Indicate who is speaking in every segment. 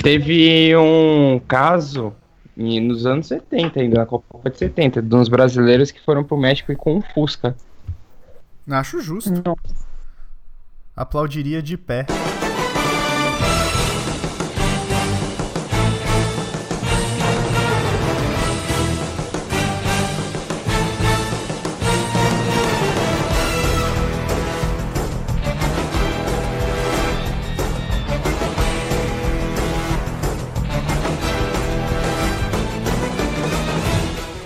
Speaker 1: Teve um caso e nos anos 70, ainda na Copa de 70, de uns brasileiros que foram pro México e com um Fusca.
Speaker 2: Acho justo. Aplaudiria de pé.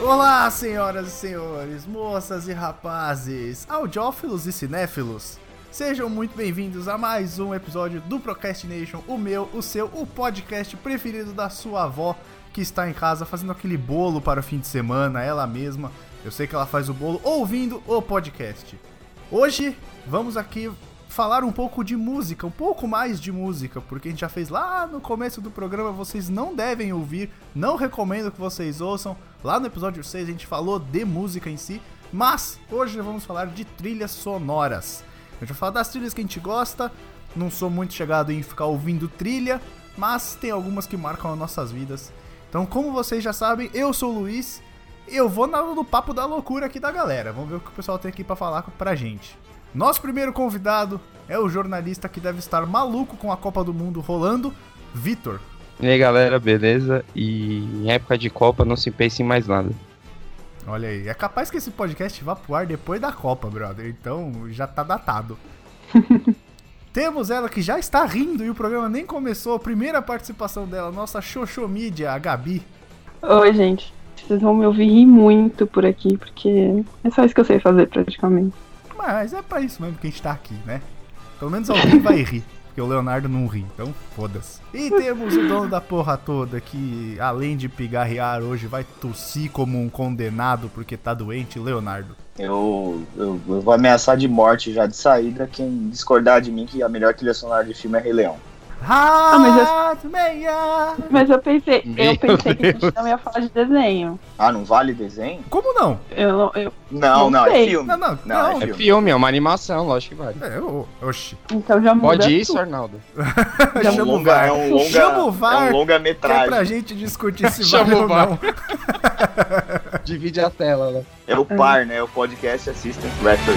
Speaker 2: Olá, senhoras e senhores, moças e rapazes, audiófilos e cinéfilos. Sejam muito bem-vindos a mais um episódio do Procrastination, o meu, o seu, o podcast preferido da sua avó que está em casa fazendo aquele bolo para o fim de semana, ela mesma. Eu sei que ela faz o bolo ouvindo o podcast. Hoje vamos aqui falar um pouco de música, um pouco mais de música, porque a gente já fez lá no começo do programa, vocês não devem ouvir, não recomendo que vocês ouçam. Lá no episódio 6 a gente falou de música em si, mas hoje vamos falar de trilhas sonoras. A gente vai falar das trilhas que a gente gosta, não sou muito chegado em ficar ouvindo trilha, mas tem algumas que marcam as nossas vidas. Então, como vocês já sabem, eu sou o Luiz, eu vou na- no papo da loucura aqui da galera. Vamos ver o que o pessoal tem aqui pra falar co- pra gente. Nosso primeiro convidado é o jornalista que deve estar maluco com a Copa do Mundo rolando, Vitor.
Speaker 1: E aí, galera, beleza? E em época de Copa não se pensa em mais nada.
Speaker 2: Olha aí, é capaz que esse podcast vá pro ar depois da Copa, brother. Então já tá datado. Temos ela que já está rindo e o programa nem começou. A primeira participação dela, nossa Xoxomídia, a Gabi.
Speaker 3: Oi, gente. Vocês vão me ouvir rir muito por aqui, porque é só isso que eu sei fazer praticamente.
Speaker 2: Mas é pra isso mesmo que a gente tá aqui, né? Pelo menos alguém vai rir. Porque o Leonardo não ri, então foda-se. E temos o dono da porra toda que, além de pigarrear hoje, vai tossir como um condenado porque tá doente, Leonardo.
Speaker 4: Eu, eu, eu vou ameaçar de morte já de saída quem discordar de mim que a melhor trilha sonora de filme é Rei Leão.
Speaker 3: mas
Speaker 2: Ah, meia!
Speaker 3: Mas eu pensei,
Speaker 1: Meu
Speaker 3: eu pensei que a gente não ia falar de desenho.
Speaker 4: Ah, não vale desenho?
Speaker 2: Como não?
Speaker 3: Eu, não- eu, Não
Speaker 4: Não, não,
Speaker 3: sei.
Speaker 4: é filme.
Speaker 2: Não, não,
Speaker 4: Não,
Speaker 2: não.
Speaker 1: É filme, é uma animação, lógico que vale.
Speaker 2: É, ô, oxi.
Speaker 3: então já muda.
Speaker 1: Pode isso, Arnaldo?
Speaker 4: É um
Speaker 2: Chama o
Speaker 4: longa,
Speaker 2: VAR.
Speaker 4: é um longa,
Speaker 2: Chama o VAR.
Speaker 4: é um longa
Speaker 2: Que é pra
Speaker 4: metragem.
Speaker 2: gente discutir se
Speaker 1: Chama
Speaker 2: vale
Speaker 1: o
Speaker 2: ou
Speaker 1: VAR.
Speaker 2: não.
Speaker 1: Divide a tela, né?
Speaker 4: É, o par, né? É o podcast Assistant Referee.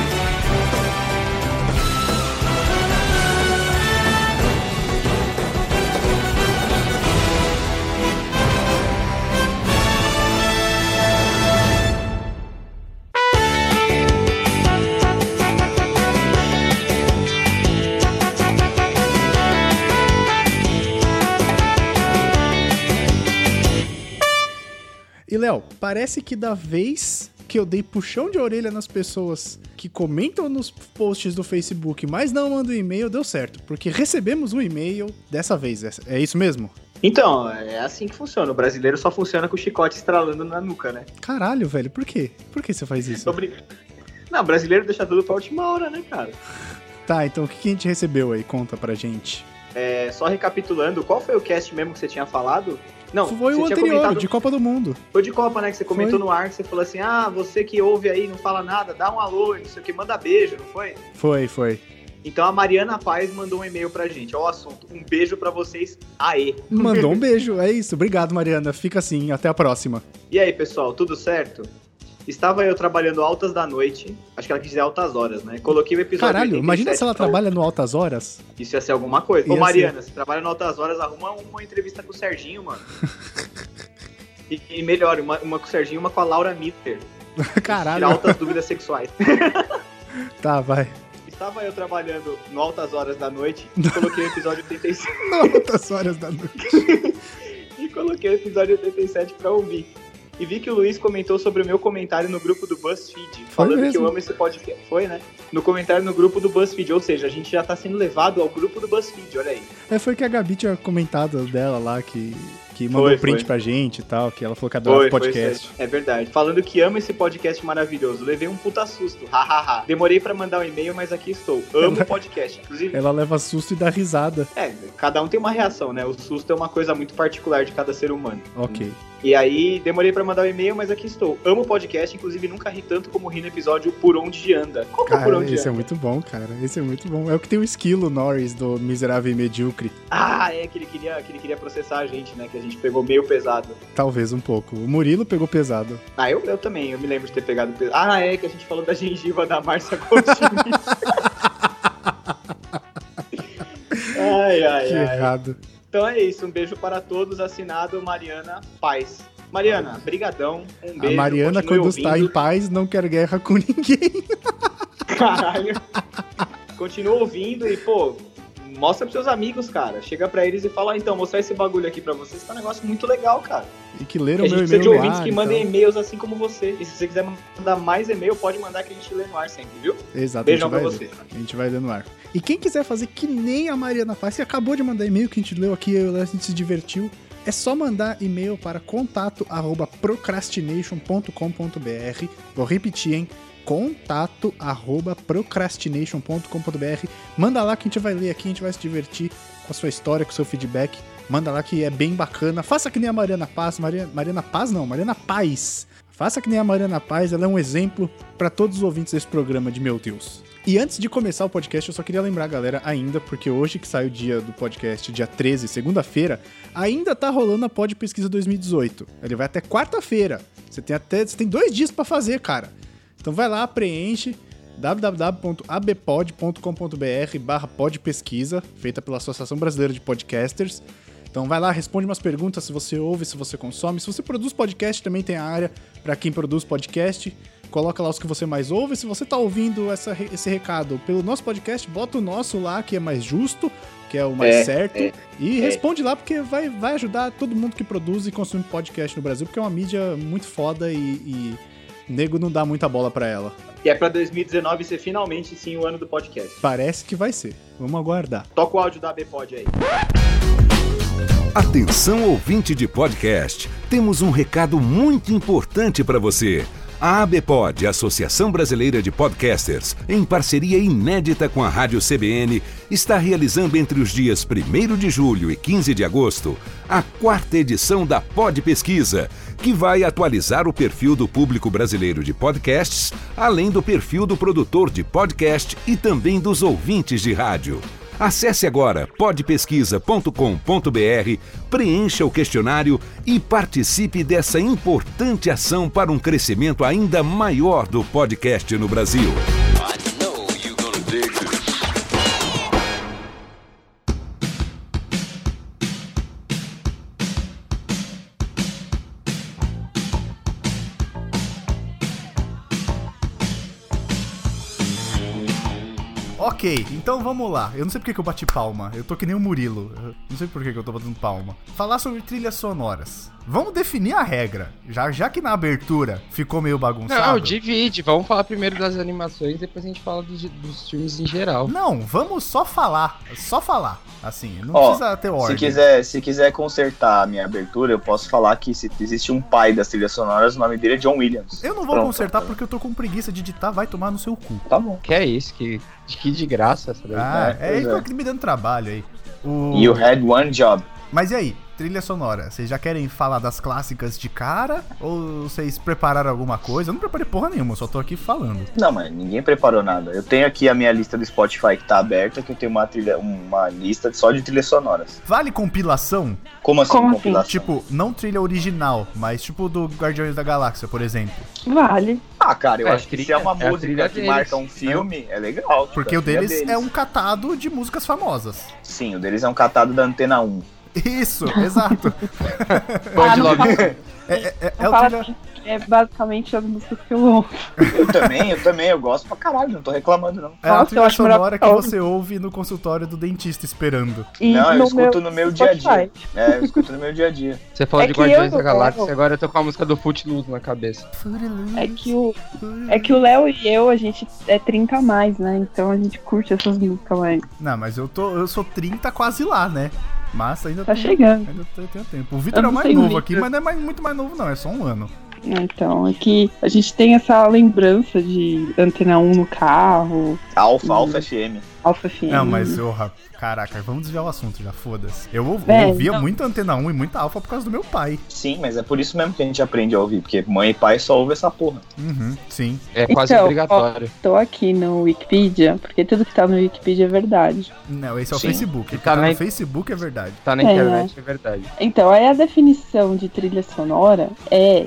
Speaker 5: E Léo, parece que da vez que eu dei puxão de orelha nas pessoas que comentam nos posts do Facebook, mas não mandam e-mail, deu certo, porque recebemos um e-mail dessa vez. É- É isso mesmo?
Speaker 6: Então, é assim que funciona. O brasileiro só funciona com o chicote estralando na nuca, né?
Speaker 5: Caralho, velho, por quê? Por que você faz isso?
Speaker 6: Sobre... Não, o brasileiro deixa tudo pra última hora, né, cara?
Speaker 5: Tá, então o que que a gente recebeu aí? Conta pra gente.
Speaker 6: É, só recapitulando, qual foi o cast mesmo que você tinha falado? Não,
Speaker 5: Foi
Speaker 6: você
Speaker 5: o
Speaker 6: tinha
Speaker 5: anterior,
Speaker 6: comentado...
Speaker 5: de Copa do Mundo.
Speaker 6: Foi de Copa, né? Que você comentou
Speaker 5: Foi.
Speaker 6: no ar, que você falou assim, ah, você que ouve aí, não fala nada, dá um alô, e não sei o que, manda beijo, não foi?
Speaker 5: Foi, foi.
Speaker 6: Então a Mariana Paz mandou um e-mail pra gente, ó o assunto, um beijo pra vocês, aê.
Speaker 5: Mandou um beijo, é isso. Obrigado, Mariana. Fica assim, até a próxima.
Speaker 6: E aí, pessoal, tudo certo? Estava eu trabalhando altas da noite, acho que ela quis dizer altas horas, né? Coloquei o episódio
Speaker 5: Caralho, imagina se ela
Speaker 6: 87 pra
Speaker 5: trabalha no Altas Horas.
Speaker 6: Isso ia ser alguma coisa. Ô,
Speaker 5: Ia
Speaker 6: Mariana, você trabalha em altas horas, arruma uma entrevista com o Serginho, mano. E, e melhor, uma, uma com o Serginho e uma com a Laura Mitter. Tirar
Speaker 5: Caralho.
Speaker 6: altas dúvidas sexuais.
Speaker 5: Tá, vai.
Speaker 6: Estava eu trabalhando no Altas Horas da Noite e coloquei o episódio 87.
Speaker 5: No Altas Horas da noite.
Speaker 6: e coloquei o episódio 87 pra ouvir. E vi que o Luiz comentou sobre o meu comentário no grupo do BuzzFeed, falando que
Speaker 5: mesmo.
Speaker 6: eu amo esse podcast. Foi, né? No comentário no grupo do BuzzFeed, ou seja, a gente já tá sendo levado ao grupo do BuzzFeed, olha aí.
Speaker 5: É, foi que a Gabi tinha comentado dela lá que, que mandou
Speaker 6: Foi,
Speaker 5: print
Speaker 6: foi.
Speaker 5: pra gente e tal, que ela falou que adorava
Speaker 6: Foi, foi,
Speaker 5: podcast.
Speaker 6: sério. é verdade. Falando que ama esse podcast maravilhoso. Levei um puta susto. Hahaha. Demorei pra mandar um e-mail, mas aqui estou. Amo podcast. Inclusive,
Speaker 5: ela leva susto e dá risada.
Speaker 6: é, cada um tem uma reação, né? O susto é uma coisa muito particular de cada ser humano.
Speaker 5: Ok.
Speaker 6: E aí, demorei pra mandar o e-mail, mas aqui estou. Amo podcast, inclusive nunca ri tanto como ri no episódio Por Onde Anda. Qual que é o Por
Speaker 5: Cara,
Speaker 6: Onde
Speaker 5: esse
Speaker 6: Anda?
Speaker 5: é muito bom, cara. Esse é muito bom. É o que tem o esquilo Norris do Miserável e Medíocre.
Speaker 6: Ah, é que ele, queria, que ele queria processar a gente, né? Que a gente pegou meio pesado.
Speaker 5: Talvez um pouco. O Murilo pegou pesado.
Speaker 6: Ah, eu, eu também, eu me lembro de ter pegado pesado. Ah, é que a gente falou da gengiva da Márcia Contini. ai, ai,
Speaker 5: que
Speaker 6: ai.
Speaker 5: errado.
Speaker 6: Então é isso, um beijo para todos, assinado Mariana Paz. Mariana, brigadão, um beijo.
Speaker 5: a Mariana,
Speaker 6: continue
Speaker 5: quando está em
Speaker 6: ouvindo.
Speaker 5: paz, não quer guerra com ninguém.
Speaker 6: Caralho. Continua ouvindo e, pô, mostra pros seus amigos, cara. Chega pra eles e fala, "Ah, então, mostrar esse bagulho aqui pra vocês tá um negócio muito legal, cara.
Speaker 5: E que leram
Speaker 6: a gente
Speaker 5: meu
Speaker 6: precisa
Speaker 5: e-mail.
Speaker 6: de
Speaker 5: no
Speaker 6: ouvintes
Speaker 5: ar,
Speaker 6: que
Speaker 5: então.
Speaker 6: mandem e-mails assim como você. E se você quiser mandar mais e-mail, pode mandar que a gente lê no ar sempre, viu?
Speaker 5: Exato, a
Speaker 6: Beijão
Speaker 5: gente
Speaker 6: pra
Speaker 5: vai ler.
Speaker 6: você.
Speaker 5: A gente vai dando ar. E quem quiser fazer que nem a Mariana faz, que acabou de mandar e-mail, que a gente leu aqui, eu e o Léo, a gente se divertiu, é só mandar e-mail para contato arroba procrastination.com.br. Vou repetir, hein? contato arroba procrastination.com.br. Manda lá que a gente vai ler aqui, a gente vai se divertir com a sua história, com o seu feedback. Manda lá que é bem bacana. Faça que nem a Mariana Paz. Mariana, Mariana Paz não, Mariana Paz. Faça que nem a Mariana Paz, ela é um exemplo para todos os ouvintes desse programa de Meu Deus. E antes de começar o podcast, eu só queria lembrar a galera ainda, porque hoje que sai o dia do podcast, dia 13, segunda-feira, ainda tá rolando a Pod Pesquisa 2018. Ele vai até quarta-feira. Você tem até, você tem dois dias para fazer, cara. Então vai lá, preenche www.abpod.com.br barra podpesquisa, feita pela Associação Brasileira de Podcasters. Então vai lá, responde umas perguntas se você ouve, se você consome. Se você produz podcast, também tem a área para quem produz podcast. Coloca lá os que você mais ouve. Se você tá ouvindo essa re- esse recado pelo nosso podcast, bota o nosso lá, que é mais justo, que é o mais
Speaker 6: É,
Speaker 5: certo.
Speaker 6: é,
Speaker 5: e
Speaker 6: é.
Speaker 5: responde lá, porque vai, vai ajudar todo mundo que produz e consome podcast no Brasil, porque é uma mídia muito foda e- e nego não dá muita bola pra ela.
Speaker 6: E é pra 2019 ser finalmente sim o ano do podcast.
Speaker 5: Parece que vai ser. Vamos aguardar.
Speaker 6: Toca o áudio da ABPod aí.
Speaker 7: Atenção ouvinte de podcast, temos um recado muito importante para você. A ABPOD, Associação Brasileira de Podcasters, em parceria inédita com a Rádio CBN, está realizando entre os dias 1 de julho e 15 de agosto a quarta edição da Pod Pesquisa, que vai atualizar o perfil do público brasileiro de podcasts, além do perfil do produtor de podcast e também dos ouvintes de rádio. Acesse agora podpesquisa.com.br, preencha o questionário e participe dessa importante ação para um crescimento ainda maior do podcast no Brasil.
Speaker 2: Ok, então vamos lá. Eu não sei porque que eu bati palma. Eu tô que nem o Murilo. Eu não sei por que que eu tô batendo palma. Falar sobre trilhas sonoras. Vamos definir a regra. Já, já que na abertura ficou meio bagunçado.
Speaker 1: Não, divide. Vamos falar primeiro das animações, depois a gente fala dos, dos filmes em geral.
Speaker 2: Não, vamos só falar. Só falar. Assim, não
Speaker 4: Ó,
Speaker 2: precisa ter ordem.
Speaker 4: Se quiser, se quiser consertar a minha abertura, eu posso falar que se existe um pai das trilhas sonoras, o nome dele é John Williams.
Speaker 2: Eu não vou
Speaker 4: Pronto.
Speaker 2: consertar porque eu tô com preguiça de editar, vai tomar no seu cu.
Speaker 4: Tá bom.
Speaker 1: Que é isso? Que, que de graça essa daí.
Speaker 2: Ah,
Speaker 4: pois
Speaker 2: é ele
Speaker 4: é.
Speaker 2: que tá me dando trabalho aí. O...
Speaker 4: You had one job.
Speaker 2: Mas e aí, trilha sonora? Vocês já querem falar das clássicas de cara? Ou vocês prepararam alguma coisa? Eu não preparei porra nenhuma, eu só tô aqui falando.
Speaker 4: Não, mas ninguém preparou nada. Eu tenho aqui a minha lista do Spotify que tá aberta, que eu tenho uma, trilha, uma lista só de trilhas sonoras.
Speaker 2: Vale compilação?
Speaker 4: Como assim,
Speaker 3: Como assim?
Speaker 4: compilação?
Speaker 2: Tipo, não trilha original, mas tipo do Guardiões da Galáxia, por exemplo.
Speaker 3: Vale.
Speaker 4: ah, cara, eu
Speaker 1: É,
Speaker 4: acho que
Speaker 1: trilha-
Speaker 4: se é uma
Speaker 1: é a
Speaker 4: música
Speaker 1: trilha
Speaker 4: que
Speaker 1: deles,
Speaker 4: marca um
Speaker 1: né?
Speaker 4: filme, é legal. tipo,
Speaker 2: Porque
Speaker 4: a
Speaker 2: o
Speaker 4: trilha
Speaker 2: deles é um catado de músicas famosas.
Speaker 4: Sim, o deles é um catado da Antena 1.
Speaker 2: Isso, exato.
Speaker 1: Band
Speaker 3: Ah, não
Speaker 1: Love-
Speaker 2: É, é,
Speaker 3: Não
Speaker 2: é o
Speaker 3: fala
Speaker 2: trilha-
Speaker 3: assim, é basicamente as músicas que eu ouço.
Speaker 4: Eu também, eu também, eu gosto pra caralho, não tô reclamando não.
Speaker 2: é a
Speaker 3: Nossa, eu
Speaker 2: trilha
Speaker 3: acho
Speaker 2: sonora que
Speaker 3: maravilhoso.
Speaker 2: você ouve no consultório do dentista esperando.
Speaker 3: E
Speaker 4: Não, eu
Speaker 3: no
Speaker 4: escuto
Speaker 3: meu
Speaker 4: no meu dia a dia.
Speaker 3: Spotify.
Speaker 4: É, eu escuto no meu dia a dia.
Speaker 1: Você falou
Speaker 3: É
Speaker 1: de
Speaker 3: que eu
Speaker 1: Guardiões
Speaker 3: não
Speaker 1: da Galáxia,
Speaker 3: quero.
Speaker 1: agora eu tô com a música do Footloose na cabeça.
Speaker 3: É que o é que o Léo e eu, a gente é 30 a mais, né? Então a gente curte essas músicas mais.
Speaker 2: Não, mas eu tô. Eu sou 30 quase lá, né? Mas ainda
Speaker 3: Tá
Speaker 2: tem-
Speaker 3: chegando.
Speaker 2: Ainda tem, tem tempo. O Vitor é
Speaker 3: Eu
Speaker 2: o
Speaker 3: não
Speaker 2: mais
Speaker 3: tenho
Speaker 2: novo
Speaker 3: Vitor.
Speaker 2: aqui, mas não é mais- muito mais novo, não. É só um ano.
Speaker 3: Então, é que a gente tem essa lembrança de Antena 1 no carro,
Speaker 4: Alfa,
Speaker 3: Hum.
Speaker 4: Alfa FM.
Speaker 3: Alfa FM.
Speaker 2: Não, mas eu. ra- Caraca, vamos desviar o assunto já, foda-se. Eu, ouv-
Speaker 3: É,
Speaker 2: ouvia
Speaker 3: não.
Speaker 2: muito Antena 1 e muita Alfa por causa do meu pai.
Speaker 4: Sim, mas é por isso mesmo que a gente aprende a ouvir, porque mãe e pai só ouvem essa porra.
Speaker 2: Uhum, sim.
Speaker 1: É quase
Speaker 3: Então,
Speaker 1: obrigatório.
Speaker 3: Tô aqui no Wikipedia, porque tudo que tá no Wikipedia é verdade.
Speaker 2: Não, esse é o
Speaker 4: Sim.
Speaker 2: Facebook. O
Speaker 1: Tá
Speaker 2: cara
Speaker 1: na-
Speaker 2: no Facebook é verdade.
Speaker 1: Tá na
Speaker 3: É.
Speaker 1: internet, é verdade.
Speaker 3: Então, aí a definição de trilha sonora é,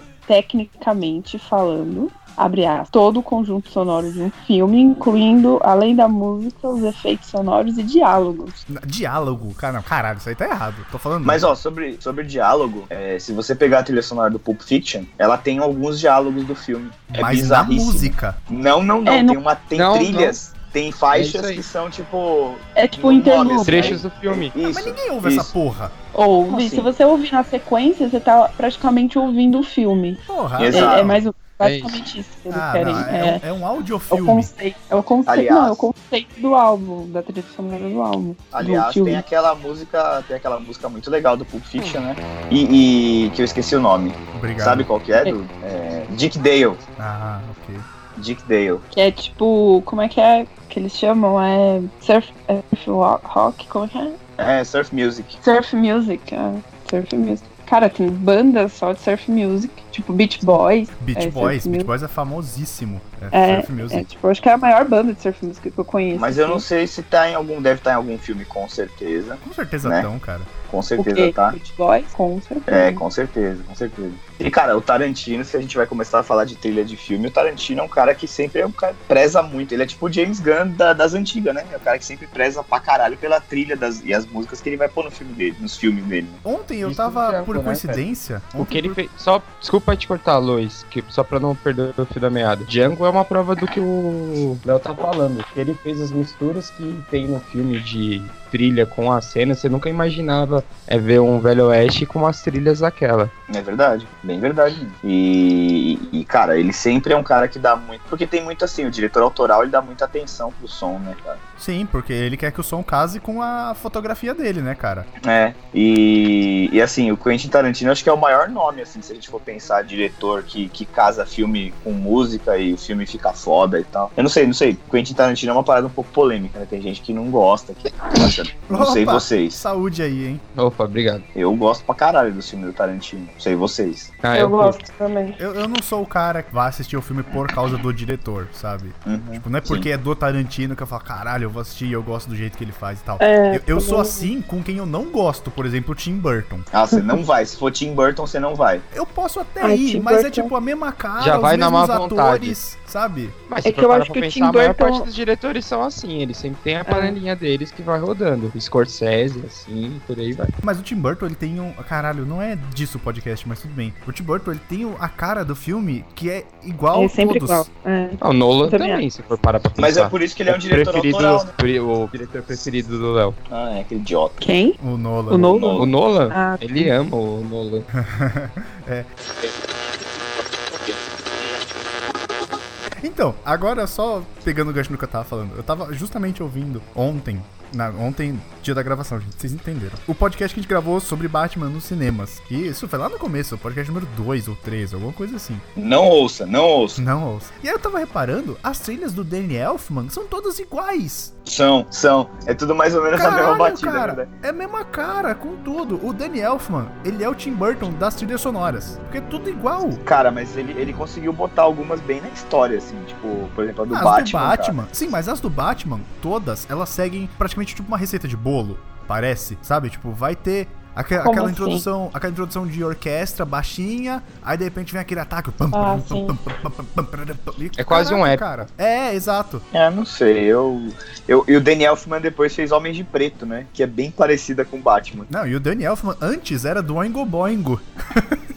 Speaker 3: tecnicamente falando, abre aspas, todo o conjunto sonoro de um filme, incluindo, além da música, os efeitos sonoros e diálogos.
Speaker 2: Na- Diálogo, cara, não, caralho, isso aí tá errado. Tô falando.
Speaker 4: Mas ó, sobre, sobre diálogo, é, se você pegar a trilha sonora do Pulp Fiction, ela tem alguns diálogos do filme. É
Speaker 2: mas na
Speaker 4: bizarríssimo.
Speaker 2: música.
Speaker 4: Não, não, não.
Speaker 3: É, não-
Speaker 4: Tem, uma, tem
Speaker 1: Não,
Speaker 4: trilhas, tem faixas
Speaker 1: É isso aí.
Speaker 4: que são tipo.
Speaker 3: É tipo um
Speaker 4: Nomes,
Speaker 3: interlúdio.
Speaker 1: Trechos do filme.
Speaker 4: Isso.
Speaker 2: Mas ninguém ouve essa
Speaker 4: isso.
Speaker 2: porra.
Speaker 3: Ou,
Speaker 4: Como
Speaker 3: se
Speaker 4: assim?
Speaker 3: você ouvir na sequência, você tá praticamente ouvindo o filme.
Speaker 2: Porra.
Speaker 3: É,
Speaker 4: Exato.
Speaker 3: é mais ou-
Speaker 1: É
Speaker 3: basicamente isso que eles
Speaker 2: Ah,
Speaker 3: querem.
Speaker 2: não,
Speaker 3: é.
Speaker 2: é, um- é um
Speaker 3: É o
Speaker 2: audiofilme.
Speaker 3: conceito, é o conceito,
Speaker 4: Aliás.
Speaker 3: não, é o conceito do álbum, da trilha sonora do álbum.
Speaker 4: Aliás,
Speaker 3: do filme.
Speaker 4: tem aquela música, tem aquela música muito legal do Pulp Fiction, né? E, e que eu esqueci o nome.
Speaker 2: Obrigado.
Speaker 4: Sabe qual que é? Do, é, Dick Dale.
Speaker 2: Ah, ok.
Speaker 4: Dick Dale.
Speaker 3: Que é tipo, como é que é que eles chamam? É surf, é surf ro- rock, como é que é?
Speaker 4: É, surf music.
Speaker 3: Surf music, é, surf music. Cara, tem banda só de surf music, tipo Beach Boys.
Speaker 2: Beach
Speaker 3: É,
Speaker 2: Boys. Beach
Speaker 3: surf music.
Speaker 2: Boys é famosíssimo. É,
Speaker 3: É,
Speaker 2: surf music.
Speaker 3: É, tipo, eu acho que é a maior banda de surf music que eu conheço.
Speaker 4: Mas eu não
Speaker 3: assim.
Speaker 4: sei se tá em algum. Deve estar em algum filme, com certeza.
Speaker 2: Com certeza
Speaker 4: Né?
Speaker 2: não, cara.
Speaker 4: Com
Speaker 3: o
Speaker 4: certeza
Speaker 3: quê?
Speaker 4: tá.
Speaker 3: Beach Boys? Com
Speaker 4: É,
Speaker 3: certeza.
Speaker 4: com certeza, com certeza. E, cara, o Tarantino, se a gente vai começar a falar de trilha de filme, o Tarantino é um cara que sempre é um cara que preza muito. Ele é tipo o James Gunn da- das antigas, né? É um cara que sempre preza pra caralho pela trilha das, e as músicas que ele vai pôr no filme dele, nos filmes dele. né?
Speaker 2: Ontem eu
Speaker 1: Isso
Speaker 2: tava,
Speaker 1: é
Speaker 2: por
Speaker 1: bom, né,
Speaker 2: coincidência.
Speaker 1: O que
Speaker 2: ontem
Speaker 1: ele
Speaker 2: por-
Speaker 1: fez. Só. Desculpa te cortar, Luiz, que, só pra não perder o fio da meada. Django é uma prova do que o Léo tá falando. que Ele fez as misturas que tem no filme de trilha com a cena. Você nunca imaginava é, ver um Velho Oeste com as trilhas daquela.
Speaker 4: É verdade, bem verdade. mesmo. E, e, cara, ele sempre é um cara que dá muito. Porque tem muito assim, o diretor autoral ele dá muita atenção pro som, né, cara?
Speaker 2: Sim, porque ele quer que o som case com a fotografia dele, né, cara?
Speaker 4: É, e, e assim, o Quentin Tarantino acho que é o maior nome, assim, se a gente for pensar diretor que, que casa filme com música e o filme fica foda e tal. Eu não sei, não sei, Quentin Tarantino é uma parada um pouco polêmica, né? Tem gente que não gosta, que acha- não sei
Speaker 2: Opa!
Speaker 4: vocês.
Speaker 2: Saúde aí, hein?
Speaker 1: Opa, obrigado.
Speaker 4: Eu gosto pra caralho do filme do Tarantino, não sei vocês.
Speaker 1: Ah,
Speaker 3: Eu
Speaker 1: curto.
Speaker 3: gosto também.
Speaker 2: Eu, eu não sou o cara que vai assistir o filme por causa do diretor, sabe?
Speaker 4: Uhum.
Speaker 2: Tipo, não é porque é do Tarantino que eu falo, caralho, eu vou assistir e eu gosto do jeito que ele faz e tal.
Speaker 3: É,
Speaker 2: eu, eu sou
Speaker 3: também.
Speaker 2: assim com quem eu não gosto, por exemplo, o Tim Burton.
Speaker 4: Ah, você não vai, se for Tim Burton, você não vai.
Speaker 2: Eu posso até
Speaker 3: Ai,
Speaker 2: ir,
Speaker 3: Tim
Speaker 2: mas é
Speaker 3: Burton.
Speaker 2: tipo a mesma cara,
Speaker 1: Já
Speaker 2: os
Speaker 1: vai na
Speaker 2: mesmos
Speaker 1: má
Speaker 2: atores, sabe?
Speaker 1: Mas
Speaker 3: É
Speaker 1: se
Speaker 3: que
Speaker 1: for
Speaker 3: eu
Speaker 1: parar pra
Speaker 3: acho que o
Speaker 1: pensar,
Speaker 3: Tim
Speaker 1: a maior
Speaker 3: Burton- É.
Speaker 1: parte dos diretores são assim. Eles sempre têm a panelinha deles que vai rodando. Scorsese, assim, por aí vai.
Speaker 2: Mas o Tim Burton, ele tem um. Caralho, não é disso o podcast, mas tudo bem. O Tim Burton, ele tem o- a cara do filme que é igual
Speaker 3: É
Speaker 2: a
Speaker 3: sempre
Speaker 2: todos.
Speaker 3: igual. É.
Speaker 1: Ah, o Nolan
Speaker 3: Também
Speaker 1: também, se for parar pra pensar.
Speaker 4: Mas é por isso que ele é um
Speaker 1: O
Speaker 4: diretor
Speaker 1: preferido-
Speaker 4: autoral, né?
Speaker 1: pre- O diretor preferido do Léo.
Speaker 4: Ah, é aquele idiota.
Speaker 3: Quem?
Speaker 2: O Nolan.
Speaker 3: O Nolan?
Speaker 4: Nolan.
Speaker 1: O Nolan?
Speaker 3: Ah,
Speaker 1: Ele ama o Nolan.
Speaker 2: Então, agora só pegando o gancho no que eu tava falando. Eu tava justamente ouvindo ontem. na- ontem, dia da gravação, gente, vocês entenderam. O podcast que a gente gravou sobre Batman nos cinemas. E isso foi lá no começo, o podcast número 2 ou 3, alguma coisa assim.
Speaker 4: Não ouça, não ouça.
Speaker 2: Não ouça. E aí eu tava reparando, as trilhas do Danny Elfman são todas iguais.
Speaker 4: São, são. É tudo mais ou menos a mesma
Speaker 2: Caralho,
Speaker 4: batida,
Speaker 2: cara.
Speaker 4: né?
Speaker 2: É a mesma cara, com tudo. O Danny Elfman, ele é o Tim Burton das trilhas sonoras. Porque é tudo igual.
Speaker 4: Cara, mas ele, ele conseguiu botar algumas bem na história, assim, tipo, por exemplo, a do
Speaker 2: as
Speaker 4: Batman.
Speaker 2: Ah, do
Speaker 4: cara.
Speaker 2: Batman. Sim, mas as do Batman, todas, elas seguem praticamente tipo uma receita de bolo, parece, sabe? Tipo, vai ter aque-
Speaker 3: Como
Speaker 2: aquela
Speaker 3: assim?
Speaker 2: introdução, aquela introdução de orquestra baixinha, aí de repente vem aquele ataque. pam,
Speaker 3: Ah,
Speaker 2: pam,
Speaker 3: sim.
Speaker 2: pam, pam, pam, pam, pam, pam, pam, e-
Speaker 1: É quase um
Speaker 2: Caraca,
Speaker 1: épico.
Speaker 2: cara. É, exato.
Speaker 4: É, não sei. Eu, eu, e o Daniel Elfman depois fez Homem de Preto, né? Que é bem parecida com Batman.
Speaker 2: Não, e o Danny Elfman antes era do Oingo Boingo.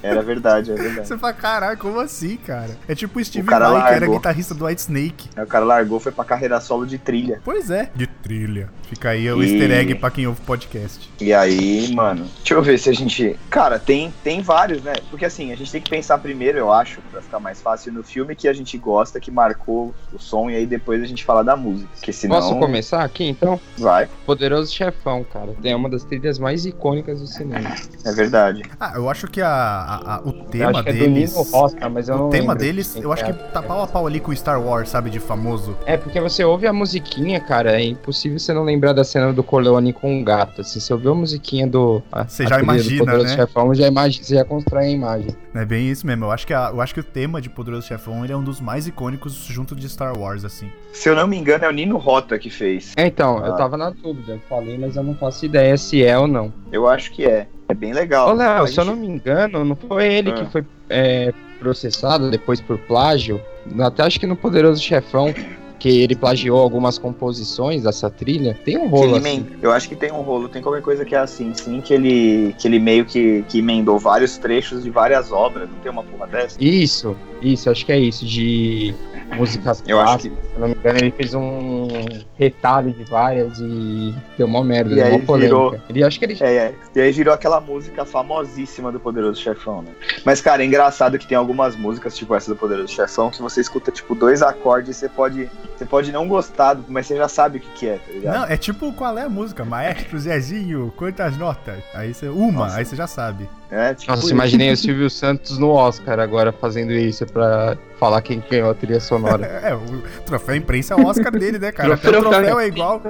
Speaker 4: Era verdade, é verdade.
Speaker 2: Você fala, caralho, como assim, cara? É tipo o Steve
Speaker 4: cara
Speaker 2: Vai, que era
Speaker 4: largou.
Speaker 2: guitarrista do White Snake.
Speaker 4: Aí o cara largou, foi pra carreira solo de trilha.
Speaker 2: Pois é. De trilha. Fica aí o
Speaker 4: E-
Speaker 2: easter egg pra quem ouve o podcast.
Speaker 4: E aí, mano, deixa eu ver se a gente. Cara, tem, tem vários, né? Porque assim, a gente tem que pensar primeiro, eu acho, pra ficar mais fácil, no filme que a gente gosta, que marcou o som, e aí depois a gente fala da música. Porque senão.
Speaker 1: Posso começar aqui então?
Speaker 4: Vai,
Speaker 1: Poderoso Chefão, cara. É uma das trilhas mais icônicas do cinema.
Speaker 4: é verdade.
Speaker 2: Ah, eu acho que a, a- a- o
Speaker 1: Eu
Speaker 2: tema
Speaker 1: acho que é do
Speaker 2: deles.
Speaker 1: Nino Rota, mas eu não
Speaker 2: o tema
Speaker 1: lembro
Speaker 2: deles,
Speaker 1: quem
Speaker 2: eu acho que
Speaker 1: é.
Speaker 2: tá pau a pau ali com o Star Wars, sabe? De famoso.
Speaker 1: É, porque você ouve a musiquinha, cara, é impossível você não lembrar da cena do Corleone com o gato. Assim, você ouviu a musiquinha do. a-
Speaker 2: Você
Speaker 1: a
Speaker 2: já
Speaker 1: trilha do
Speaker 2: imagina,
Speaker 1: Poderoso
Speaker 2: né?
Speaker 1: Chefão, já imagina, você já constrói a imagem.
Speaker 2: É bem isso mesmo. Eu acho que, a- eu acho que o tema de Poderoso Chefão ele é um dos mais icônicos junto de Star Wars, assim.
Speaker 4: Se eu não me engano, é o Nino Rota que fez.
Speaker 1: É, Então, eu
Speaker 4: Ah.
Speaker 1: tava na dúvida, eu falei, mas eu não faço ideia se é ou não.
Speaker 4: Eu acho que é. É bem legal.
Speaker 1: Ô, Léo,
Speaker 4: A
Speaker 1: se eu
Speaker 4: gente-
Speaker 1: não me engano, não foi ele
Speaker 4: Ah.
Speaker 1: que foi é, processado depois por plágio? Até acho que no Poderoso Chefão, que ele plagiou algumas composições dessa trilha. Tem um
Speaker 4: que ele
Speaker 1: rolo assim.
Speaker 4: emen- Eu acho que tem um rolo, tem qualquer coisa que é assim, sim, que ele, que ele meio que, que emendou vários trechos de várias obras, não tem uma porra dessa?
Speaker 1: Isso, isso, acho que é isso, de músicas
Speaker 4: Eu acho
Speaker 1: clássicas.
Speaker 4: que.
Speaker 1: Se eu não me engano, ele fez um retalho de várias e deu uma merda,
Speaker 4: E
Speaker 1: deu uma
Speaker 4: aí virou-
Speaker 1: polêmica. Ele acho que ele.
Speaker 4: É, é. E aí virou aquela música famosíssima do Poderoso Chefão, né? Mas, cara, é engraçado que tem algumas músicas, tipo essa do Poderoso Chefão, que você escuta, tipo, dois acordes e você pode, você pode não gostar, mas você já sabe o que, que é, tá ligado?
Speaker 2: Não, é tipo qual é a música? Maestro, Zezinho, quantas notas? Aí você. Uma,
Speaker 4: Nossa.
Speaker 2: aí você já sabe.
Speaker 4: É, tipo,
Speaker 1: Nossa, imaginei o Silvio Santos no Oscar agora fazendo isso pra falar quem ganhou a trilha sonora.
Speaker 2: É, o troféu imprensa é o Oscar dele, né, cara? Até o
Speaker 1: Troféu,
Speaker 2: troféu
Speaker 1: cara.
Speaker 2: é igual.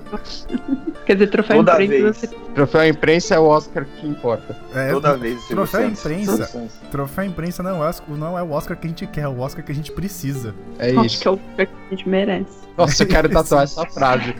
Speaker 3: Quer dizer, troféu
Speaker 4: Toda
Speaker 3: imprensa
Speaker 4: vez.
Speaker 3: você-
Speaker 1: Troféu imprensa é o Oscar que importa.
Speaker 2: É,
Speaker 4: toda vez. o Silvio
Speaker 2: troféu
Speaker 4: Santos.
Speaker 2: imprensa.
Speaker 4: Silvio Santos.
Speaker 2: Troféu imprensa não é, o- não é o Oscar que a gente quer, é o Oscar que a gente precisa.
Speaker 1: É
Speaker 3: Acho
Speaker 1: isso.
Speaker 3: que é o que a gente merece.
Speaker 1: Nossa, eu quero tatuar essa frase.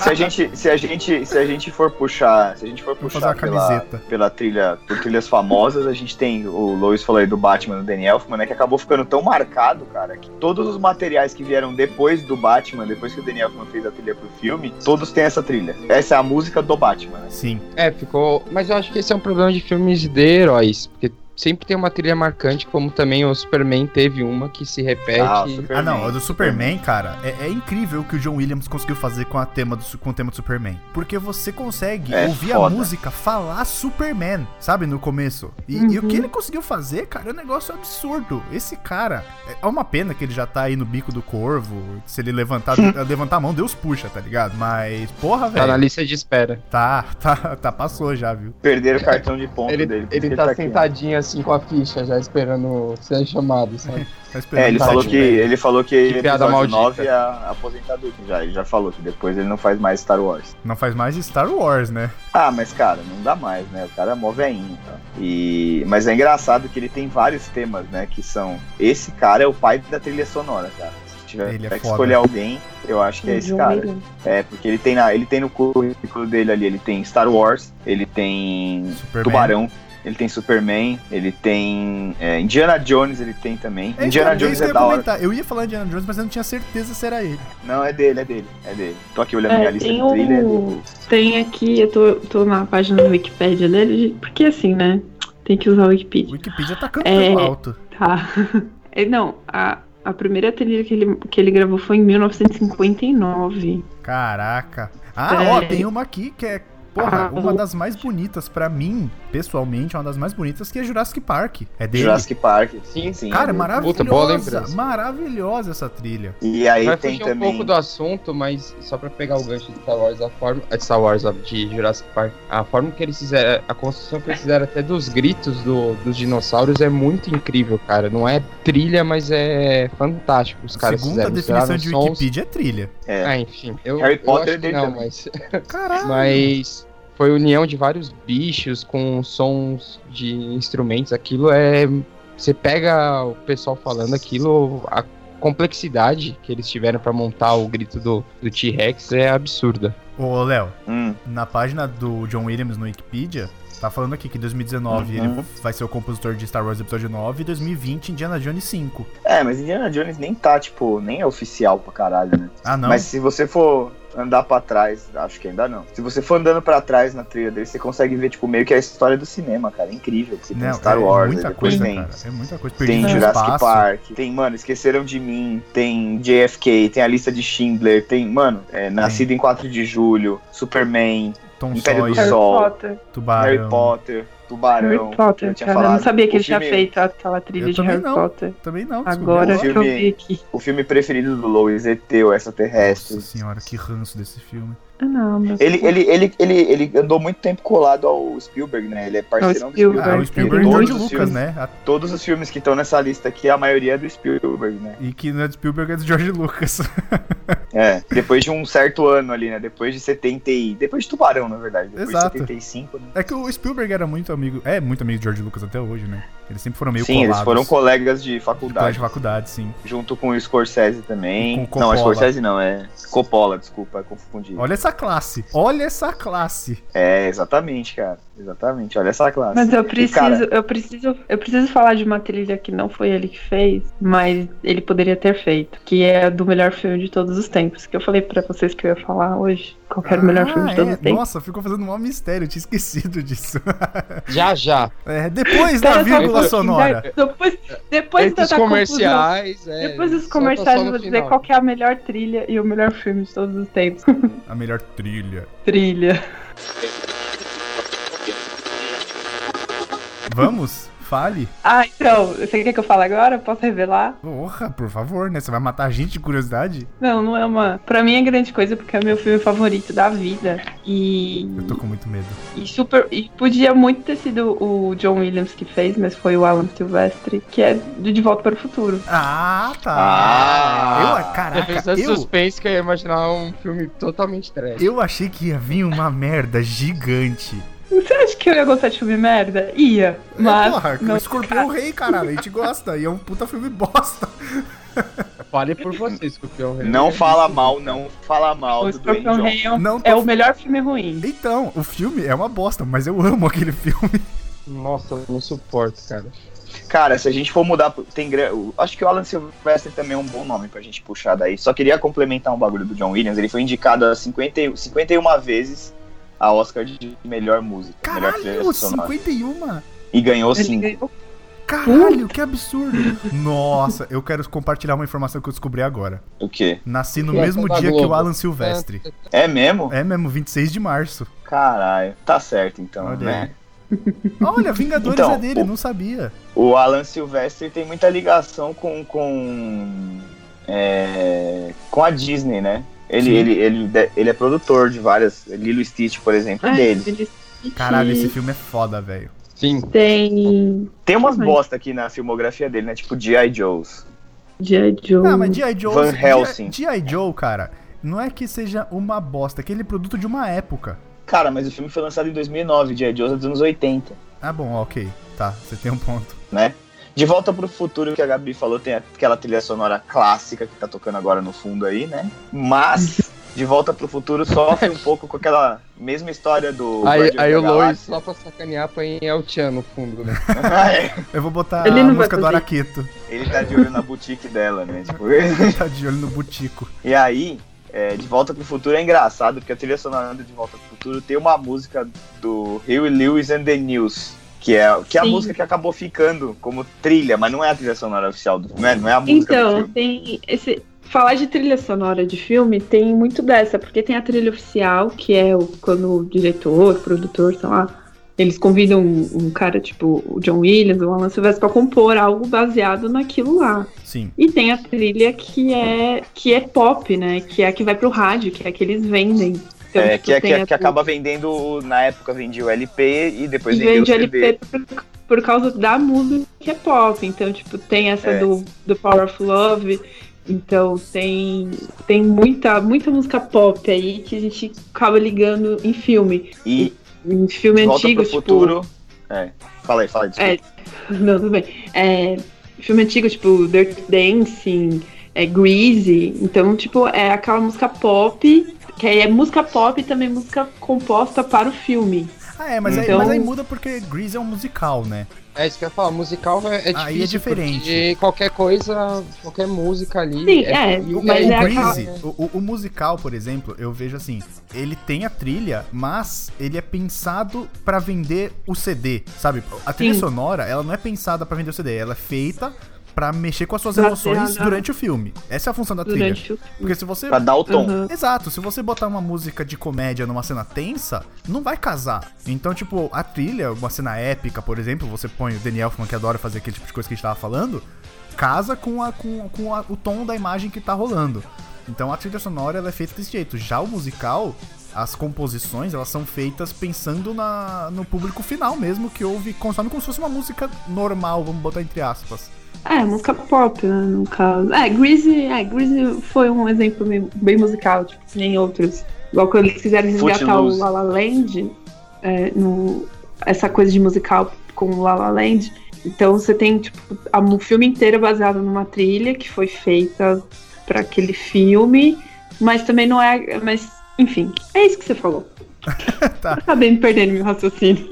Speaker 4: Se a gente, se a gente, se a gente for puxar, se a gente for
Speaker 2: Vou fazer uma
Speaker 4: puxar pela,
Speaker 2: camiseta.
Speaker 4: pela trilha, por trilhas famosas, a gente tem o Lois falou aí do Batman do Danny Elfman, né, que acabou ficando tão marcado, cara, que todos os materiais que vieram depois do Batman, depois que o Danny Elfman fez a trilha pro filme, todos têm essa trilha. Essa é a música do Batman, né?
Speaker 2: Sim.
Speaker 1: É, ficou. Mas eu acho que esse é um problema de filmes de heróis. Porque sempre tem uma trilha marcante, como também o Superman teve uma É que se repete.
Speaker 4: o Superman.
Speaker 2: Ah, não, a do Superman, cara, é, é incrível o que o John Williams conseguiu fazer com, a tema do, su- com o tema do Superman. Porque você consegue
Speaker 4: É
Speaker 2: ouvir
Speaker 4: foda.
Speaker 2: a música falar Superman, sabe, no começo. E, e o que ele conseguiu fazer, cara, é um negócio absurdo. Esse cara, é- é uma pena que ele já tá aí no bico do corvo. Se ele levantar, eh, levantar a mão, Deus puxa, tá ligado? Mas, porra,
Speaker 1: Tá na
Speaker 2: velho.
Speaker 1: lista de espera.
Speaker 2: Tá, tá, tá, passou já, viu?
Speaker 4: Perderam o cartão de ponto
Speaker 1: Ele,
Speaker 4: dele.
Speaker 1: ele,
Speaker 4: por isso que
Speaker 1: tá,
Speaker 4: aqui, né?
Speaker 1: sentadinho assim com a ficha, já esperando ser chamado, sabe?
Speaker 2: Tá esperando.
Speaker 4: É, ele
Speaker 2: tá,
Speaker 4: falou
Speaker 2: de
Speaker 1: né?
Speaker 4: que
Speaker 2: pé.
Speaker 4: ele falou que,
Speaker 1: Que piada
Speaker 4: episódio
Speaker 1: maldita.
Speaker 4: 9 é a aposentadoria já, ele já falou que depois ele não faz mais Star Wars.
Speaker 2: Não faz mais Star Wars, né?
Speaker 4: Ah, mas cara, não dá mais, né? O cara é mó veinho, tá? E mas é engraçado que ele tem vários temas, né, que são esse cara é o pai da trilha sonora, cara. Se tiver
Speaker 2: Ele é
Speaker 4: tiver que
Speaker 2: foda.
Speaker 4: escolher alguém, eu acho que é esse
Speaker 3: John
Speaker 4: cara.
Speaker 3: Williams.
Speaker 4: É, porque ele tem na, ele tem no currículo dele ali, ele tem Star Wars, ele tem
Speaker 2: Superman.
Speaker 4: Hum. Tubarão, ele tem Superman, ele tem é, Indiana Jones, ele tem também.
Speaker 2: É,
Speaker 4: Indiana
Speaker 2: então,
Speaker 4: Jones
Speaker 2: isso que eu
Speaker 4: é
Speaker 2: ia
Speaker 4: da hora.
Speaker 2: comentar. Eu ia falar Indiana Jones, mas eu não tinha certeza se era ele.
Speaker 4: Não, é dele, é dele, é dele. Tô aqui olhando minha
Speaker 3: É,
Speaker 4: lista
Speaker 3: tem,
Speaker 4: de trilha. é dele.
Speaker 3: o... tem aqui, eu tô, tô na página do Wikipedia dele, porque assim, né? Tem que usar o Wikipedia.
Speaker 2: Wikipedia tá cantando
Speaker 3: É.
Speaker 2: alto.
Speaker 3: Tá. É, Não, a, a primeira trilha que ele, que ele gravou foi em 1959.
Speaker 2: Caraca. Ah,
Speaker 3: É.
Speaker 2: ó, tem uma aqui que é, porra,
Speaker 3: Ah,
Speaker 2: uma das mais bonitas pra mim, pessoalmente, é uma das mais bonitas, que é Jurassic Park. É dele.
Speaker 4: Jurassic Park. Sim, sim. é
Speaker 2: Cara,
Speaker 4: dele.
Speaker 2: maravilhosa.
Speaker 1: Puta, boa lembrança.
Speaker 2: maravilhosa essa trilha.
Speaker 4: E aí
Speaker 1: Vai
Speaker 4: tem
Speaker 1: fugir um
Speaker 4: também.
Speaker 1: pouco do assunto, mas só pra pegar o gancho de Star Wars, a forma. De Star Wars, ó, de Jurassic Park. A forma que eles fizeram. A construção que eles fizeram até dos gritos do- dos dinossauros é muito incrível, cara. Não é trilha, mas é fantástico. Os caras
Speaker 2: Segunda
Speaker 1: fizeram.
Speaker 2: definição
Speaker 1: Tiraram
Speaker 2: de
Speaker 1: sons-
Speaker 2: Wikipedia é trilha.
Speaker 4: É.
Speaker 1: Ah, enfim. Eu,
Speaker 4: Harry
Speaker 1: eu
Speaker 4: Potter é
Speaker 1: acho que
Speaker 4: dele
Speaker 1: não,
Speaker 4: também.
Speaker 1: mas.
Speaker 2: Caralho.
Speaker 1: Mas. Foi união de vários bichos com sons de instrumentos. Aquilo é. Você pega o pessoal falando aquilo, a complexidade que eles tiveram pra montar o grito do, do T-Rex é absurda.
Speaker 2: Ô, Léo,
Speaker 4: Hum,
Speaker 2: na página do John Williams no Wikipedia, tá falando aqui que em 2019
Speaker 4: Uhum.
Speaker 2: ele vai ser o compositor de Star Wars Episódio 9 e 2020 Indiana Jones 5.
Speaker 4: É, mas Indiana Jones nem tá, tipo, nem é oficial pra caralho, né?
Speaker 2: Ah, não.
Speaker 4: Mas se você for. andar pra trás. Acho que ainda não. Se você for andando pra trás na trilha dele, você consegue ver, tipo, meio que a história do cinema, cara. É incrível. Você tem Star Wars,
Speaker 2: é muita
Speaker 4: aí depois
Speaker 2: coisa,
Speaker 4: tem.
Speaker 2: cara. É muita coisa. Perdido
Speaker 4: Tem
Speaker 2: no
Speaker 4: Jurassic
Speaker 2: espaço.
Speaker 4: Park, tem, mano, Esqueceram de Mim, tem JFK, tem a lista de Schindler, tem, mano, é, Nascido em 4 de Julho, Superman,
Speaker 2: Tom
Speaker 4: Império do
Speaker 2: Sawyer,
Speaker 4: Sol. Sol.
Speaker 3: Potter.
Speaker 2: Tubarão.
Speaker 4: Harry Potter, Tubarão.
Speaker 3: Harry Potter,
Speaker 4: Ah, eu tinha
Speaker 3: cara. Eu não
Speaker 4: falado.
Speaker 3: sabia que
Speaker 4: O
Speaker 3: ele tinha
Speaker 4: filme-
Speaker 3: feito aquela trilha
Speaker 2: Eu
Speaker 3: de
Speaker 2: também
Speaker 3: Harry
Speaker 2: não.
Speaker 3: Potter.
Speaker 2: Também não. descobri
Speaker 3: Agora
Speaker 4: um filme-
Speaker 3: que eu vi aqui.
Speaker 4: O filme preferido do Lois, ET, o Extraterrestre.
Speaker 2: Nossa senhora, que ranço desse filme.
Speaker 3: Ah, não, meu
Speaker 4: Ele, ele, ele, ele, ele andou muito tempo colado ao Spielberg, né? Ele é parceirão do
Speaker 3: Spielberg.
Speaker 4: Spielberg.
Speaker 2: Ah, o
Speaker 3: Tem
Speaker 2: Spielberg e o
Speaker 3: todos
Speaker 2: George
Speaker 4: os
Speaker 2: Lucas,
Speaker 4: filmes.
Speaker 2: né? A-
Speaker 4: Todos os filmes que estão nessa lista aqui, a maioria é do Spielberg, né?
Speaker 2: E que não é do Spielberg, é do George Lucas.
Speaker 4: É, depois de um certo ano ali, né? Depois de 70 e... Depois de Tubarão, na verdade. Depois
Speaker 2: Exato.
Speaker 4: de 75, né?
Speaker 2: É que o Spielberg era muito amigo, é muito amigo do George Lucas até hoje, né? Eles sempre foram meio
Speaker 4: Sim,
Speaker 2: colados.
Speaker 4: eles foram colegas de
Speaker 2: de colégio
Speaker 4: faculdade.
Speaker 2: de faculdade, sim.
Speaker 4: Junto com o Scorsese
Speaker 2: E
Speaker 4: também.
Speaker 2: com o
Speaker 4: não,
Speaker 2: Coppola.
Speaker 4: é Scorsese não, é Coppola, desculpa, confundi.
Speaker 2: Olha essa classe. Olha essa classe.
Speaker 4: É, exatamente, cara. Exatamente, olha essa classe.
Speaker 3: Mas eu
Speaker 4: E,
Speaker 3: preciso,
Speaker 4: cara,
Speaker 3: eu preciso, eu preciso falar de uma trilha que não foi ele que fez, mas ele poderia ter feito, que é do melhor filme de todos os tempos, que eu falei pra vocês que eu ia falar hoje. Qual que era o melhor
Speaker 2: Ah,
Speaker 3: filme de todos
Speaker 2: é.
Speaker 3: os tempos?
Speaker 2: Nossa, ficou fazendo um maior mistério, eu tinha esquecido disso.
Speaker 1: Já, já.
Speaker 2: É, depois
Speaker 3: Espera
Speaker 2: da
Speaker 3: só um
Speaker 2: vírgula
Speaker 3: pouquinho,
Speaker 2: sonora.
Speaker 3: né? Depois, depois
Speaker 1: Entre os
Speaker 3: dessa confusão,
Speaker 1: comerciais. É,
Speaker 3: depois dos
Speaker 1: solta só
Speaker 3: comerciais eu
Speaker 1: no
Speaker 3: vou dizer
Speaker 1: final.
Speaker 3: qual que é a melhor trilha e o melhor filme de todos os tempos.
Speaker 2: A melhor trilha.
Speaker 3: trilha.
Speaker 2: Vamos? Fale.
Speaker 3: Ah, então, você quer que eu fale agora? Posso revelar?
Speaker 2: Porra, por favor, né? Você vai matar a gente de curiosidade?
Speaker 3: Não, não é uma. Pra mim é grande coisa, porque é meu filme favorito da vida. E.
Speaker 2: Eu tô com muito medo.
Speaker 3: E super. E podia muito ter sido o John Williams que fez, mas foi o Alan Silvestre, que é do De Volta para o Futuro.
Speaker 2: Ah,
Speaker 4: Ah.
Speaker 2: eu,
Speaker 1: Você fez
Speaker 2: caraca,
Speaker 1: tanto
Speaker 2: eu,
Speaker 1: suspense que eu ia imaginar um filme totalmente trash.
Speaker 2: eu achei que ia vir uma merda gigante.
Speaker 3: Você acha que eu ia gostar de filme merda? Ia. Mas.
Speaker 2: Porra,
Speaker 3: não-
Speaker 2: o Escorpião Rei, caralho, a gente gosta. E é um puta filme bosta.
Speaker 1: Fale por vocês, Escorpião Rei.
Speaker 4: Não fala mal, não fala mal
Speaker 3: é né? o
Speaker 4: do Dwayne
Speaker 3: Scorpion
Speaker 4: Johnson.
Speaker 3: Rei é, um-
Speaker 2: Não tô-
Speaker 3: é o melhor filme ruim.
Speaker 2: Então, o filme é uma bosta, mas eu amo aquele filme.
Speaker 1: Nossa, eu não suporto, cara.
Speaker 4: Cara, se a gente for mudar, pro- tem gran- o- acho que o Alan Silvestre também é um bom nome pra gente puxar daí. Só queria complementar um bagulho do John Williams. Ele foi indicado a 50, e- 51 vezes a Oscar de melhor música, melhor
Speaker 2: Caralho,
Speaker 4: trilha sonora.
Speaker 2: 51.
Speaker 4: E ganhou
Speaker 3: Ele
Speaker 4: 5.
Speaker 3: ganhou-
Speaker 2: Caralho, que absurdo. Nossa, eu quero compartilhar uma informação que eu descobri agora.
Speaker 4: O quê?
Speaker 2: Nasci no
Speaker 1: Que é
Speaker 2: mesmo
Speaker 1: da
Speaker 2: dia que
Speaker 1: Globo.
Speaker 2: o Alan Silvestre.
Speaker 4: É mesmo?
Speaker 2: É mesmo, 26 de março.
Speaker 4: Caralho. Tá certo então,
Speaker 2: Olha
Speaker 4: né?
Speaker 2: aí. Olha, Vingadores
Speaker 4: Então,
Speaker 2: é dele,
Speaker 4: o-
Speaker 2: não sabia.
Speaker 4: O Alan Silvestre tem muita ligação com com, é, com a Disney, né? Ele,
Speaker 2: Sim.
Speaker 4: ele, ele, de- ele é produtor de várias. Lilo e Stitch, por exemplo, é
Speaker 3: Ai,
Speaker 4: dele.
Speaker 3: ele-
Speaker 2: Caralho, esse filme é foda, velho.
Speaker 1: Sim,
Speaker 3: Tem.
Speaker 4: Tem umas
Speaker 3: Sim.
Speaker 4: bosta aqui na filmografia dele, né? Tipo G.I. Joe's.
Speaker 3: G.I. Joe.
Speaker 2: Ah, mas G.I. Joe.
Speaker 4: Van Helsing.
Speaker 2: G.I. Joe, cara, não é que seja uma bosta, é aquele produto de uma época.
Speaker 4: Cara, mas o filme foi lançado em 2009, G.I. Joe's é dos anos 80,
Speaker 2: Ah, bom, ok. Tá, você tem um ponto.
Speaker 4: né? De Volta pro Futuro, que a Gabi falou, tem aquela trilha sonora clássica que tá tocando agora no fundo aí, né? Mas De Volta pro Futuro sofre um pouco com aquela mesma história do
Speaker 1: Aí,
Speaker 4: Guardiões
Speaker 1: aí
Speaker 4: da
Speaker 1: o Lois,
Speaker 4: Galáxia.
Speaker 1: só pra sacanear, põe El Chan no fundo, né?
Speaker 4: Ah, é.
Speaker 2: Eu vou botar
Speaker 3: Ele
Speaker 2: a
Speaker 3: não vai
Speaker 2: música do
Speaker 3: fazer.
Speaker 2: Araqueto.
Speaker 4: Ele tá de olho na boutique dela, né? Tipo,
Speaker 2: Tá de olho no butico.
Speaker 4: e aí, é, De Volta pro Futuro é engraçado, porque a trilha sonora do De Volta pro Futuro tem uma música do Huey Lewis and the News. Que é, que é a
Speaker 3: Sim.
Speaker 4: música que acabou ficando como trilha, mas não é a trilha sonora oficial do filme, não é a música do
Speaker 3: Então,
Speaker 4: filme.
Speaker 3: tem esse. Falar de trilha sonora de filme tem muito dessa, porque tem a trilha oficial, que é o, quando o diretor, produtor, sei lá, eles convidam um, um cara tipo o John Williams, o Alan Silvestre, pra compor algo baseado naquilo lá.
Speaker 2: Sim.
Speaker 3: E tem a trilha que é que é pop, né? Que é a que vai pro rádio, que é a que eles vendem. Então,
Speaker 4: É,
Speaker 3: tipo,
Speaker 4: que, é-
Speaker 3: tem
Speaker 4: que, é- que
Speaker 3: a-
Speaker 4: acaba vendendo, o- na época vendia o LP e depois
Speaker 3: e
Speaker 4: vendeu
Speaker 3: vende
Speaker 4: o CD.
Speaker 3: LP por, por causa da música que é pop. Então, tipo, tem essa
Speaker 4: É.
Speaker 3: do, do Power of Love. Então tem, tem muita, muita música pop aí que a gente acaba ligando em filme.
Speaker 4: E
Speaker 3: Em filme
Speaker 4: De Volta
Speaker 3: antigo,
Speaker 4: pro
Speaker 3: tipo.
Speaker 4: Futuro... É, fala aí, fala aí, desculpa.
Speaker 3: É, não, tudo bem. É, filme antigo, tipo, Dirty Dancing, é, Greasy. Então, tipo, é aquela música pop, que aí é música pop e também música composta para o filme.
Speaker 2: Ah, é, mas, aí,
Speaker 3: Então-
Speaker 2: mas aí muda porque Grease é um musical, né?
Speaker 1: É isso que eu ia falar, musical é, é difícil.
Speaker 2: Aí é diferente.
Speaker 1: porque qualquer coisa, qualquer música ali.
Speaker 3: Sim, é,
Speaker 1: e-
Speaker 2: O,
Speaker 3: mas
Speaker 1: e-
Speaker 3: é
Speaker 2: o
Speaker 3: aquela-
Speaker 2: Grease, o, o- o musical, por exemplo, eu vejo assim, ele tem a trilha, mas ele é pensado pra vender o CD, sabe? A trilha
Speaker 3: Sim.
Speaker 2: sonora, ela não é pensada pra vender o CD, ela é feita pra mexer com as suas
Speaker 3: Pra
Speaker 2: emoções
Speaker 3: ter a-
Speaker 2: durante o filme. Essa é a função da trilha.
Speaker 3: durante o
Speaker 2: Porque se você
Speaker 4: Pra dar o tom.
Speaker 3: é, Aham.
Speaker 2: Exato, se você botar uma música de comédia numa cena tensa, não vai casar. Então, tipo, a trilha, uma cena épica, por exemplo, você põe o Daniel Elfman, que adora fazer aquele tipo de coisa que a gente tava falando, casa com, a, com, com a- o tom da imagem que tá rolando. Então a trilha sonora ela é feita desse jeito. Já o musical, as composições, elas são feitas pensando na, no público final mesmo, que ouve, consome como se fosse uma música normal, vamos botar entre aspas.
Speaker 3: É, música pop, né, no caso. É, Greasy, é, Greasy foi um exemplo bem, bem musical, tipo, que nem outros. Igual quando eles quiseram resgatar o
Speaker 4: Footloose.
Speaker 3: La La Land, é, no- essa coisa de musical com o La La Land. Então você tem, tipo, a- o filme inteiro baseado numa trilha que foi feita pra aquele filme, mas também não é... Mas, enfim, é isso que você falou.
Speaker 2: Tá.
Speaker 3: Eu acabei me perdendo no meu raciocínio.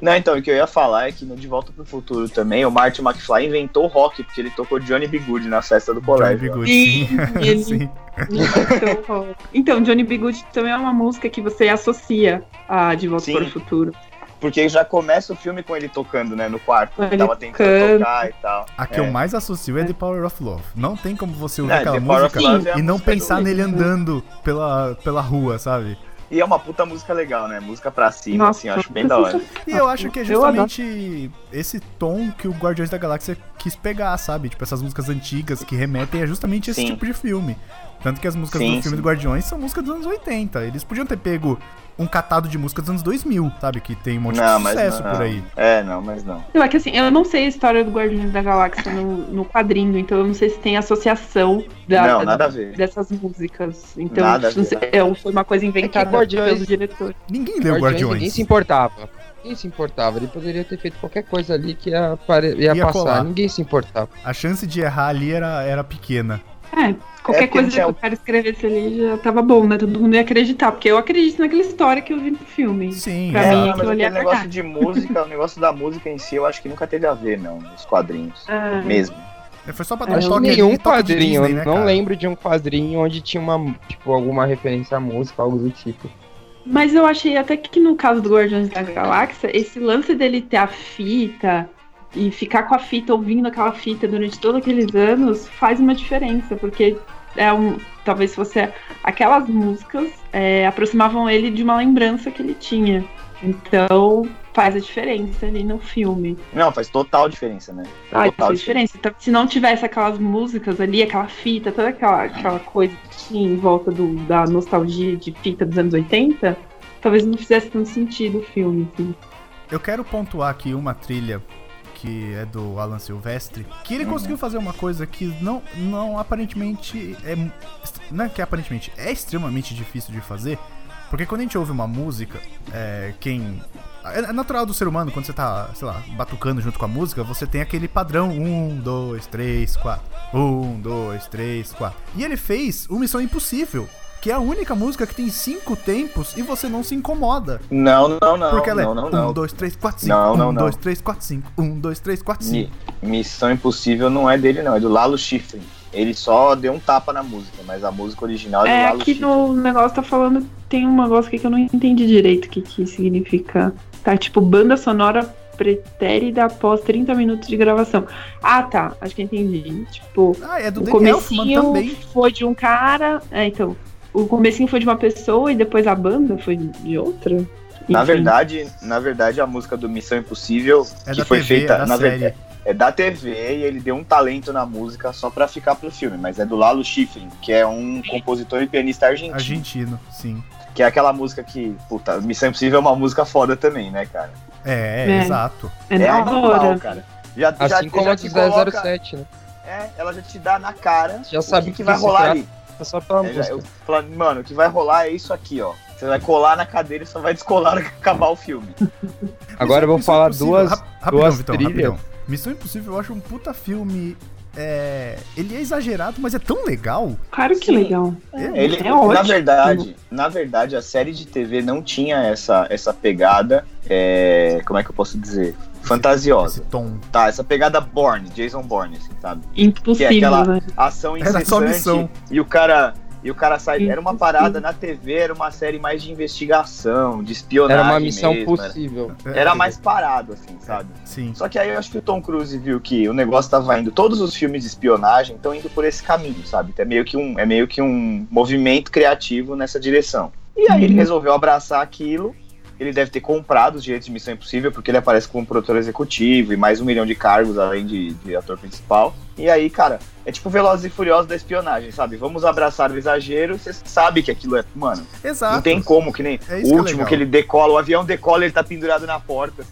Speaker 4: Não, então, o que eu ia falar é que no De Volta pro Futuro também, o Martin McFly inventou o rock, porque ele tocou Johnny B. Good na festa do
Speaker 2: Johnny
Speaker 4: colégio.
Speaker 2: B. Good, sim.
Speaker 3: ele-
Speaker 2: sim.
Speaker 3: Então, então, Johnny B. Good também é uma música que você associa a De Volta
Speaker 4: Sim.
Speaker 3: para o Futuro.
Speaker 4: Porque já começa o filme com ele tocando, né, no quarto.
Speaker 3: Ele
Speaker 4: Ele tava tentando
Speaker 3: canta.
Speaker 4: tocar e tal.
Speaker 2: A que eu mais associo é The Power of Love. Não tem como você ouvir
Speaker 4: É,
Speaker 2: aquela
Speaker 4: The Power
Speaker 2: música
Speaker 4: of Love é a
Speaker 2: e não
Speaker 4: música
Speaker 2: pensar
Speaker 4: do-
Speaker 2: nele andando pela, pela rua, sabe?
Speaker 4: E é uma puta música legal, né? Música pra cima,
Speaker 3: Nossa,
Speaker 4: assim, eu acho bem da hora.
Speaker 2: E eu acho que é
Speaker 3: Eu adoro.
Speaker 2: justamente esse tom que o Guardiões da Galáxia quis pegar, sabe? Tipo, essas músicas antigas que remetem a justamente esse
Speaker 4: Sim.
Speaker 2: tipo de filme. Tanto que as músicas
Speaker 4: Sim,
Speaker 2: do filme
Speaker 4: sim.
Speaker 2: do Guardiões são músicas dos anos 80. Eles podiam ter pego um catado de músicas dos anos 2000, sabe? Que tem um monte
Speaker 4: Não,
Speaker 2: de
Speaker 4: mas
Speaker 2: sucesso
Speaker 4: não.
Speaker 2: por aí.
Speaker 4: É, não, mas não.
Speaker 3: Não, é que assim, eu não sei a história do Guardiões da Galáxia no, no quadrinho, então eu não sei se tem associação da-
Speaker 4: não,
Speaker 3: da-
Speaker 4: nada a ver.
Speaker 3: dessas músicas. Então,
Speaker 4: Nada a
Speaker 3: não sei, é, foi uma coisa inventada
Speaker 1: Guardiões-
Speaker 3: pelo diretor.
Speaker 2: Ninguém leu
Speaker 1: Ninguém
Speaker 2: né, Guardiões.
Speaker 1: se importava. Ninguém se importava. Ele poderia ter feito qualquer coisa ali que ia, apare- ia
Speaker 2: Ia
Speaker 1: passar.
Speaker 2: colar.
Speaker 1: Ninguém se importava.
Speaker 2: A chance de errar ali era, era pequena.
Speaker 3: É, qualquer
Speaker 4: É, porque
Speaker 3: coisa
Speaker 4: não tinha-
Speaker 3: que o cara escrevesse ali já tava bom, né? Todo mundo ia acreditar, porque eu acredito naquela história que eu vi no filme.
Speaker 2: Sim,
Speaker 3: Pra mim,
Speaker 4: É,
Speaker 2: exato.
Speaker 4: mas
Speaker 3: aquilo ali
Speaker 4: aquele
Speaker 3: é
Speaker 4: negócio
Speaker 3: verdade.
Speaker 4: de música, o negócio da música em si, eu acho que nunca teve a ver, não, nos quadrinhos.
Speaker 3: Ah,
Speaker 4: Mesmo.
Speaker 2: Foi só pra
Speaker 3: É.
Speaker 2: dar um
Speaker 1: Acho que
Speaker 2: toque ali,
Speaker 1: nenhum
Speaker 2: toque de
Speaker 1: quadrinho.
Speaker 2: Disney, né,
Speaker 1: eu não
Speaker 2: cara?
Speaker 1: lembro de um quadrinho onde tinha uma, tipo, alguma referência à música, algo do tipo.
Speaker 3: Mas eu achei até que no caso do Guardiões da Galáxia, esse lance dele ter a fita e ficar com a fita, ouvindo aquela fita durante todos aqueles anos, faz uma diferença, porque é um. Talvez se você. Aquelas músicas é, aproximavam ele de uma lembrança que ele tinha. Então faz a diferença ali no filme.
Speaker 4: Não, faz total diferença, né?
Speaker 3: Ah, isso
Speaker 4: total
Speaker 3: faz diferença. Então, se não tivesse aquelas músicas ali, aquela fita, toda aquela, aquela coisa que tinha em volta do, da nostalgia de fita dos anos 80, talvez não fizesse tanto sentido o filme. assim.
Speaker 2: Eu quero pontuar aqui uma trilha que é do Alan Silvestre, que ele conseguiu fazer uma coisa que não, não aparentemente é, não é que aparentemente é extremamente difícil de fazer, porque quando a gente ouve uma música, é, quem é é natural do ser humano quando você tá, sei lá, batucando junto com a música, você tem aquele padrão um, dois, três, quatro, um, dois, três, quatro. E ele fez uma missão impossível. Que é a única música que tem cinco tempos e você não se incomoda.
Speaker 4: Não, não, não.
Speaker 2: Porque ela é
Speaker 4: não, não, não.
Speaker 2: 1, 2, 3, 4, 5.
Speaker 4: Não,
Speaker 2: 1,
Speaker 4: não,
Speaker 2: 2,
Speaker 4: não.
Speaker 2: 3, 4, 5. 1, 2, 3, 4, 5.
Speaker 4: Mi- Missão Impossível não é dele, não, é do Lalo Schifrin. Ele só deu um tapa na música, mas a música original é do
Speaker 3: É,
Speaker 4: Lalo
Speaker 3: aqui
Speaker 4: Schifrin.
Speaker 3: no negócio tá falando, tem um negócio aqui que eu não entendi direito o que, que significa. Tá tipo banda sonora pretérita após 30 minutos de gravação. Ah, tá. Acho que entendi. Tipo,
Speaker 2: Ah, é do
Speaker 3: o
Speaker 2: Danny Elfman
Speaker 3: comecinho
Speaker 2: também.
Speaker 3: foi de um cara. É, então. O comecinho foi de uma pessoa e depois a banda foi de outra.
Speaker 4: Na
Speaker 3: Enfim.
Speaker 4: verdade, na verdade, a música do Missão Impossível,
Speaker 2: É
Speaker 4: que
Speaker 2: da
Speaker 4: foi
Speaker 2: TV,
Speaker 4: feita
Speaker 2: é da
Speaker 4: na
Speaker 2: série.
Speaker 4: verdade, é da TV e ele deu um talento na música só pra ficar pro filme, mas é do Lalo Schifrin, que é um compositor e pianista argentino.
Speaker 2: Argentino, sim.
Speaker 4: Que é aquela música que, puta, Missão Impossível é uma música foda também, né, cara?
Speaker 2: É,
Speaker 3: É.
Speaker 2: exato.
Speaker 3: É na
Speaker 4: animal,
Speaker 3: hora.
Speaker 4: cara. Já, já-
Speaker 1: Assim como
Speaker 4: já
Speaker 1: a
Speaker 4: te
Speaker 1: de
Speaker 4: coloca-
Speaker 1: 007, né?
Speaker 4: É, ela já te dá na cara
Speaker 1: Já
Speaker 4: o
Speaker 1: sabe
Speaker 4: que,
Speaker 1: o
Speaker 4: que
Speaker 1: que
Speaker 4: vai
Speaker 1: se
Speaker 4: rolar
Speaker 1: trata.
Speaker 4: ali.
Speaker 1: Só pela
Speaker 4: É, já-
Speaker 1: música.
Speaker 4: eu falando, mano, o que vai rolar é isso aqui, ó. Você vai colar na cadeira e só vai descolar na hora que acabar o filme.
Speaker 1: Agora eu vou
Speaker 2: Missão
Speaker 1: falar
Speaker 2: é Impossível.
Speaker 1: duas.
Speaker 2: Rap- Rapidão,
Speaker 1: duas
Speaker 2: Vitão,
Speaker 1: trilhas.
Speaker 2: rapidão. Missão Impossível eu acho um puta filme é, ele é exagerado, mas é tão legal.
Speaker 3: Claro que
Speaker 6: Sim.
Speaker 3: legal.
Speaker 2: É,
Speaker 4: Ele,
Speaker 3: É
Speaker 4: na
Speaker 3: ótimo.
Speaker 4: verdade, na verdade, a série de TV não tinha essa, essa pegada. é, como é que eu posso dizer?
Speaker 2: esse
Speaker 4: Fantasiosa.
Speaker 2: tom.
Speaker 4: Tá, essa pegada Bourne, Jason Bourne, assim, sabe?
Speaker 3: Impossível,
Speaker 4: Que é aquela-
Speaker 3: né?
Speaker 4: Ação
Speaker 2: Era só
Speaker 4: incessante.
Speaker 2: missão.
Speaker 4: E o cara. E o cara sai. Era uma
Speaker 3: Impossível.
Speaker 4: parada na TV, era uma série mais de investigação, de espionagem.
Speaker 1: Era uma missão
Speaker 4: mesmo, era-
Speaker 1: possível.
Speaker 4: Era mais parado, assim, sabe?
Speaker 2: Sim.
Speaker 4: Só que aí eu acho que o Tom Cruise viu que o negócio tava indo, todos os filmes de espionagem estão indo por esse caminho, sabe? Então É meio que um, é meio que um movimento criativo nessa direção. E aí ele
Speaker 3: Uhum.
Speaker 4: resolveu abraçar aquilo. Ele deve ter comprado os direitos de Missão Impossível, porque ele aparece como produtor executivo e mais um milhão de cargos além de, de ator principal. E aí, cara, é tipo Velozes e Furiosos da espionagem, sabe? Vamos abraçar o exagero, você sabe que aquilo é. Mano,
Speaker 2: Exato.
Speaker 4: não tem como, que nem
Speaker 2: É isso que
Speaker 4: o
Speaker 2: é
Speaker 4: último
Speaker 2: legal.
Speaker 4: que ele decola, o avião decola, ele tá pendurado na porta.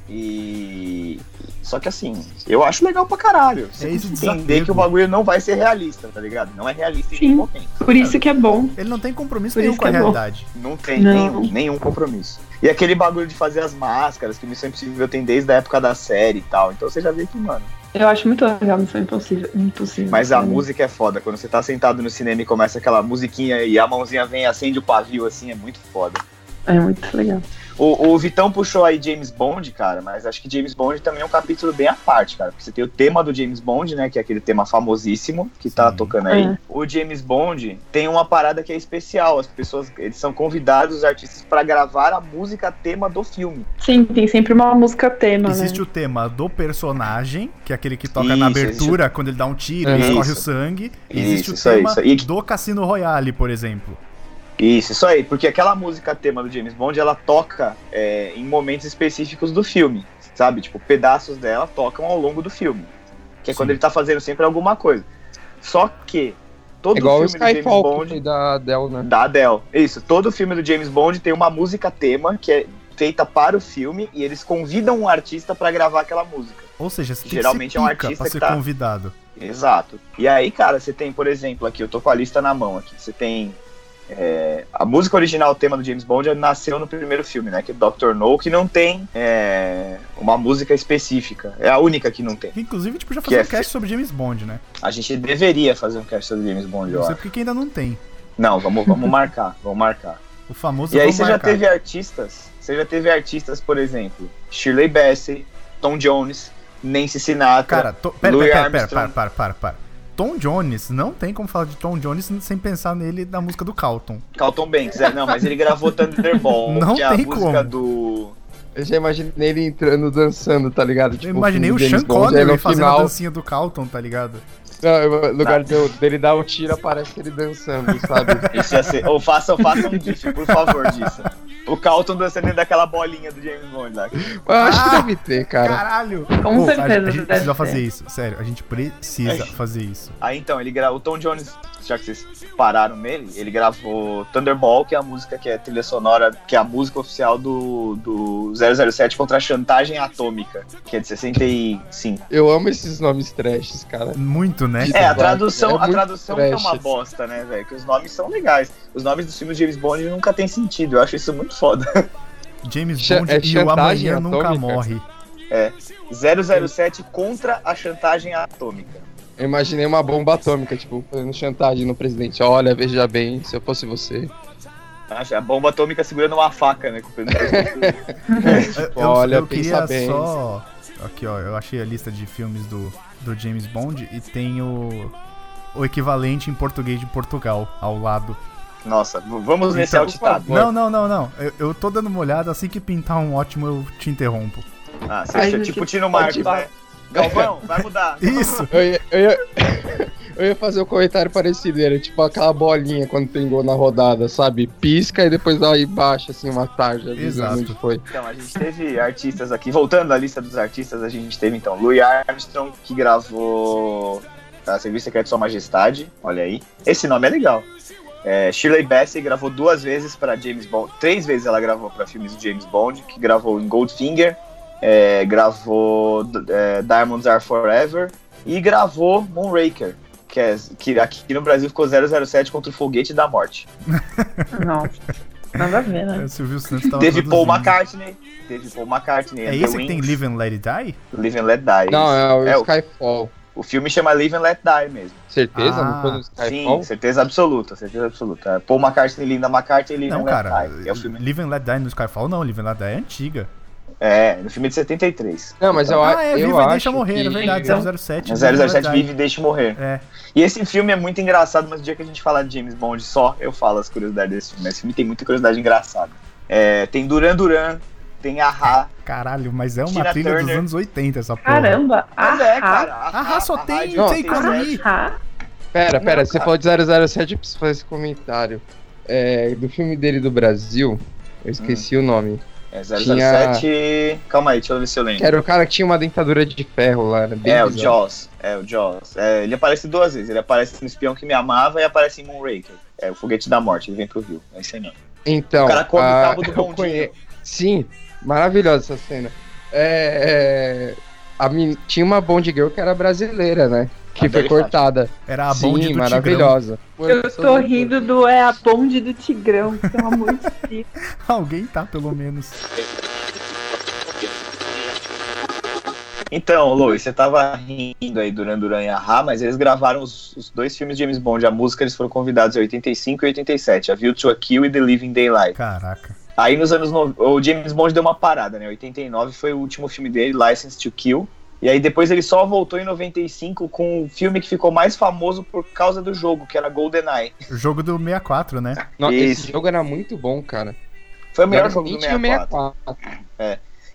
Speaker 4: E. Só que assim, eu acho legal pra caralho. Você
Speaker 2: É
Speaker 4: tem
Speaker 2: esse
Speaker 4: que entender
Speaker 2: desapego.
Speaker 4: que o bagulho não vai ser realista, tá ligado? Não é realista em
Speaker 3: Sim.
Speaker 4: nenhum momento.
Speaker 3: Por isso que é bom.
Speaker 2: Ele não tem compromisso
Speaker 3: Por
Speaker 2: nenhum
Speaker 3: isso
Speaker 2: com a
Speaker 3: que é bom.
Speaker 2: realidade.
Speaker 4: Não tem
Speaker 3: Não.
Speaker 4: Nenhum, nenhum compromisso. E aquele bagulho de fazer as máscaras, que Missão Impossível tem desde a época da série e tal. Então você já vê que, mano.
Speaker 3: Eu acho muito legal Missão Impossível. impossível
Speaker 4: Mas a
Speaker 3: Sim.
Speaker 4: música é foda. Quando você tá sentado no cinema e começa aquela musiquinha e a mãozinha vem e acende o pavio, assim, é muito foda.
Speaker 3: É muito legal.
Speaker 4: O, o Vitão puxou aí James Bond, cara, mas acho que James Bond também é um capítulo bem à parte, cara. Porque você tem o tema do James Bond, né? Que é aquele tema famosíssimo que tá
Speaker 2: Sim.
Speaker 4: tocando aí.
Speaker 3: É.
Speaker 4: O James Bond tem uma parada que é especial. As pessoas, eles são convidados, os artistas, pra gravar a música tema do filme.
Speaker 3: Sim, tem sempre uma música tema,
Speaker 2: Existe
Speaker 3: né?
Speaker 2: o tema do personagem, que é aquele que toca na
Speaker 4: Isso,
Speaker 2: abertura quando ele dá um tiro e
Speaker 1: Isso.
Speaker 2: escorre o sangue. E existe
Speaker 4: Isso,
Speaker 2: o
Speaker 4: isso aí,
Speaker 2: tema
Speaker 4: isso aí.
Speaker 2: do Cassino Royale, por exemplo.
Speaker 4: Isso, isso aí. Porque aquela música tema do James Bond, ela toca é, em momentos específicos do filme, sabe? Tipo, pedaços dela tocam ao longo do filme. Que é quando
Speaker 2: Sim.
Speaker 4: ele tá fazendo sempre alguma coisa. Só que todo
Speaker 1: É igual o
Speaker 4: filme do James
Speaker 1: Skyfall que
Speaker 4: Bond
Speaker 1: foi da Dell, né?
Speaker 4: Da Adele. Isso, todo filme do James Bond tem uma música tema que é feita para o filme e eles convidam um artista pra gravar aquela música.
Speaker 2: Ou seja, você tem
Speaker 4: Geralmente
Speaker 2: que
Speaker 4: é
Speaker 2: ser
Speaker 4: um
Speaker 2: pica
Speaker 4: artista
Speaker 2: pra
Speaker 4: que
Speaker 2: ser
Speaker 4: tá-
Speaker 2: convidado.
Speaker 4: Exato. E aí, cara, você tem, por exemplo, aqui, eu tô com a lista na mão aqui. Você tem. é, a música original, o tema do James Bond, nasceu no primeiro filme, né? Que é Dr. No, que não tem é, uma música específica. É a única que não tem.
Speaker 2: Inclusive, tipo, já
Speaker 4: Que
Speaker 2: fazer
Speaker 4: é
Speaker 2: um cast sobre James Bond, né?
Speaker 4: A gente deveria fazer um cast sobre James Bond, eu
Speaker 2: Não sei
Speaker 4: acho.
Speaker 2: porque que ainda não tem.
Speaker 4: Não, vamos, vamos marcar, vamos marcar.
Speaker 2: O famoso
Speaker 4: E aí
Speaker 2: vamos
Speaker 4: você já
Speaker 2: marcar.
Speaker 4: teve artistas, você já teve artistas, por exemplo, Shirley Bassey, Tom Jones, Nancy Sinatra.
Speaker 2: Cara, to... pera,
Speaker 4: Louis
Speaker 2: pera, pera, pera, para,
Speaker 4: Armstrong.
Speaker 2: para, para, para. Tom Jones, não tem como falar de Tom Jones sem pensar nele na música do Calton.
Speaker 4: Carlton Banks, é, não, mas ele gravou Thunderball,
Speaker 2: Não
Speaker 4: que é a
Speaker 2: tem
Speaker 4: música
Speaker 2: como.
Speaker 4: do
Speaker 1: Eu já imaginei ele entrando dançando, tá ligado?
Speaker 4: Tipo,
Speaker 2: Eu imaginei o
Speaker 1: filme
Speaker 2: Sean
Speaker 1: James Bond, aí
Speaker 4: é
Speaker 2: Connery
Speaker 1: no
Speaker 2: fazendo
Speaker 1: final,
Speaker 2: a dancinha do Calton, tá ligado?
Speaker 1: Não, eu- no lugar de eu- dele dar o tiro, aparece ele dançando, sabe?
Speaker 4: Isso ia ser. Ou façam, façam um GIF, por favor, disso. O Carlton dançando dentro daquela bolinha do James Bond lá.
Speaker 1: Eu acho que
Speaker 2: Ah!
Speaker 1: deve ter, cara.
Speaker 2: Caralho!
Speaker 3: Com
Speaker 2: Pô, a-
Speaker 3: certeza
Speaker 2: A, gente
Speaker 3: deve
Speaker 2: precisa
Speaker 3: ter.
Speaker 2: fazer isso, sério, a gente
Speaker 4: É.
Speaker 2: precisa fazer isso.
Speaker 4: Aí então, ele gravou. O Tom Jones, já que vocês pararam nele, ele gravou Thunderball, que é a música que é trilha sonora, que é a música oficial do, do 007 contra a chantagem atômica, que é de 65.
Speaker 1: Eu amo esses nomes trashes, cara.
Speaker 2: Muito, né?
Speaker 1: Isso.
Speaker 4: É, a
Speaker 1: Exato, é
Speaker 4: tradução, a
Speaker 1: muito
Speaker 4: tradução que é
Speaker 1: trash,
Speaker 4: uma
Speaker 1: assim.
Speaker 4: bosta, né, velho? Que os nomes são legais. Os nomes dos filmes de James Bond nunca tem sentido. Eu acho isso muito foda.
Speaker 2: James
Speaker 1: Cha-
Speaker 2: Bond
Speaker 1: é
Speaker 2: e o
Speaker 1: chantagem
Speaker 2: Amanhã Nunca
Speaker 1: atômica?
Speaker 2: Morre.
Speaker 4: 007 contra a chantagem atômica.
Speaker 1: Eu imaginei uma bomba atômica, tipo, fazendo chantagem no presidente. Olha, veja bem, se eu fosse você.
Speaker 4: Acho- A bomba atômica segurando uma faca, né? Com o presidente. Tipo,
Speaker 2: Eu,
Speaker 1: Olha,
Speaker 2: eu queria
Speaker 1: pensa bem.
Speaker 2: só. Aqui, ó, eu achei a lista de filmes do, do James Bond e tem o, o equivalente em português de Portugal ao lado.
Speaker 4: Nossa, v- vamos nesse
Speaker 2: Então,
Speaker 4: altitado.
Speaker 1: Bom.
Speaker 2: Não, não, não, não. Eu, eu tô dando uma olhada, assim que pintar um ótimo eu te interrompo.
Speaker 4: Ah, você
Speaker 3: Aí
Speaker 4: acha,
Speaker 3: no
Speaker 4: tipo
Speaker 3: que
Speaker 4: Tino Marcos,
Speaker 3: pode-
Speaker 4: né? Galvão, vai mudar.
Speaker 2: Isso!
Speaker 1: Eu ia, eu ia- eu ia fazer um comentário parecido, era tipo aquela bolinha quando tem gol na rodada, sabe? Pisca e depois aí baixa, assim, uma tarja, avisando
Speaker 2: Exato.
Speaker 1: onde foi.
Speaker 4: Então, a gente teve artistas aqui. Voltando à lista dos artistas, a gente teve, então, Louis Armstrong, que gravou a Serviço Secreto de Sua Majestade. Olha aí. Esse nome é legal. É, Shirley Bassey gravou duas vezes para James Bond. Três vezes ela gravou para filmes do James Bond, que gravou em Goldfinger, é, gravou é, Diamonds Are Forever e gravou Moonraker, que, é, que aqui no Brasil ficou 007 contra o Foguete da Morte.
Speaker 3: Nossa. Nada a ver, né?
Speaker 2: O é, Silvio Santos tava
Speaker 4: Teve Paul
Speaker 2: produzindo.
Speaker 4: McCartney. Teve Paul McCartney.
Speaker 2: É
Speaker 4: Andrew
Speaker 2: esse que tem
Speaker 4: Wings,
Speaker 2: Live and Let It Die?
Speaker 4: Live and Let Die.
Speaker 1: Não, é o
Speaker 4: É o-
Speaker 1: Skyfall.
Speaker 4: O filme chama Live and Let Die mesmo.
Speaker 1: Certeza?
Speaker 2: Ah,
Speaker 1: não foi no Skyfall?
Speaker 4: Sim, certeza absoluta, certeza absoluta. É Paul McCartney, Linda McCartney, Live
Speaker 2: Não,
Speaker 4: and Let
Speaker 2: cara.
Speaker 4: Die. que É, o filme,
Speaker 2: Live and Let Die no Skyfall, não. Live and Let Die é antiga.
Speaker 4: é, no filme de 73.
Speaker 1: Não, mas eu,
Speaker 2: Ah,
Speaker 1: a-
Speaker 2: é,
Speaker 1: eu
Speaker 2: Viva e
Speaker 1: acho
Speaker 2: Deixa Morrer,
Speaker 1: que...
Speaker 2: é verdade, 007. Live and Let
Speaker 4: 007
Speaker 2: Die.
Speaker 4: Vive e Deixe Morrer.
Speaker 2: É.
Speaker 4: E esse filme é muito engraçado, mas o dia que a gente falar de James Bond só, eu falo as curiosidades desse filme. Esse filme tem muita curiosidade engraçada. É, tem Duran Duran, tem Ahá.
Speaker 2: Caralho, mas é uma
Speaker 4: Tina
Speaker 2: trilha dos
Speaker 4: Turner.
Speaker 2: anos 80 essa porra.
Speaker 3: Caramba,
Speaker 4: Mas
Speaker 3: ah,
Speaker 4: é, cara.
Speaker 2: Ahá só tem
Speaker 4: de 87.
Speaker 2: Take On Me.
Speaker 3: ah,
Speaker 1: Pera, pera,
Speaker 4: Não,
Speaker 1: você
Speaker 4: cara.
Speaker 1: falou de 007, eu preciso fazer esse comentário. É, do filme dele do Brasil, eu esqueci o nome.
Speaker 4: É 007. Calma aí, deixa eu ver se eu lembro.
Speaker 1: Era o cara que tinha uma dentadura de ferro lá, né? Bem
Speaker 4: É, o
Speaker 1: bizarro.
Speaker 4: Jaws. É, o Jaws. É, ele aparece duas vezes. Ele aparece no Espião que Me Amava e aparece em Moonraker. É, o Foguete da Morte. Ele vem pro Rio. É isso aí mesmo.
Speaker 1: Então,
Speaker 4: o cara come
Speaker 1: a-
Speaker 4: o cabo do
Speaker 1: eu
Speaker 4: bondinho.
Speaker 1: conhe- Sim, maravilhosa essa cena. É, é, a men- Tinha uma Bond Girl que era brasileira, né? Que
Speaker 4: Adele
Speaker 1: foi cortada.
Speaker 2: Era a
Speaker 1: Sim,
Speaker 2: Bond do Tigrão.
Speaker 1: maravilhosa.
Speaker 3: eu tô rindo do É a Ponte do Tigrão, é pelo amor de Deus.
Speaker 2: Alguém tá, pelo menos.
Speaker 4: Então, Lois, você tava rindo aí Duran Duran e Ahá, mas eles gravaram os, os dois filmes de James Bond. A música eles foram convidados em 85 e 87. A View to a Kill e The Living Daylight.
Speaker 2: Caraca.
Speaker 4: Aí nos anos. no- O James Bond deu uma parada, né? 89 foi o último filme dele, License to Kill. E aí depois ele só voltou em 95 com o filme que ficou mais famoso por causa do jogo, que era GoldenEye.
Speaker 2: O jogo do 64, né?
Speaker 1: Nossa,
Speaker 4: Isso.
Speaker 1: esse jogo era muito bom, cara.
Speaker 4: Foi o melhor
Speaker 1: Era
Speaker 4: jogo do
Speaker 1: 20 no
Speaker 4: 64.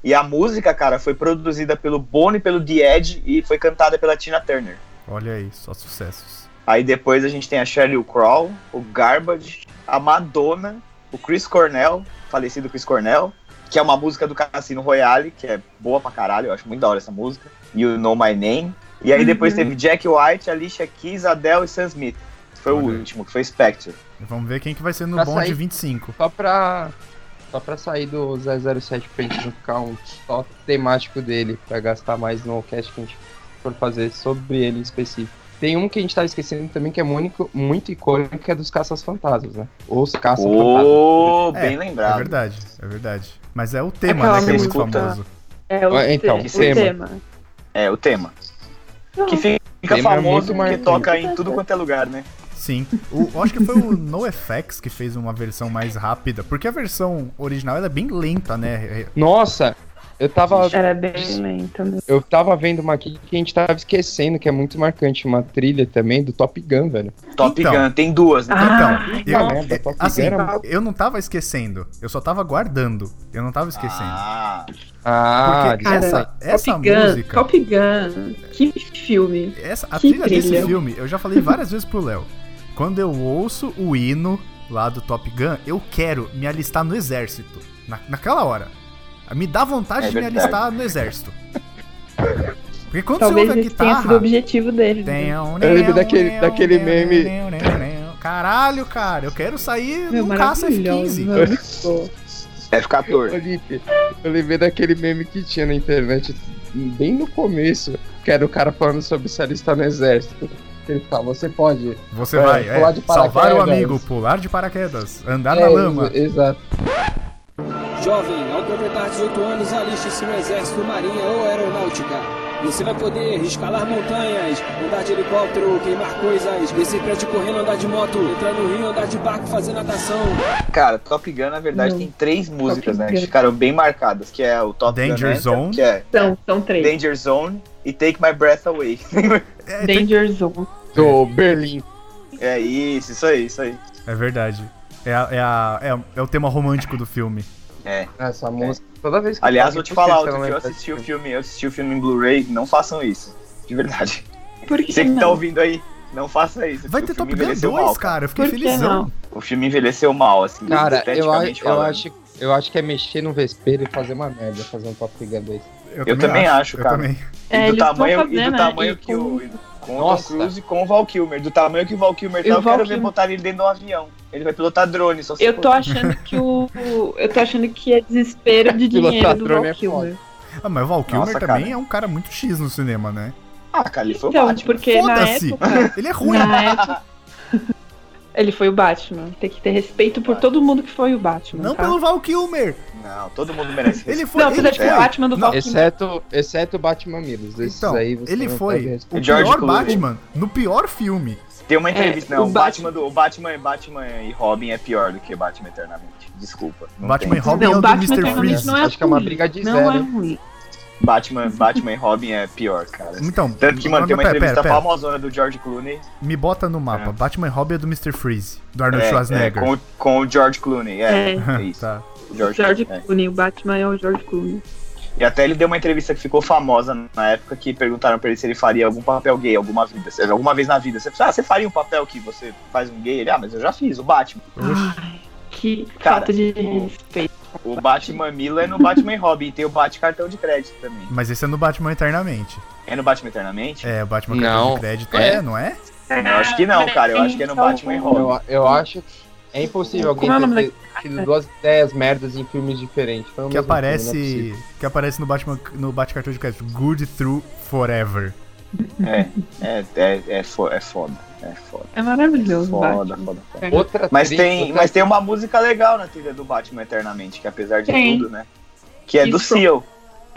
Speaker 4: E a música, cara, foi produzida pelo Bono e pelo The Edge e foi cantada pela Tina Turner.
Speaker 2: Olha aí, só sucessos.
Speaker 4: Aí depois a gente tem a Sheryl Crow, o Garbage, a Madonna, o Chris Cornell, falecido Chris Cornell, que é uma música do Cassino Royale, que é boa pra caralho, eu acho muito da hora essa música. You Know My Name. E aí depois
Speaker 3: Uhum.
Speaker 4: teve Jack White, Alicia Keys, Adele e Sam Smith. Foi o
Speaker 2: Olha aí.
Speaker 4: último, que foi Spectre.
Speaker 2: Vamos ver quem que vai ser no
Speaker 1: Pra
Speaker 2: Bond
Speaker 1: sair.
Speaker 2: 25.
Speaker 1: Só pra. Só pra sair do 007 pra gente não ficar um só temático dele, pra gastar mais no cast que a gente for fazer sobre ele em específico. Tem um que a gente tava esquecendo também que é muito, muito icônico, que é dos caças fantasmas, né? Os caças fantasmas.
Speaker 4: Ô,
Speaker 2: É,
Speaker 4: bem
Speaker 2: É
Speaker 4: lembrado.
Speaker 2: verdade, é verdade. Mas é o tema,
Speaker 3: Aquela
Speaker 2: né, que é muito
Speaker 4: música.
Speaker 2: famoso.
Speaker 3: É o,
Speaker 1: Ah, então,
Speaker 3: te- o
Speaker 1: tema.
Speaker 3: tema.
Speaker 4: É, o tema.
Speaker 3: Não,
Speaker 4: Que fica
Speaker 1: Tema é muito
Speaker 4: famoso porque
Speaker 1: marcante.
Speaker 4: toca em tudo quanto é lugar, né?
Speaker 2: Sim. O, eu acho que foi o NoFX que fez uma versão mais rápida, porque a versão original ela é bem lenta, né?
Speaker 1: Nossa, eu tava.
Speaker 3: Era bem lento. mesmo.
Speaker 1: Eu tava vendo uma aqui que a gente tava esquecendo, que é muito marcante, uma trilha também do Top Gun, velho.
Speaker 4: Top
Speaker 2: Então.
Speaker 4: Gun, tem duas, né?
Speaker 3: Ah,
Speaker 2: eu,
Speaker 1: tá merda, Top Gun
Speaker 2: assim,
Speaker 1: era-
Speaker 2: eu não tava esquecendo, eu só tava guardando. Eu não tava esquecendo.
Speaker 4: Ah,
Speaker 1: Ah,
Speaker 2: Porque
Speaker 1: desculpa.
Speaker 2: essa, essa
Speaker 3: Top Gun,
Speaker 2: música.
Speaker 3: Top Gun, que filme.
Speaker 2: Essa, a
Speaker 3: Que
Speaker 2: trilha desse
Speaker 3: trilha.
Speaker 2: filme, eu já falei várias vezes pro Léo. Quando eu ouço o hino lá do Top Gun, eu quero me alistar no exército. Na, naquela hora. Me dá vontade
Speaker 4: É
Speaker 2: de me
Speaker 4: verdade.
Speaker 2: alistar no exército. Porque quando
Speaker 3: Talvez
Speaker 2: você ouve a
Speaker 3: esse tenha sido o
Speaker 2: guitarra.
Speaker 3: objetivo dele. né?
Speaker 2: Tem um
Speaker 1: Eu lembro daquele- daquele meme.
Speaker 2: Caralho, cara, eu quero sair
Speaker 3: Meu,
Speaker 2: num caça
Speaker 3: maravilhoso,
Speaker 2: F-15.
Speaker 3: mano, pô.
Speaker 4: É, F-14.
Speaker 1: Felipe, eu lembrei daquele meme que tinha na internet bem no começo, que era o cara falando sobre se alistar no exército. Ele ficava, você pode.
Speaker 2: Você
Speaker 1: É,
Speaker 2: vai
Speaker 1: pular de
Speaker 2: é, salvar o
Speaker 1: paraquedas.
Speaker 2: amigo, pular de paraquedas, andar
Speaker 1: É,
Speaker 2: Tá na lama.
Speaker 1: ex- Exato.
Speaker 8: Jovem, ao completar 18 anos, aliste-se no Exército, Marinha ou Aeronáutica. Você vai poder escalar montanhas, andar de helicóptero, queimar coisas, descer prédio correndo, andar de moto, entrar no rio, andar de barco, fazer natação.
Speaker 4: Cara, Top Gun, na verdade,
Speaker 3: Não.
Speaker 4: tem três músicas, né?
Speaker 3: Gun.
Speaker 4: Que ficaram bem marcadas, que é o Top
Speaker 2: Danger
Speaker 4: Gun Anthem,
Speaker 2: Zone.
Speaker 4: que é
Speaker 3: São, são três.
Speaker 4: Danger Zone e Take My Breath Away.
Speaker 2: É, tem-
Speaker 3: Danger Zone.
Speaker 1: Do Berlim.
Speaker 4: é isso, isso aí, isso aí.
Speaker 2: é verdade. É, a- é, a- é- é o tema romântico do filme.
Speaker 1: Essa música. Toda vez que
Speaker 4: Aliás,
Speaker 1: eu
Speaker 4: vou te
Speaker 1: falo,
Speaker 4: falar,
Speaker 1: por que você não
Speaker 4: outro dia eu
Speaker 1: lembra
Speaker 4: assisti o
Speaker 1: desse
Speaker 4: filme, eu assisti o filme em Blu-ray, não façam isso. De verdade.
Speaker 3: Por que
Speaker 4: Você que tá
Speaker 3: não?
Speaker 4: ouvindo aí, não faça isso.
Speaker 2: Vai
Speaker 4: porque
Speaker 2: ter
Speaker 4: o filme
Speaker 2: Top Gun
Speaker 4: é
Speaker 2: 2,
Speaker 4: envelheceu mal,
Speaker 2: cara. Eu
Speaker 3: Por
Speaker 2: fiquei
Speaker 3: que
Speaker 2: é felizão.
Speaker 3: não?
Speaker 4: O filme envelheceu mal, assim,
Speaker 1: Cara, eu, a-
Speaker 4: esteticamente
Speaker 1: eu,
Speaker 4: falando.
Speaker 1: acho, eu acho que é mexer no vespeiro e fazer uma merda, fazer um Top Gun desse.
Speaker 4: Eu também acho,
Speaker 2: eu
Speaker 4: cara.
Speaker 2: também.
Speaker 4: E
Speaker 3: É,
Speaker 4: do
Speaker 3: eles vão
Speaker 4: tamanho,
Speaker 3: fazer,
Speaker 4: e do
Speaker 3: né?
Speaker 4: tamanho
Speaker 3: E
Speaker 4: que
Speaker 3: com-
Speaker 4: o... Com o Tom
Speaker 1: Nossa.
Speaker 4: Cruise e com o Val Kilmer. Do tamanho que o Val Kilmer tá,
Speaker 3: E o
Speaker 4: eu
Speaker 3: Val
Speaker 4: quero ver
Speaker 3: Kilmer.
Speaker 4: botar ele dentro de um avião. Ele vai pilotar drone, só se
Speaker 3: Eu
Speaker 4: for.
Speaker 3: tô achando que o. o- Eu tô achando que é desespero de
Speaker 1: Pilotar
Speaker 3: dinheiro do
Speaker 1: drone é
Speaker 3: Val Kilmer.
Speaker 2: Ah, mas o Val Kilmer
Speaker 4: Nossa,
Speaker 2: também
Speaker 4: cara.
Speaker 2: é um cara muito X no cinema, né? é
Speaker 4: Ah, cara, ele foi o
Speaker 3: Então,
Speaker 4: Batman.
Speaker 3: porque na
Speaker 2: Foda-se.
Speaker 3: época.
Speaker 2: Ele é ruim.
Speaker 3: na época Ele foi o Batman. Tem que ter respeito por todo mundo que foi o Batman.
Speaker 2: Não
Speaker 3: tá?
Speaker 2: pelo Val Kilmer.
Speaker 4: Não, todo mundo merece respeito.
Speaker 2: Ele foi.
Speaker 3: Não,
Speaker 2: ele
Speaker 3: apesar de que o Batman do
Speaker 2: Não, é
Speaker 3: Valkyrie-
Speaker 1: Exceto, exceto Batman Milos. Esses
Speaker 2: Então,
Speaker 1: aí você
Speaker 2: ele
Speaker 1: não pode
Speaker 2: foi
Speaker 1: responder.
Speaker 2: o
Speaker 4: George
Speaker 2: pior
Speaker 4: Clooney.
Speaker 2: Batman no pior filme.
Speaker 4: Tem uma entrevista,
Speaker 3: É,
Speaker 4: não.
Speaker 3: o
Speaker 4: O Batman, do, o Batman, Batman e Robin é pior do que Batman Eternamente. Desculpa. não
Speaker 2: Batman
Speaker 4: tem.
Speaker 2: e Robin é o
Speaker 3: Não,
Speaker 2: do
Speaker 3: Batman
Speaker 2: Mr. Freeze.
Speaker 3: Eternamente não é
Speaker 1: Acho que é uma
Speaker 3: ruim.
Speaker 1: briga de
Speaker 3: não
Speaker 1: zero,
Speaker 3: é
Speaker 1: hein?
Speaker 3: ruim.
Speaker 4: Batman, Batman e Robin é pior, cara.
Speaker 2: Então,
Speaker 4: Tanto que, mano, tem uma
Speaker 2: pera, pera,
Speaker 4: entrevista
Speaker 2: pera.
Speaker 4: famosona do George Clooney
Speaker 2: Me bota no mapa.
Speaker 4: É.
Speaker 2: Batman e Robin é do Mr. Freeze, do Arnold
Speaker 4: é, é,
Speaker 2: Schwarzenegger.
Speaker 4: com, o- com o George Clooney. É, é isso.
Speaker 2: tá.
Speaker 4: George,
Speaker 3: George
Speaker 4: é.
Speaker 3: Clooney, o Batman é o George Clooney.
Speaker 4: E até ele deu uma entrevista que ficou famosa na época que perguntaram pra ele se ele faria algum papel gay alguma vida, se- alguma vez na vida. Você, ah, você faria um papel que você faz um gay? Ele, ah, mas eu já fiz, o Batman.
Speaker 3: Ai, que
Speaker 4: Cara,
Speaker 3: falta de
Speaker 4: o-
Speaker 3: respeito.
Speaker 4: O Batman Mila é no Batman e Robin, e tem o Bat cartão de crédito também.
Speaker 2: Mas esse é no Batman Eternamente.
Speaker 4: É no Batman Eternamente?
Speaker 2: É, o Batman
Speaker 1: Não.
Speaker 2: cartão de crédito.
Speaker 1: É.
Speaker 2: É, não é?
Speaker 4: Eu acho que não, cara. Eu acho que é no Batman e Robin.
Speaker 1: Eu, eu acho que é impossível alguém
Speaker 3: Como é o nome
Speaker 1: ter tido duas ideias merdas em filmes diferentes. assim, Foi o
Speaker 2: Que
Speaker 1: mesmo
Speaker 2: aparece,
Speaker 1: filme,
Speaker 2: que aparece no Batman no Bat cartão de crédito. Good Through Forever.
Speaker 4: É, é, é, é, fo- é foda. É foda.
Speaker 3: É maravilhoso,
Speaker 4: Foda,
Speaker 3: Batman.
Speaker 4: foda, foda.
Speaker 1: não é possível. Outra
Speaker 4: Mas
Speaker 1: triste-
Speaker 4: tem,
Speaker 1: outra-
Speaker 4: mas tem uma música legal na trilha do Batman Eternamente, que apesar de
Speaker 3: Tem.
Speaker 4: tudo, né? Que é do
Speaker 3: Kiss from-
Speaker 4: Seal.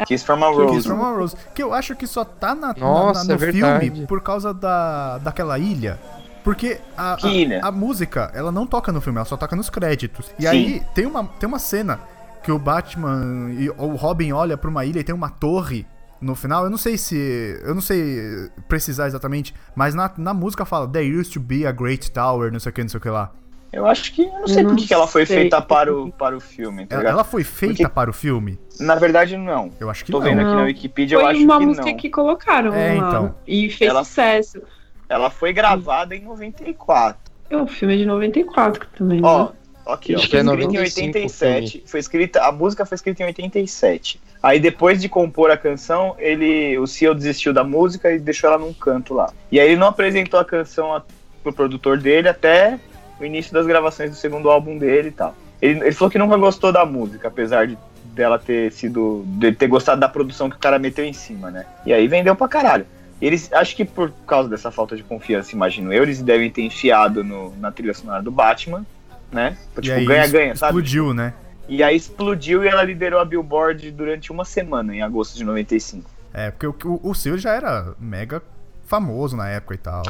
Speaker 4: Kiss from a Rose.
Speaker 2: Kiss from a Rose. Que eu acho que só tá na, na-
Speaker 1: Nossa,
Speaker 2: na-
Speaker 1: é
Speaker 2: no filme
Speaker 1: verdade.
Speaker 2: por causa da, daquela ilha. Porque a, a-
Speaker 4: Que ilha?
Speaker 2: a música, ela não toca no filme, ela só toca nos créditos. E
Speaker 4: Sim.
Speaker 2: aí tem uma, tem uma cena que o Batman e o Robin olha pra uma ilha e tem uma torre no final. Eu não sei se. Eu não sei precisar exatamente, mas na, na música fala: There used to be a great tower, não sei o que, não sei o que lá.
Speaker 4: Eu acho que eu não sei
Speaker 3: Não
Speaker 4: por que que ela foi
Speaker 3: sei.
Speaker 4: feita para o, para o filme, tá
Speaker 2: Ela,
Speaker 4: ligado?
Speaker 2: ela foi feita
Speaker 4: Porque-
Speaker 2: para o filme?
Speaker 4: Na verdade, não.
Speaker 2: Eu acho que
Speaker 4: Tô
Speaker 2: não.
Speaker 4: vendo aqui na
Speaker 3: Não.
Speaker 4: Wikipedia, eu
Speaker 3: Foi
Speaker 4: acho
Speaker 3: uma
Speaker 4: que
Speaker 3: música
Speaker 4: não.
Speaker 3: que colocaram
Speaker 2: É,
Speaker 3: lá.
Speaker 2: então.
Speaker 3: E fez
Speaker 4: Ela-
Speaker 3: sucesso.
Speaker 4: Ela foi gravada em 94.
Speaker 3: É um filme de 94 também.
Speaker 4: Ó,
Speaker 3: né?
Speaker 4: ok, ó.
Speaker 1: Acho que é
Speaker 4: Foi escrita em
Speaker 1: 95
Speaker 4: 87. Foi escrita, a música foi escrita em 87. Aí depois de compor a canção, ele, o Seal desistiu da música e deixou ela num canto lá. E aí ele não apresentou a canção a- pro produtor dele até o início das gravações do segundo álbum dele e tal. Ele, ele falou que nunca gostou da música, apesar de dela ter sido. de ter gostado da produção que o cara meteu em cima, né? E aí vendeu pra caralho. Eles, acho que por causa dessa falta de confiança, imagino eu, eles devem ter enfiado no- na trilha sonora do Batman, né?
Speaker 2: E
Speaker 4: Tipo,
Speaker 2: aí
Speaker 4: ganha-ganha,
Speaker 2: es-
Speaker 4: sabe?
Speaker 2: Explodiu, né?
Speaker 4: E aí explodiu e ela liderou a Billboard durante uma semana, em agosto de 95.
Speaker 2: É, porque o, o, o Seal já era mega famoso na época e tal.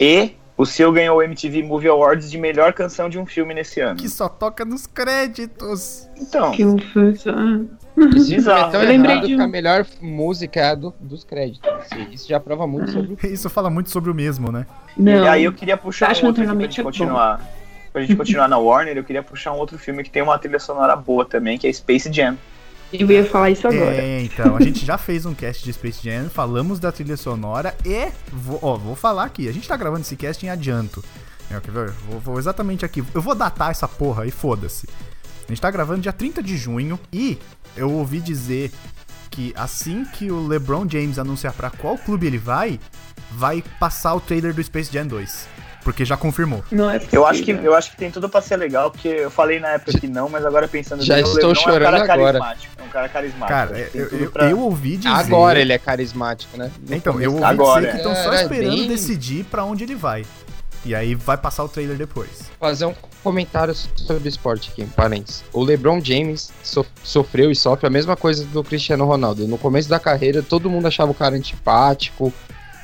Speaker 4: E o Seal ganhou o MTV Movie Awards de melhor canção de um filme nesse ano.
Speaker 2: Que só toca nos créditos.
Speaker 4: Então,
Speaker 3: Que um filme só- ah.
Speaker 1: Esse filme
Speaker 4: Bizarro.
Speaker 1: é tão
Speaker 4: Eu
Speaker 3: lembrei
Speaker 1: errado
Speaker 3: de
Speaker 1: que
Speaker 3: um.
Speaker 1: a melhor música é a do- dos créditos. Assim, Isso já prova muito sobre o
Speaker 2: Isso fala muito sobre o mesmo, né?
Speaker 3: Não.
Speaker 4: E aí eu queria puxar
Speaker 3: Batman
Speaker 4: um outro aqui pra
Speaker 3: Eternamente
Speaker 4: gente
Speaker 3: é bom.
Speaker 4: continuar. Pra gente continuar na Warner, eu queria puxar um outro filme que tem uma trilha sonora boa também, que é Space Jam.
Speaker 3: Eu ia falar isso agora.
Speaker 2: É, então, a gente já fez um cast de Space Jam, falamos da trilha sonora e. Vou, ó, vou falar aqui, a gente tá gravando esse cast em adianto. É, quer ver? Vou, vou exatamente aqui. Eu vou datar essa porra e foda-se. A gente tá gravando dia 30 de junho e eu ouvi dizer que assim que o LeBron James anunciar pra qual clube ele vai, vai passar o trailer do Space Jam 2. Porque já confirmou.
Speaker 3: Não é
Speaker 4: Eu acho que,
Speaker 1: né?
Speaker 3: possível.
Speaker 4: eu acho que tem tudo pra ser legal, porque eu falei na época que não, mas agora pensando
Speaker 1: Já
Speaker 4: bem, o
Speaker 1: estou
Speaker 4: LeBron é um cara
Speaker 1: chorando agora.
Speaker 4: carismático. É um cara carismático.
Speaker 2: Cara,
Speaker 4: Acho que tem
Speaker 2: eu,
Speaker 4: tudo
Speaker 2: eu-
Speaker 4: pra-
Speaker 2: eu ouvi dizer.
Speaker 1: Agora ele é carismático, né? No
Speaker 2: Então,
Speaker 1: começo-
Speaker 2: eu ouvi
Speaker 4: Agora,
Speaker 2: dizer que estão só
Speaker 1: Era
Speaker 2: esperando
Speaker 1: bem-
Speaker 2: decidir pra onde ele vai. E aí vai passar o trailer depois.
Speaker 1: fazer um comentário sobre esporte aqui, em parênteses. O LeBron James so- sofreu e sofre a mesma coisa do Cristiano Ronaldo. No começo da carreira, todo mundo achava o cara antipático,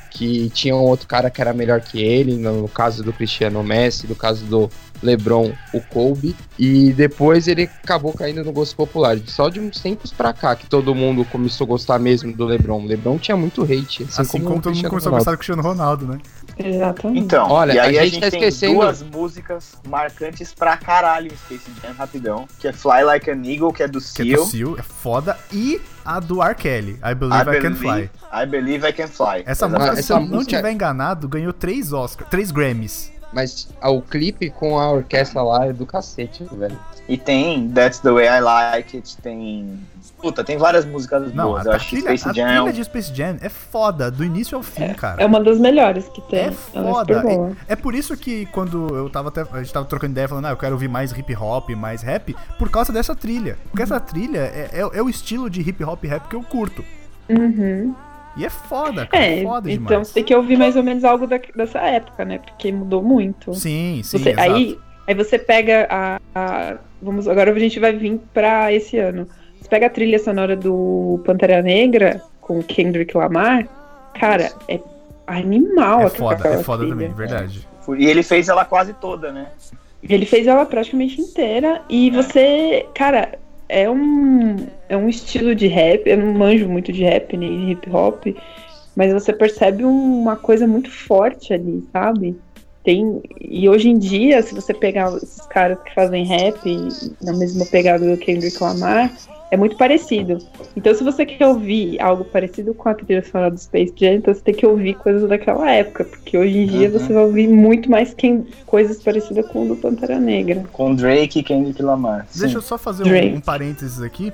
Speaker 1: que tinha um outro cara que era melhor que ele, no caso do Cristiano Messi, no caso do LeBron, o Kobe, e depois ele acabou caindo no gosto popular. Só de uns tempos pra cá que todo mundo começou a gostar mesmo do LeBron. O LeBron tinha muito hate, assim,
Speaker 2: Assim,
Speaker 1: como,
Speaker 2: como,
Speaker 1: o
Speaker 2: todo
Speaker 1: Cristiano
Speaker 2: mundo começou a
Speaker 1: Ronaldo.
Speaker 2: gostar do Cristiano Ronaldo, né?
Speaker 3: Exatamente.
Speaker 4: Então,
Speaker 1: Olha,
Speaker 4: e aí
Speaker 1: a
Speaker 4: a
Speaker 1: gente
Speaker 4: gente,
Speaker 1: tá
Speaker 4: tem
Speaker 1: esquecendo-
Speaker 4: duas músicas marcantes pra caralho em Space Jam, rapidão. Que é Fly Like an Eagle, que é do
Speaker 2: Que é do
Speaker 4: Seal.
Speaker 2: Seal, é foda. E a do R. Kelly, I Believe I,
Speaker 4: I
Speaker 2: Can Fly.
Speaker 4: Believe- I Believe I Can Fly.
Speaker 2: Essa
Speaker 4: Exatamente.
Speaker 2: música, se
Speaker 1: essa
Speaker 2: eu não
Speaker 1: música- é
Speaker 2: tiver enganado, ganhou três Oscars, três Grammys.
Speaker 1: Mas ah, o clipe com a orquestra lá é do cacete, velho.
Speaker 4: E tem That's the Way I Like It, tem. Puta, tem várias músicas
Speaker 2: Não,
Speaker 4: boas.
Speaker 2: a,
Speaker 4: Eu
Speaker 2: a
Speaker 4: acho que
Speaker 2: trilha, a
Speaker 4: Space Jam é
Speaker 2: trilha
Speaker 4: um-
Speaker 2: de Space Jam é foda, do início ao fim, cara.
Speaker 1: um
Speaker 3: É uma das melhores que tem.
Speaker 2: É
Speaker 3: Ela
Speaker 2: foda,
Speaker 3: super boa.
Speaker 2: É por isso que quando eu tava até. A gente tava trocando ideia falando, ah, eu quero ouvir mais hip hop, mais rap, por causa dessa trilha. Porque essa trilha é, é- é o estilo de hip hop e rap que eu curto.
Speaker 3: Uhum.
Speaker 2: E é foda, cara.
Speaker 3: É,
Speaker 2: É, foda
Speaker 3: então
Speaker 2: demais.
Speaker 3: você tem que ouvir mais ou menos algo da- dessa época, né? Porque mudou muito.
Speaker 2: Sim, sim,
Speaker 3: Você-
Speaker 2: exato.
Speaker 3: aí, aí você pega a, a- Vamos, agora a gente vai vir pra esse ano. Você pega a trilha sonora do Pantera Negra com o Kendrick Lamar, cara, é animal
Speaker 2: é
Speaker 3: aquela
Speaker 2: foda, é foda
Speaker 3: trilha.
Speaker 2: também, verdade.
Speaker 4: um E ele fez ela quase toda, né?
Speaker 3: Ele fez ela praticamente inteira
Speaker 2: É.
Speaker 3: e você, cara, é um é um estilo de rap, eu não manjo muito de rap nem de hip hop, mas você percebe um- uma coisa muito forte ali, sabe? Tem e hoje em dia, se você pegar esses caras que fazem rap na mesma pegada do Kendrick Lamar, é muito parecido. Então, se você quer ouvir algo parecido com a trilha sonora do Space Jam, então você tem que ouvir coisas daquela época, porque hoje em dia
Speaker 4: Uhum.
Speaker 3: você vai ouvir muito mais quem, coisas parecidas com o do Pantera Negra.
Speaker 4: Com Drake e Kendrick Lamar.
Speaker 3: É.
Speaker 4: Sim.
Speaker 2: Deixa eu só fazer
Speaker 3: Drake.
Speaker 2: um, um parênteses aqui.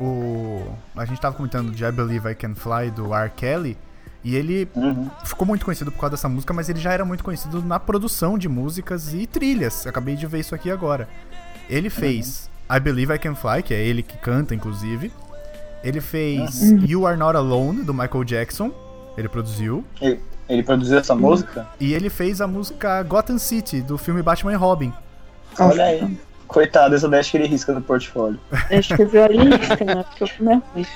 Speaker 2: O, a gente tava comentando de I Believe I Can Fly do R. Kelly. E ele
Speaker 4: Uhum.
Speaker 2: ficou muito conhecido por causa dessa música, mas ele já era muito conhecido na produção de músicas e trilhas. Eu acabei de ver isso aqui agora.
Speaker 3: Uhum.
Speaker 2: Ele fez I Believe I Can Fly, que é ele que canta, inclusive. Ele fez
Speaker 3: Uhum.
Speaker 2: You Are Not Alone, do Michael Jackson. Ele produziu.
Speaker 4: Ele produziu essa música?
Speaker 2: E ele fez a música Gotham City, do filme Batman e Robin.
Speaker 4: Olha aí. Coitado, essa daí acho que ele risca do portfólio.
Speaker 3: Acho que eu vi É, a lista, né? Porque o filme é ruim.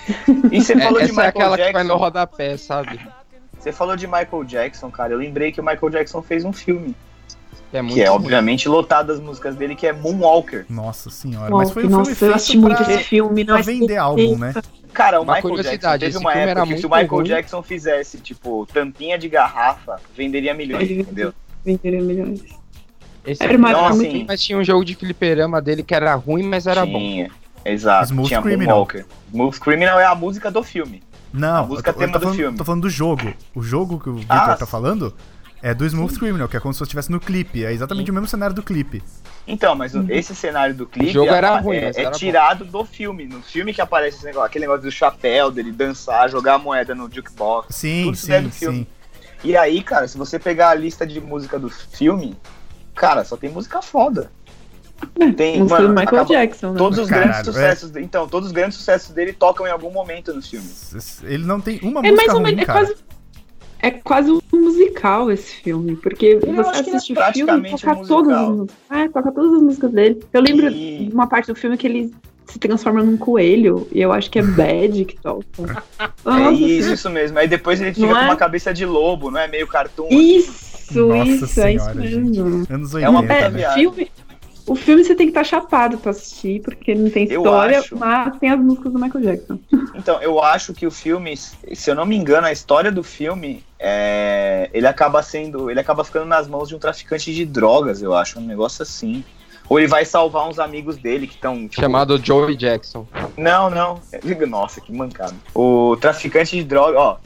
Speaker 4: E você falou de
Speaker 1: essa é
Speaker 4: Michael
Speaker 1: aquela
Speaker 4: Jackson.
Speaker 1: que vai no rodapé, sabe?
Speaker 4: Você falou de Michael Jackson, cara. Eu lembrei que o Michael Jackson fez um filme.
Speaker 1: Que é muito
Speaker 4: que é,
Speaker 1: ruim.
Speaker 4: obviamente, lotado das músicas dele, que é Moonwalker.
Speaker 2: Nossa senhora.
Speaker 3: Nossa,
Speaker 2: mas foi um
Speaker 3: nossa, eu
Speaker 2: filme
Speaker 3: assisti
Speaker 2: feito
Speaker 3: muito
Speaker 2: pra,
Speaker 3: esse filme,
Speaker 2: pra
Speaker 3: não
Speaker 2: vender álbum, né?
Speaker 4: Cara, o
Speaker 1: Uma
Speaker 4: Michael Jackson
Speaker 1: curiosidade,
Speaker 4: teve
Speaker 1: esse
Speaker 4: uma
Speaker 1: filme
Speaker 4: época
Speaker 1: era
Speaker 4: que se o
Speaker 1: muito
Speaker 4: Michael
Speaker 1: ruim.
Speaker 4: Jackson fizesse, tipo, tampinha de garrafa, venderia milhões,
Speaker 3: Ele-
Speaker 4: entendeu?
Speaker 3: Venderam milhões.
Speaker 1: Esse
Speaker 3: Era
Speaker 1: filme
Speaker 3: uma
Speaker 4: Então,
Speaker 1: era
Speaker 3: época
Speaker 1: ruim,
Speaker 4: assim,
Speaker 3: muito.
Speaker 1: mas tinha um jogo de fliperama dele que era ruim, mas era bom.
Speaker 4: tinha, Exato,
Speaker 2: Smooth
Speaker 4: tinha
Speaker 2: Criminal.
Speaker 4: Moonwalker. Smooth Criminal é a música do filme.
Speaker 2: Não,
Speaker 4: A música
Speaker 2: eu tô, eu
Speaker 4: tema
Speaker 2: tô
Speaker 4: do
Speaker 2: falando,
Speaker 4: filme.
Speaker 2: tô falando do jogo. O jogo que o Victor
Speaker 4: Ah,
Speaker 2: tá
Speaker 4: sim.
Speaker 2: falando é do Smooth Criminal, que é como se você estivesse no clipe. É exatamente o mesmo cenário do clipe.
Speaker 4: Então, mas
Speaker 3: Uhum.
Speaker 4: o- esse cenário do clipe
Speaker 1: O jogo
Speaker 4: é-
Speaker 1: era
Speaker 4: é,
Speaker 1: ruim,
Speaker 4: é
Speaker 1: mas era bom.
Speaker 4: tirado do filme. No filme que aparece esse negócio, aquele negócio do chapéu, dele dançar, jogar a moeda no jukebox.
Speaker 2: Sim,
Speaker 4: Tudo isso é
Speaker 2: sim,
Speaker 4: do filme.
Speaker 2: sim.
Speaker 4: E aí, cara, se você pegar a lista de música do filme, cara, só tem música foda. Tem,
Speaker 3: Música
Speaker 4: mano,
Speaker 3: do Michael
Speaker 4: acaba-
Speaker 3: Jackson, né?
Speaker 4: Todos os
Speaker 2: Caralho,
Speaker 4: grandes sucessos, de- então, todos os grandes sucessos dele tocam em algum momento no filme.
Speaker 2: Ele não tem uma
Speaker 3: É
Speaker 2: música
Speaker 3: mais ou
Speaker 2: ruim,
Speaker 3: menos. É
Speaker 2: cara.
Speaker 3: quase, é quase um musical esse filme. Porque
Speaker 4: acho
Speaker 3: você
Speaker 4: que ele é
Speaker 3: assiste o filme e
Speaker 4: praticamente
Speaker 3: toca
Speaker 4: um
Speaker 3: todas as
Speaker 4: musical.
Speaker 3: músicas. É, toca todas as músicas dele. Eu lembro
Speaker 4: E-
Speaker 3: de uma parte do filme que ele se transforma num coelho. E eu acho que é Bad que toca. Nossa,
Speaker 4: é isso, isso mesmo. Aí depois ele fica
Speaker 3: Não
Speaker 4: com
Speaker 3: é?
Speaker 4: uma cabeça de lobo, não é meio cartoon.
Speaker 3: Isso,
Speaker 2: Nossa
Speaker 3: isso, é isso
Speaker 2: senhora,
Speaker 3: mesmo.
Speaker 2: Anos
Speaker 4: É uma
Speaker 2: 80,
Speaker 3: É,
Speaker 2: né?
Speaker 4: viagem.
Speaker 3: filme. O filme você tem que estar chapado pra assistir, porque não tem
Speaker 4: Eu
Speaker 3: história,
Speaker 4: acho.
Speaker 3: mas tem as músicas do Michael Jackson.
Speaker 4: Então, eu acho que o filme, se eu não me engano, a história do filme, é, ele acaba sendo, ele acaba ficando nas mãos de um traficante de drogas, eu acho, um negócio assim. Ou ele vai salvar uns amigos dele que estão
Speaker 1: Chamado Joey Jackson.
Speaker 4: Não, não. Nossa, que mancada. O traficante de drogas, ó.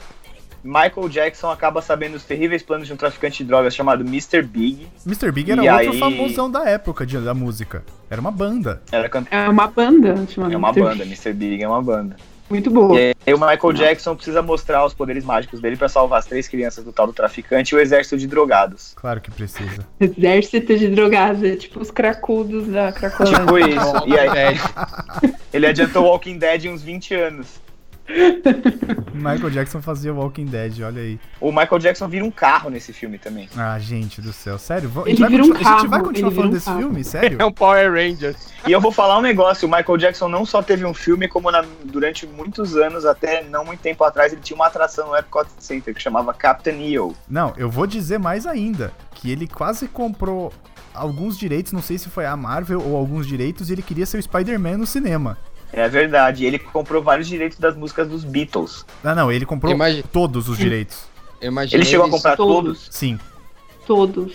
Speaker 4: Michael Jackson acaba sabendo os terríveis planos de um traficante de drogas chamado Mr. Big.
Speaker 2: Mr. Big era
Speaker 4: E
Speaker 2: outro
Speaker 4: aí-
Speaker 2: famosão da época de- da música. Era uma banda.
Speaker 4: Era can...
Speaker 3: É uma banda, chamada
Speaker 4: É uma
Speaker 3: Mr.
Speaker 4: banda, É. Mr. Big é uma banda.
Speaker 3: Muito boa.
Speaker 4: E aí o Michael Jackson precisa mostrar os poderes mágicos dele pra salvar as três crianças do tal do traficante e o exército de drogados.
Speaker 2: Claro que precisa.
Speaker 3: Exército de drogados, é tipo os cracudos da Cracolândia.
Speaker 4: Tipo isso. E aí,
Speaker 1: É,
Speaker 4: ele adiantou Walking Dead em uns 20 anos.
Speaker 2: Michael Jackson fazia Walking Dead, olha aí.
Speaker 4: O Michael Jackson vira um carro nesse filme também.
Speaker 2: Ah, gente do céu, sério? Vo- a
Speaker 3: Ele
Speaker 2: gente vai
Speaker 3: vira um
Speaker 2: continu- A gente
Speaker 3: carro,
Speaker 2: vai continuar
Speaker 3: ele vira
Speaker 2: falando
Speaker 3: um
Speaker 2: desse
Speaker 3: carro.
Speaker 2: filme? Sério?
Speaker 1: é um Power Rangers.
Speaker 4: E eu vou falar um negócio, o Michael Jackson não só teve um filme, como na- durante muitos anos, até não muito tempo atrás, ele tinha uma atração no Epcot Center que chamava Captain EO.
Speaker 2: Não, eu vou dizer mais ainda, que ele quase comprou alguns direitos, não sei se foi a Marvel ou alguns direitos, e ele queria ser o Spider-Man no cinema.
Speaker 4: É verdade, ele comprou vários direitos das músicas dos Beatles.
Speaker 2: Ah, não, ele comprou
Speaker 1: Imagi-
Speaker 2: todos os direitos.
Speaker 1: Eu imaginei,
Speaker 4: Ele chegou a comprar
Speaker 3: todos.
Speaker 4: todos?
Speaker 2: Sim,
Speaker 1: Tipo,
Speaker 3: Todos.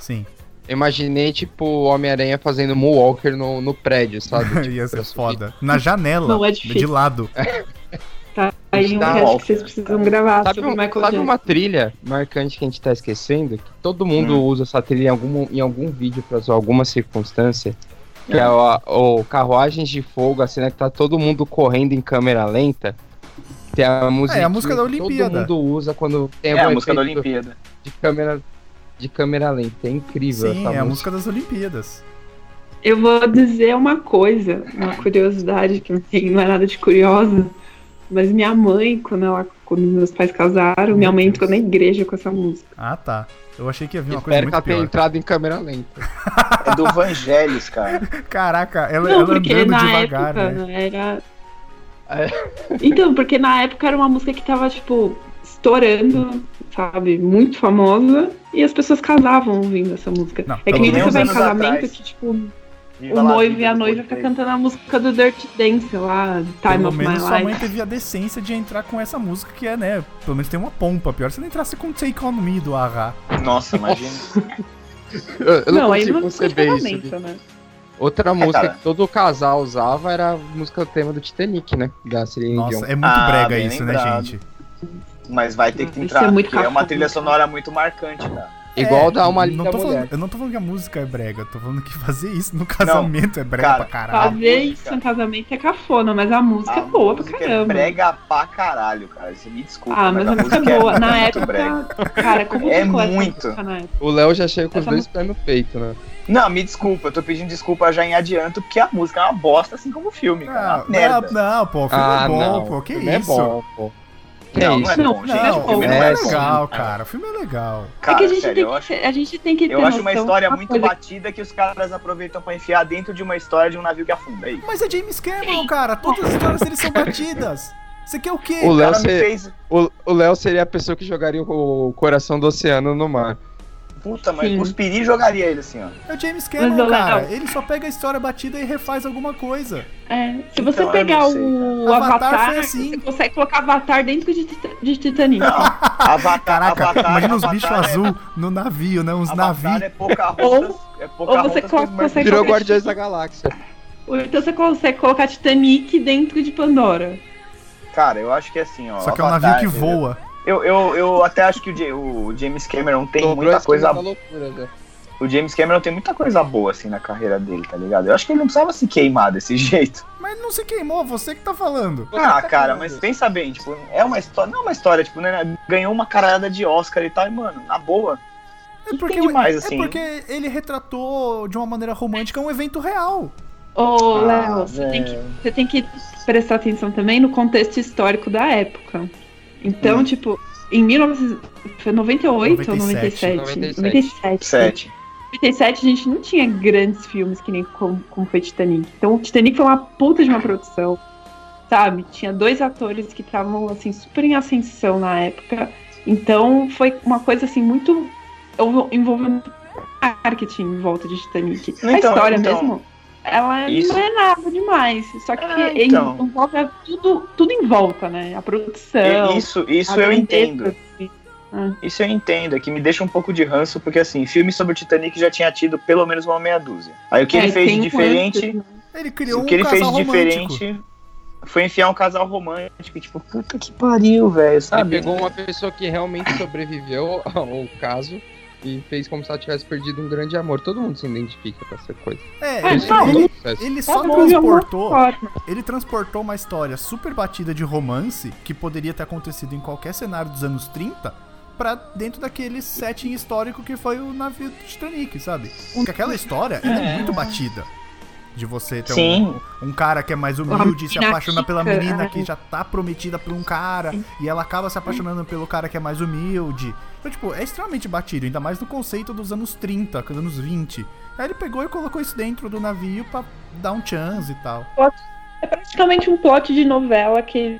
Speaker 2: sim.
Speaker 1: eu imaginei, tipo, o Homem-Aranha fazendo Moonwalker no, no prédio, sabe? Tipo,
Speaker 2: Ia ser
Speaker 1: pra subir.
Speaker 2: foda. Na janela,
Speaker 3: Não, é
Speaker 2: de
Speaker 3: difícil.
Speaker 2: lado.
Speaker 3: Aí um
Speaker 1: Tá,
Speaker 3: cast
Speaker 4: ó.
Speaker 3: que vocês precisam gravar
Speaker 1: Sabe, um-
Speaker 3: sobre é o Michael
Speaker 1: sabe
Speaker 3: Jackson.
Speaker 1: uma trilha marcante que a gente tá esquecendo? Que todo mundo
Speaker 2: Hum.
Speaker 1: usa essa trilha em algum, em algum vídeo pra usar alguma circunstância. Que é
Speaker 3: Hum.
Speaker 1: o, o Carruagens de Fogo, a cena que tá todo mundo correndo em câmera lenta. Tem a música.
Speaker 2: É, a música da Olimpíada.
Speaker 1: Todo mundo usa quando tem
Speaker 4: É,
Speaker 1: algum
Speaker 4: a música da
Speaker 1: efeito
Speaker 4: Olimpíada.
Speaker 1: De câmera, de câmera lenta. É incrível
Speaker 2: Sim,
Speaker 1: essa
Speaker 2: é
Speaker 1: música.
Speaker 2: a música das Olimpíadas.
Speaker 3: Eu vou dizer uma coisa, uma curiosidade que não tem, não é nada de curiosa, Mas minha mãe, quando, ela, quando meus pais casaram, minha mãe entrou na igreja com essa música.
Speaker 2: Ah, tá. Eu achei que ia vir uma coisa
Speaker 1: Espero que ela
Speaker 2: muito
Speaker 1: tenha
Speaker 2: pior.
Speaker 1: entrado em câmera lenta.
Speaker 4: É do Vangelis, cara.
Speaker 2: Caraca, ela,
Speaker 3: Não,
Speaker 2: ela
Speaker 3: porque
Speaker 2: andando
Speaker 3: na
Speaker 2: devagar,
Speaker 3: época
Speaker 2: né?
Speaker 3: era.
Speaker 1: É.
Speaker 3: Então, porque na época era uma música que tava, tipo, estourando, sabe? Muito famosa. E as pessoas casavam ouvindo essa música.
Speaker 2: Não,
Speaker 3: é que
Speaker 4: pelo
Speaker 3: nem
Speaker 4: menos
Speaker 3: você vai em
Speaker 4: anos
Speaker 3: casamento
Speaker 4: atrás.
Speaker 3: que, tipo, o
Speaker 4: Viva lá,
Speaker 3: noivo e
Speaker 4: vida
Speaker 3: a
Speaker 4: do
Speaker 3: noiva tá fica
Speaker 4: porteiro.
Speaker 3: cantando a música do Dirty Dance lá, Time
Speaker 2: Pelo
Speaker 3: of My
Speaker 2: menos sua mãe
Speaker 3: Life.
Speaker 2: teve a decência de entrar com essa música que é, né? Pelo menos tem uma pompa. Pior se não entrasse com Take On Me do Ahá.
Speaker 4: Nossa, imagina.
Speaker 1: Eu, eu não,
Speaker 3: não, aí
Speaker 1: consigo
Speaker 3: não música de
Speaker 1: conceber isso.
Speaker 3: casamento, né?
Speaker 1: Outra música
Speaker 4: É, cara.
Speaker 1: que todo casal usava era a música tema do Titanic, né? Da Celine Dion.
Speaker 2: Nossa, é muito
Speaker 4: Ah,
Speaker 2: brega
Speaker 4: bem
Speaker 2: isso, né,
Speaker 4: lembrado.
Speaker 2: gente?
Speaker 4: Mas vai ter que
Speaker 3: Isso é
Speaker 4: entrar,
Speaker 3: muito
Speaker 4: porque é uma
Speaker 3: cafundo.
Speaker 4: trilha sonora muito marcante, cara.
Speaker 1: É Igual da Uma
Speaker 2: não
Speaker 1: Linda
Speaker 2: tô
Speaker 1: Mulher.
Speaker 2: falando, Eu não tô falando que a música é brega, eu tô falando que fazer isso no casamento é brega pra
Speaker 4: cara,
Speaker 2: caralho.
Speaker 3: Fazer
Speaker 4: música.
Speaker 3: isso em casamento é cafona, mas a música
Speaker 4: A
Speaker 3: é boa pra
Speaker 4: música
Speaker 3: caramba.
Speaker 4: É brega pra caralho, cara. Você me desculpa.
Speaker 3: Ah, mas a música é
Speaker 4: é
Speaker 3: boa. Na
Speaker 4: muito
Speaker 3: época,
Speaker 4: brega.
Speaker 3: cara, como
Speaker 4: É
Speaker 3: ficou essa
Speaker 4: muito.
Speaker 3: música na época?
Speaker 1: O Léo já chega com os
Speaker 3: Essa
Speaker 1: dois pés no peito, né?
Speaker 4: Não, me desculpa, eu tô pedindo desculpa já em adianto, porque a música é uma bosta, assim como o filme,
Speaker 2: Não,
Speaker 4: cara. Uma merda.
Speaker 2: não, não, pô, o filme é bom, pô, que
Speaker 1: o filme
Speaker 2: isso?
Speaker 1: É bom, pô. Que
Speaker 4: não,
Speaker 1: isso?
Speaker 4: é
Speaker 3: Não,
Speaker 4: bom, gente.
Speaker 2: Não,
Speaker 4: o
Speaker 2: o filme
Speaker 4: filme
Speaker 1: não
Speaker 2: é
Speaker 1: bom.
Speaker 2: legal, cara, o filme é legal.
Speaker 3: é que
Speaker 4: Cara,
Speaker 3: a gente,
Speaker 4: sério,
Speaker 3: tem
Speaker 4: eu
Speaker 3: que,
Speaker 4: acho.
Speaker 3: ter- a gente tem que ter
Speaker 4: Eu acho uma
Speaker 3: noção
Speaker 4: história
Speaker 3: de
Speaker 4: muito
Speaker 3: coisa.
Speaker 4: batida que os caras aproveitam pra enfiar dentro de uma história de um navio que afunda. Aí.
Speaker 2: Mas é James Cameron, cara, todas as histórias deles são batidas. Você quer o quê?
Speaker 1: O
Speaker 4: O
Speaker 1: Léo
Speaker 4: cara me
Speaker 1: se-
Speaker 4: fez.
Speaker 1: O o Léo seria a pessoa que jogaria o coração do oceano no mar.
Speaker 4: Puta, mas
Speaker 3: Sim.
Speaker 4: os piri jogaria ele assim, ó.
Speaker 2: É o James
Speaker 3: Mas, ô,
Speaker 2: Cameron,
Speaker 3: Léo.
Speaker 2: cara. Ele só pega a história batida e refaz alguma coisa.
Speaker 3: É, se você
Speaker 4: Então, eu
Speaker 3: pegar
Speaker 4: não sei,
Speaker 3: o
Speaker 2: cara.
Speaker 3: Avatar,
Speaker 2: Avatar foi assim.
Speaker 3: você consegue colocar Avatar dentro de, Tita- de Titanic.
Speaker 4: Não, Avatar.
Speaker 2: Caraca,
Speaker 4: Avatar,
Speaker 2: imagina os bichos
Speaker 4: Avatar é-
Speaker 2: azul no navio, né? Os
Speaker 4: Avatar
Speaker 2: navios.
Speaker 4: é Pocahontas. é Pocahontas
Speaker 3: você
Speaker 4: com
Speaker 3: coloca-
Speaker 4: Smurfs.
Speaker 3: consegue-
Speaker 1: Virou
Speaker 3: qualquer
Speaker 1: Guardiões da Galáxia.
Speaker 3: Ou então você consegue colocar Titanic dentro de Pandora.
Speaker 4: Cara, eu acho que é assim, ó.
Speaker 2: Só que é um
Speaker 4: Avatar,
Speaker 2: navio que
Speaker 4: entendeu?
Speaker 2: voa.
Speaker 4: Eu, eu, eu até acho que o, Ja- o James Cameron tem
Speaker 1: Dobrou
Speaker 4: muita
Speaker 1: esse filme
Speaker 4: coisa.
Speaker 1: da loucura, né?
Speaker 4: O James Cameron tem muita coisa boa, assim, na carreira dele, tá ligado? Eu acho que ele não precisava se queimar desse jeito.
Speaker 2: Mas não se queimou, você que tá falando.
Speaker 4: ah,
Speaker 1: tá
Speaker 4: cara,
Speaker 1: falando.
Speaker 4: mas pensa bem, tipo, é uma história. Não é uma história, tipo, né? Ganhou uma caralhada de Oscar e tal, e, mano, na boa.
Speaker 2: É
Speaker 4: Não
Speaker 2: porque,
Speaker 4: tem demais,
Speaker 2: é
Speaker 4: assim.
Speaker 2: porque ele retratou de uma maneira romântica um evento real.
Speaker 3: Ô,
Speaker 4: Ah,
Speaker 3: Léo, você tem, que, você tem que prestar atenção também no contexto histórico da época.
Speaker 4: Hum.
Speaker 3: Então, tipo, em 1998 ou
Speaker 2: 97?
Speaker 3: 97?
Speaker 1: 97.
Speaker 3: 97.
Speaker 4: Sete.
Speaker 3: 97 a gente não tinha grandes filmes que nem como, como foi Titanic. Então o Titanic foi uma puta de uma produção, sabe? Tinha dois atores que estavam assim super em ascensão na época. Então foi uma coisa assim muito envol- envolvendo marketing em volta de Titanic. a
Speaker 4: Então,
Speaker 3: história
Speaker 4: então,
Speaker 3: mesmo, ela
Speaker 4: isso.
Speaker 3: não é nada demais. Só que
Speaker 4: Ah, então.
Speaker 3: envolve a- tudo, tudo em volta, né? A produção.
Speaker 4: E- É, Isso, isso
Speaker 3: a
Speaker 4: eu
Speaker 3: grandeza.
Speaker 4: entendo. Isso eu entendo, é que me deixa um pouco de ranço, porque assim, filme sobre o Titanic já tinha tido pelo menos uma meia dúzia. Aí o que
Speaker 3: É,
Speaker 4: ele fez
Speaker 3: tem
Speaker 4: de
Speaker 3: um
Speaker 4: diferente.
Speaker 3: antes, né?
Speaker 2: Ele criou
Speaker 4: o que
Speaker 2: um
Speaker 4: ele
Speaker 2: casal
Speaker 4: fez de
Speaker 2: romântico.
Speaker 4: diferente foi enfiar um casal romântico, e, tipo, puta que pariu, velho,
Speaker 1: Ele
Speaker 4: sabe?
Speaker 1: pegou uma pessoa que realmente sobreviveu ao caso e fez como se ela tivesse perdido um grande amor. Todo mundo se identifica com essa coisa. um
Speaker 2: É,
Speaker 3: É,
Speaker 2: ele,
Speaker 3: não.
Speaker 2: ele-
Speaker 1: Sucesso.
Speaker 2: ele só
Speaker 3: Ela de alguma
Speaker 2: transportou.
Speaker 3: forma.
Speaker 2: Ele transportou uma história super batida de romance que poderia ter acontecido em qualquer cenário dos anos 30 pra dentro daquele setting histórico que foi o navio do Titanic, sabe? Porque aquela história ela é muito batida. De você ter um,
Speaker 4: Sim.
Speaker 2: um cara que é mais humilde, se
Speaker 3: menina
Speaker 2: apaixona pela
Speaker 3: rica,
Speaker 2: menina
Speaker 3: ai.
Speaker 2: que já tá prometida por um cara, e ela acaba se apaixonando pelo cara que é mais humilde. Então, tipo, é extremamente batido, ainda mais no conceito dos anos 30, dos anos 20. Aí ele pegou e colocou isso dentro do navio pra dar um chance e tal.
Speaker 3: É praticamente um plot de novela que,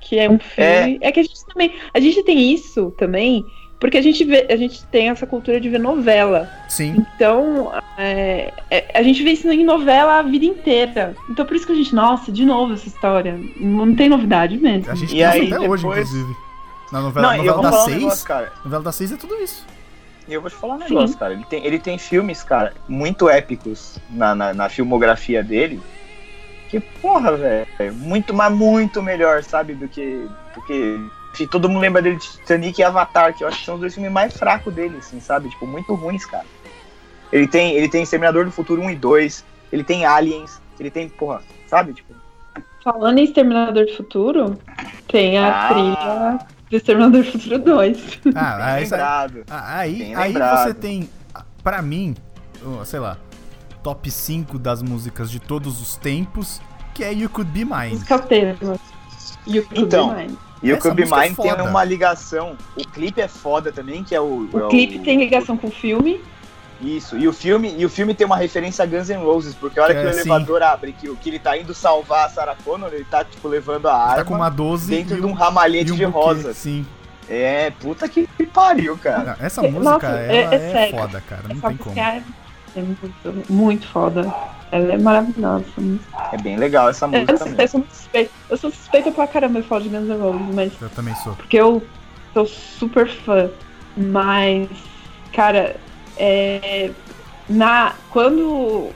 Speaker 3: que é um filme. É. que a gente também. A gente tem isso também, porque a gente vê, a gente tem essa cultura de ver novela.
Speaker 2: Sim.
Speaker 3: Então, é, é- a gente vê isso em novela a vida inteira. Então por isso que a gente, nossa, de novo essa história. Não tem novidade mesmo.
Speaker 2: A gente
Speaker 4: E
Speaker 2: tem
Speaker 4: aí,
Speaker 2: isso até hoje,
Speaker 4: depois-
Speaker 2: inclusive. Na novela,
Speaker 4: Não, e eu
Speaker 2: novela
Speaker 4: vou
Speaker 2: das
Speaker 4: falar um
Speaker 2: seis.
Speaker 4: negócio, cara.
Speaker 2: novela das seis é tudo isso.
Speaker 4: E eu vou te falar um negócio, cara. Ele tem, ele tem filmes, cara, muito épicos na, na, na filmografia dele. Que, porra, velho. é Muito, mas muito melhor, sabe? Do que. Do que se todo mundo lembra dele de Titanic e Avatar, que eu acho que são os dois filmes mais fracos dele, assim, sabe? Tipo, muito ruins, cara. Ele tem, ele tem Exterminador do Futuro 1 e 2, ele tem Aliens, ele tem, porra, sabe? Tipo,
Speaker 3: Falando em Exterminador do Futuro, tem a
Speaker 4: Ah.
Speaker 3: trilha do Exterminador do Futuro 2.
Speaker 2: Ah, aí,
Speaker 4: bem
Speaker 2: Ah,
Speaker 4: lembrado.
Speaker 2: aí,
Speaker 4: Bem
Speaker 2: aí
Speaker 4: lembrado.
Speaker 2: você tem, ah, pra mim, oh, sei lá, top 5 das músicas de todos os tempos, que é You Could Be Mine.
Speaker 3: Música peso. E o Clube
Speaker 4: Então,
Speaker 3: Mine.
Speaker 4: E o
Speaker 2: Essa
Speaker 4: Club
Speaker 2: música é
Speaker 4: Mine tem
Speaker 2: foda.
Speaker 4: uma ligação. O clipe é foda também, que é o. é
Speaker 3: O clipe tem ligação com o filme.
Speaker 4: Isso, e o filme, e o filme tem uma referência a Guns N' Roses, porque a hora
Speaker 2: É,
Speaker 4: que o
Speaker 2: sim.
Speaker 4: elevador abre, que, o- que ele tá indo salvar a Sarah Connor, ele tá, tipo, levando a
Speaker 2: Tá
Speaker 4: arma
Speaker 2: com uma 12
Speaker 4: dentro
Speaker 2: e
Speaker 4: de um
Speaker 2: um-
Speaker 4: ramalhete
Speaker 2: e um
Speaker 4: de
Speaker 2: buquê,
Speaker 4: rosas.
Speaker 2: Sim.
Speaker 4: É, puta que que pariu, cara.
Speaker 2: Não, Essa
Speaker 3: É,
Speaker 2: música,
Speaker 3: nossa, é-
Speaker 2: ela
Speaker 3: é
Speaker 2: é,
Speaker 3: sério.
Speaker 2: foda, cara. Não
Speaker 3: Essa
Speaker 2: tem como.
Speaker 3: música é, é muito, muito foda. Ela é maravilhosa. essa música.
Speaker 4: É bem legal essa música
Speaker 3: Eu,
Speaker 4: também.
Speaker 3: eu sou muito suspeita. Eu sou suspeita pra caramba de falar de Guns N' Roses, mas
Speaker 2: Eu também sou.
Speaker 3: porque eu sou super fã. Mas, cara, é, na, quando.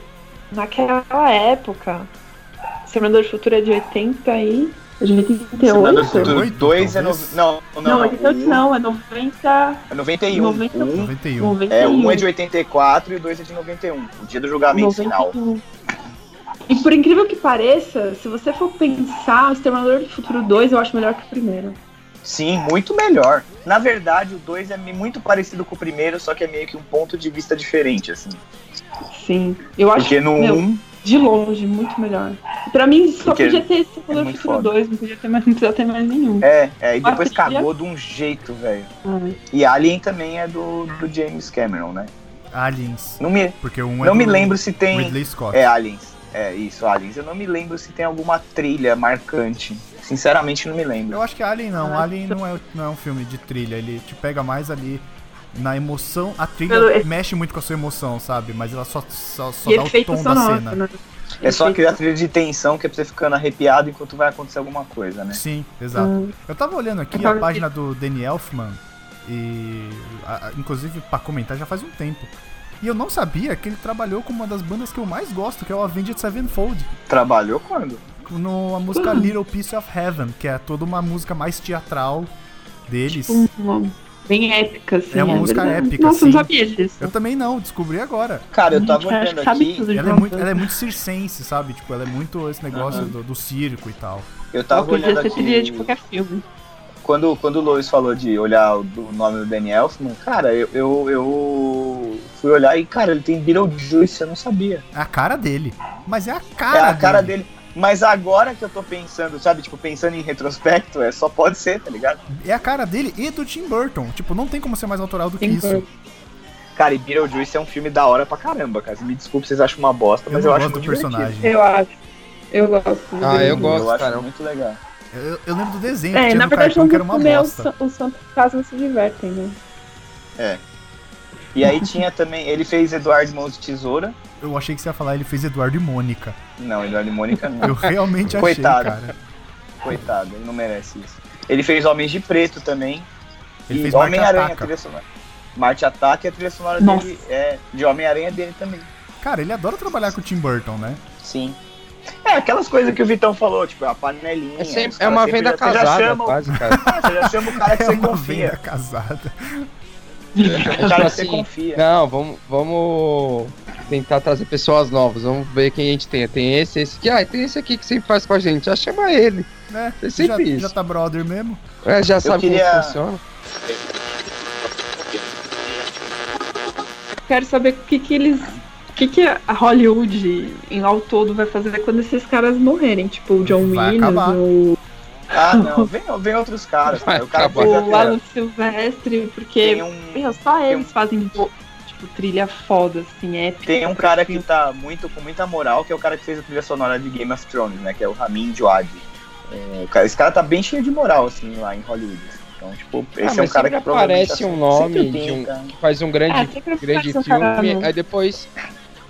Speaker 3: Naquela época, Seminador do Futuro é de 80 e. é De
Speaker 4: Exterminador do
Speaker 3: 88?
Speaker 4: Futuro
Speaker 2: Oito,
Speaker 4: 2 é. No...
Speaker 2: talvez?
Speaker 4: Não,
Speaker 3: Não,
Speaker 4: não, não.
Speaker 3: 88
Speaker 4: o-
Speaker 3: não, é 90.
Speaker 4: É 91.
Speaker 3: 90.
Speaker 4: O um-
Speaker 2: 91.
Speaker 3: 91.
Speaker 4: é, um é de 84 e o 2 é de 91. O dia do julgamento final.
Speaker 3: 91. E por incrível que pareça, se você for pensar, o Exterminador do Futuro 2 eu acho melhor que o primeiro.
Speaker 4: Sim, muito melhor. Na verdade, o 2 é muito parecido com o primeiro, só que é meio que um ponto de vista diferente, assim.
Speaker 3: Sim. Eu acho
Speaker 4: Porque no
Speaker 3: meu,
Speaker 4: 1.
Speaker 3: De longe, muito melhor. Pra mim, só
Speaker 4: Porque
Speaker 3: podia ter esse
Speaker 4: é
Speaker 3: Color
Speaker 4: muito
Speaker 3: Futuro
Speaker 4: foda.
Speaker 3: 2, não podia ter mais, não precisava ter mais nenhum.
Speaker 4: É, é, e depois
Speaker 3: Quarto dia. Hum.
Speaker 4: cagou de um jeito, velho.
Speaker 3: Ai.
Speaker 4: E Alien também é do, do James Cameron, né?
Speaker 2: Aliens.
Speaker 4: Não me,
Speaker 2: Porque um é
Speaker 4: não
Speaker 2: do
Speaker 4: me lembro se tem.
Speaker 2: Ridley Scott.
Speaker 4: É, Aliens. É, isso, Aliens. Eu não me lembro se tem alguma trilha marcante. Sinceramente, não me lembro.
Speaker 2: Eu acho que Alien não.
Speaker 3: Ah,
Speaker 2: Alien não é, não é um filme de trilha. Ele te pega mais ali na emoção. A trilha
Speaker 3: Pelo-
Speaker 2: mexe muito com a sua emoção, sabe? Mas ela só, só, só
Speaker 3: e
Speaker 2: dá o
Speaker 3: efeito
Speaker 2: tom da
Speaker 3: sonoro,
Speaker 2: cena.
Speaker 3: né?
Speaker 4: É só
Speaker 3: Efeito-
Speaker 4: aquela trilha de tensão que é pra você ficando arrepiado enquanto vai acontecer alguma coisa, né?
Speaker 2: Sim, exato.
Speaker 3: Hum.
Speaker 2: Eu tava olhando aqui a
Speaker 3: Agora-
Speaker 2: página do Danny Elfman. E. a- a- inclusive, pra comentar já faz um tempo. E eu não sabia que ele trabalhou com uma das bandas que eu mais gosto, que é o Avenged Sevenfold.
Speaker 4: Trabalhou quando?
Speaker 2: no, a
Speaker 3: Hum.
Speaker 2: música Little Piece of Heaven, que é toda uma música mais teatral deles.
Speaker 3: Tipo um- Uma- Bem épica, assim.
Speaker 2: É uma música
Speaker 3: verdade.
Speaker 2: épica, assim.
Speaker 3: Nossa, eu
Speaker 2: sim.
Speaker 3: não sabia disso.
Speaker 2: Eu também não, descobri agora.
Speaker 4: Cara, eu
Speaker 3: Gente,
Speaker 4: tava
Speaker 3: Hum, acho
Speaker 4: olhando
Speaker 3: que sabe
Speaker 4: aqui.
Speaker 3: tudo de
Speaker 2: Ela é
Speaker 3: uma
Speaker 2: muito,
Speaker 3: banda.
Speaker 2: ela é muito circense, sabe? Tipo, ela é muito esse negócio
Speaker 4: Aham.
Speaker 2: do, do circo e tal.
Speaker 4: Eu
Speaker 3: Ela
Speaker 4: tava olhando
Speaker 3: podia tipo, ser trilha de
Speaker 4: aqui.
Speaker 3: qualquer filme.
Speaker 4: Quando, quando o Lois falou de olhar o do nome do Danny Elfman, cara, eu, eu, eu fui olhar e, cara, ele tem Beetlejuice, eu não sabia.
Speaker 2: É a cara dele. Mas é a
Speaker 4: é
Speaker 2: cara,
Speaker 4: a cara dele. Mas agora que eu tô pensando, sabe? Tipo, pensando em retrospecto, é só pode ser, tá ligado?
Speaker 2: É a cara dele e do Tim Burton. Tipo, não tem como ser mais autoral do que
Speaker 3: Tim
Speaker 2: isso.
Speaker 3: Burton.
Speaker 4: Cara, e Beetlejuice é um filme da hora pra caramba, cara. Me desculpa, vocês acham uma bosta,
Speaker 2: Eu
Speaker 4: mas
Speaker 2: não
Speaker 4: eu acho
Speaker 2: gosto
Speaker 4: muito
Speaker 2: do personagem.
Speaker 3: Eu acho. Eu gosto.
Speaker 1: Ah, eu
Speaker 4: divertido.
Speaker 1: gosto,
Speaker 4: eu acho
Speaker 1: cara.
Speaker 4: muito legal.
Speaker 2: Eu, eu lembro do desenho que
Speaker 3: É,
Speaker 2: tinha
Speaker 3: na
Speaker 2: no
Speaker 3: verdade,
Speaker 2: cartão,
Speaker 3: não
Speaker 2: que era uma
Speaker 3: filme é os,
Speaker 2: bosta.
Speaker 3: os fantasmas se divertem, né?
Speaker 4: E aí tinha também, ele fez Eduardo Mãos de Tesoura.
Speaker 2: Eu achei que você ia falar, ele fez Eduardo e Mônica.
Speaker 4: Não, Eduardo e Mônica não,
Speaker 2: Eu realmente achei,
Speaker 4: Coitado.
Speaker 2: cara.
Speaker 4: coitado, ele não merece isso. Ele fez Homens de Preto também.
Speaker 2: Ele
Speaker 4: e
Speaker 2: fez
Speaker 4: Homem-Aranha,
Speaker 2: Marte
Speaker 4: a
Speaker 2: Ataca.
Speaker 4: trilha sonora. Marte Ataque, a trilha sonora
Speaker 3: Nossa.
Speaker 4: dele é de Homem-Aranha dele também.
Speaker 2: Cara, ele adora trabalhar com o Tim Burton, né?
Speaker 4: Sim. É, aquelas coisas que o Vitão falou, tipo, a panelinha.
Speaker 1: É, sempre-
Speaker 4: os
Speaker 1: é
Speaker 4: caras
Speaker 1: uma
Speaker 4: sempre
Speaker 1: venda
Speaker 4: já- você já
Speaker 1: casada,
Speaker 4: chama o-
Speaker 1: quase, cara.
Speaker 4: Ah, Você já chama o cara que
Speaker 2: É
Speaker 4: você
Speaker 2: uma
Speaker 4: confia.
Speaker 2: venda casada.
Speaker 4: O cara que você
Speaker 1: Assim.
Speaker 4: confia.
Speaker 1: Não, vamos, vamos tentar trazer pessoas novas. Vamos ver quem a gente tem. Tem esse, esse aqui. Ah, tem esse aqui que sempre faz com a gente. Já chama ele.
Speaker 2: né?
Speaker 1: É
Speaker 2: já,
Speaker 1: sempre
Speaker 2: já
Speaker 1: isso.
Speaker 2: tá brother mesmo?
Speaker 1: É, já sabe
Speaker 4: queria-
Speaker 1: como funciona.
Speaker 3: Quero saber o que, que eles. O que, que a Hollywood em ao todo vai fazer quando esses caras morrerem? Tipo o John
Speaker 2: Vai
Speaker 3: Williams,
Speaker 2: acabar.
Speaker 3: o
Speaker 4: Ah, não. Vem, vem outros caras. cara. O cara
Speaker 1: Acabou.
Speaker 4: fez a
Speaker 3: o Alan
Speaker 4: trilha.
Speaker 3: Silvestre,
Speaker 4: Tem
Speaker 3: porque
Speaker 4: um,
Speaker 3: meu, só
Speaker 4: tem
Speaker 3: eles fazem bo- tipo trilha foda, assim, épica.
Speaker 4: tem um cara que tá muito, com muita moral, que é o cara que fez a trilha sonora de Game of Thrones, né? Que é o Ramin Djawadi. É, o cara- esse cara tá bem cheio de moral, assim, lá em Hollywood. Então, tipo, esse é um
Speaker 1: Ah, mas
Speaker 4: cara
Speaker 1: sempre
Speaker 4: que provavelmente...
Speaker 1: aparece um
Speaker 4: assim,
Speaker 1: nome
Speaker 4: sempre
Speaker 1: de um-
Speaker 4: cara.
Speaker 1: Faz um grande,
Speaker 3: Ah, sempre
Speaker 1: grande
Speaker 3: aparece um
Speaker 1: filme.
Speaker 3: cara novo.
Speaker 1: Aí depois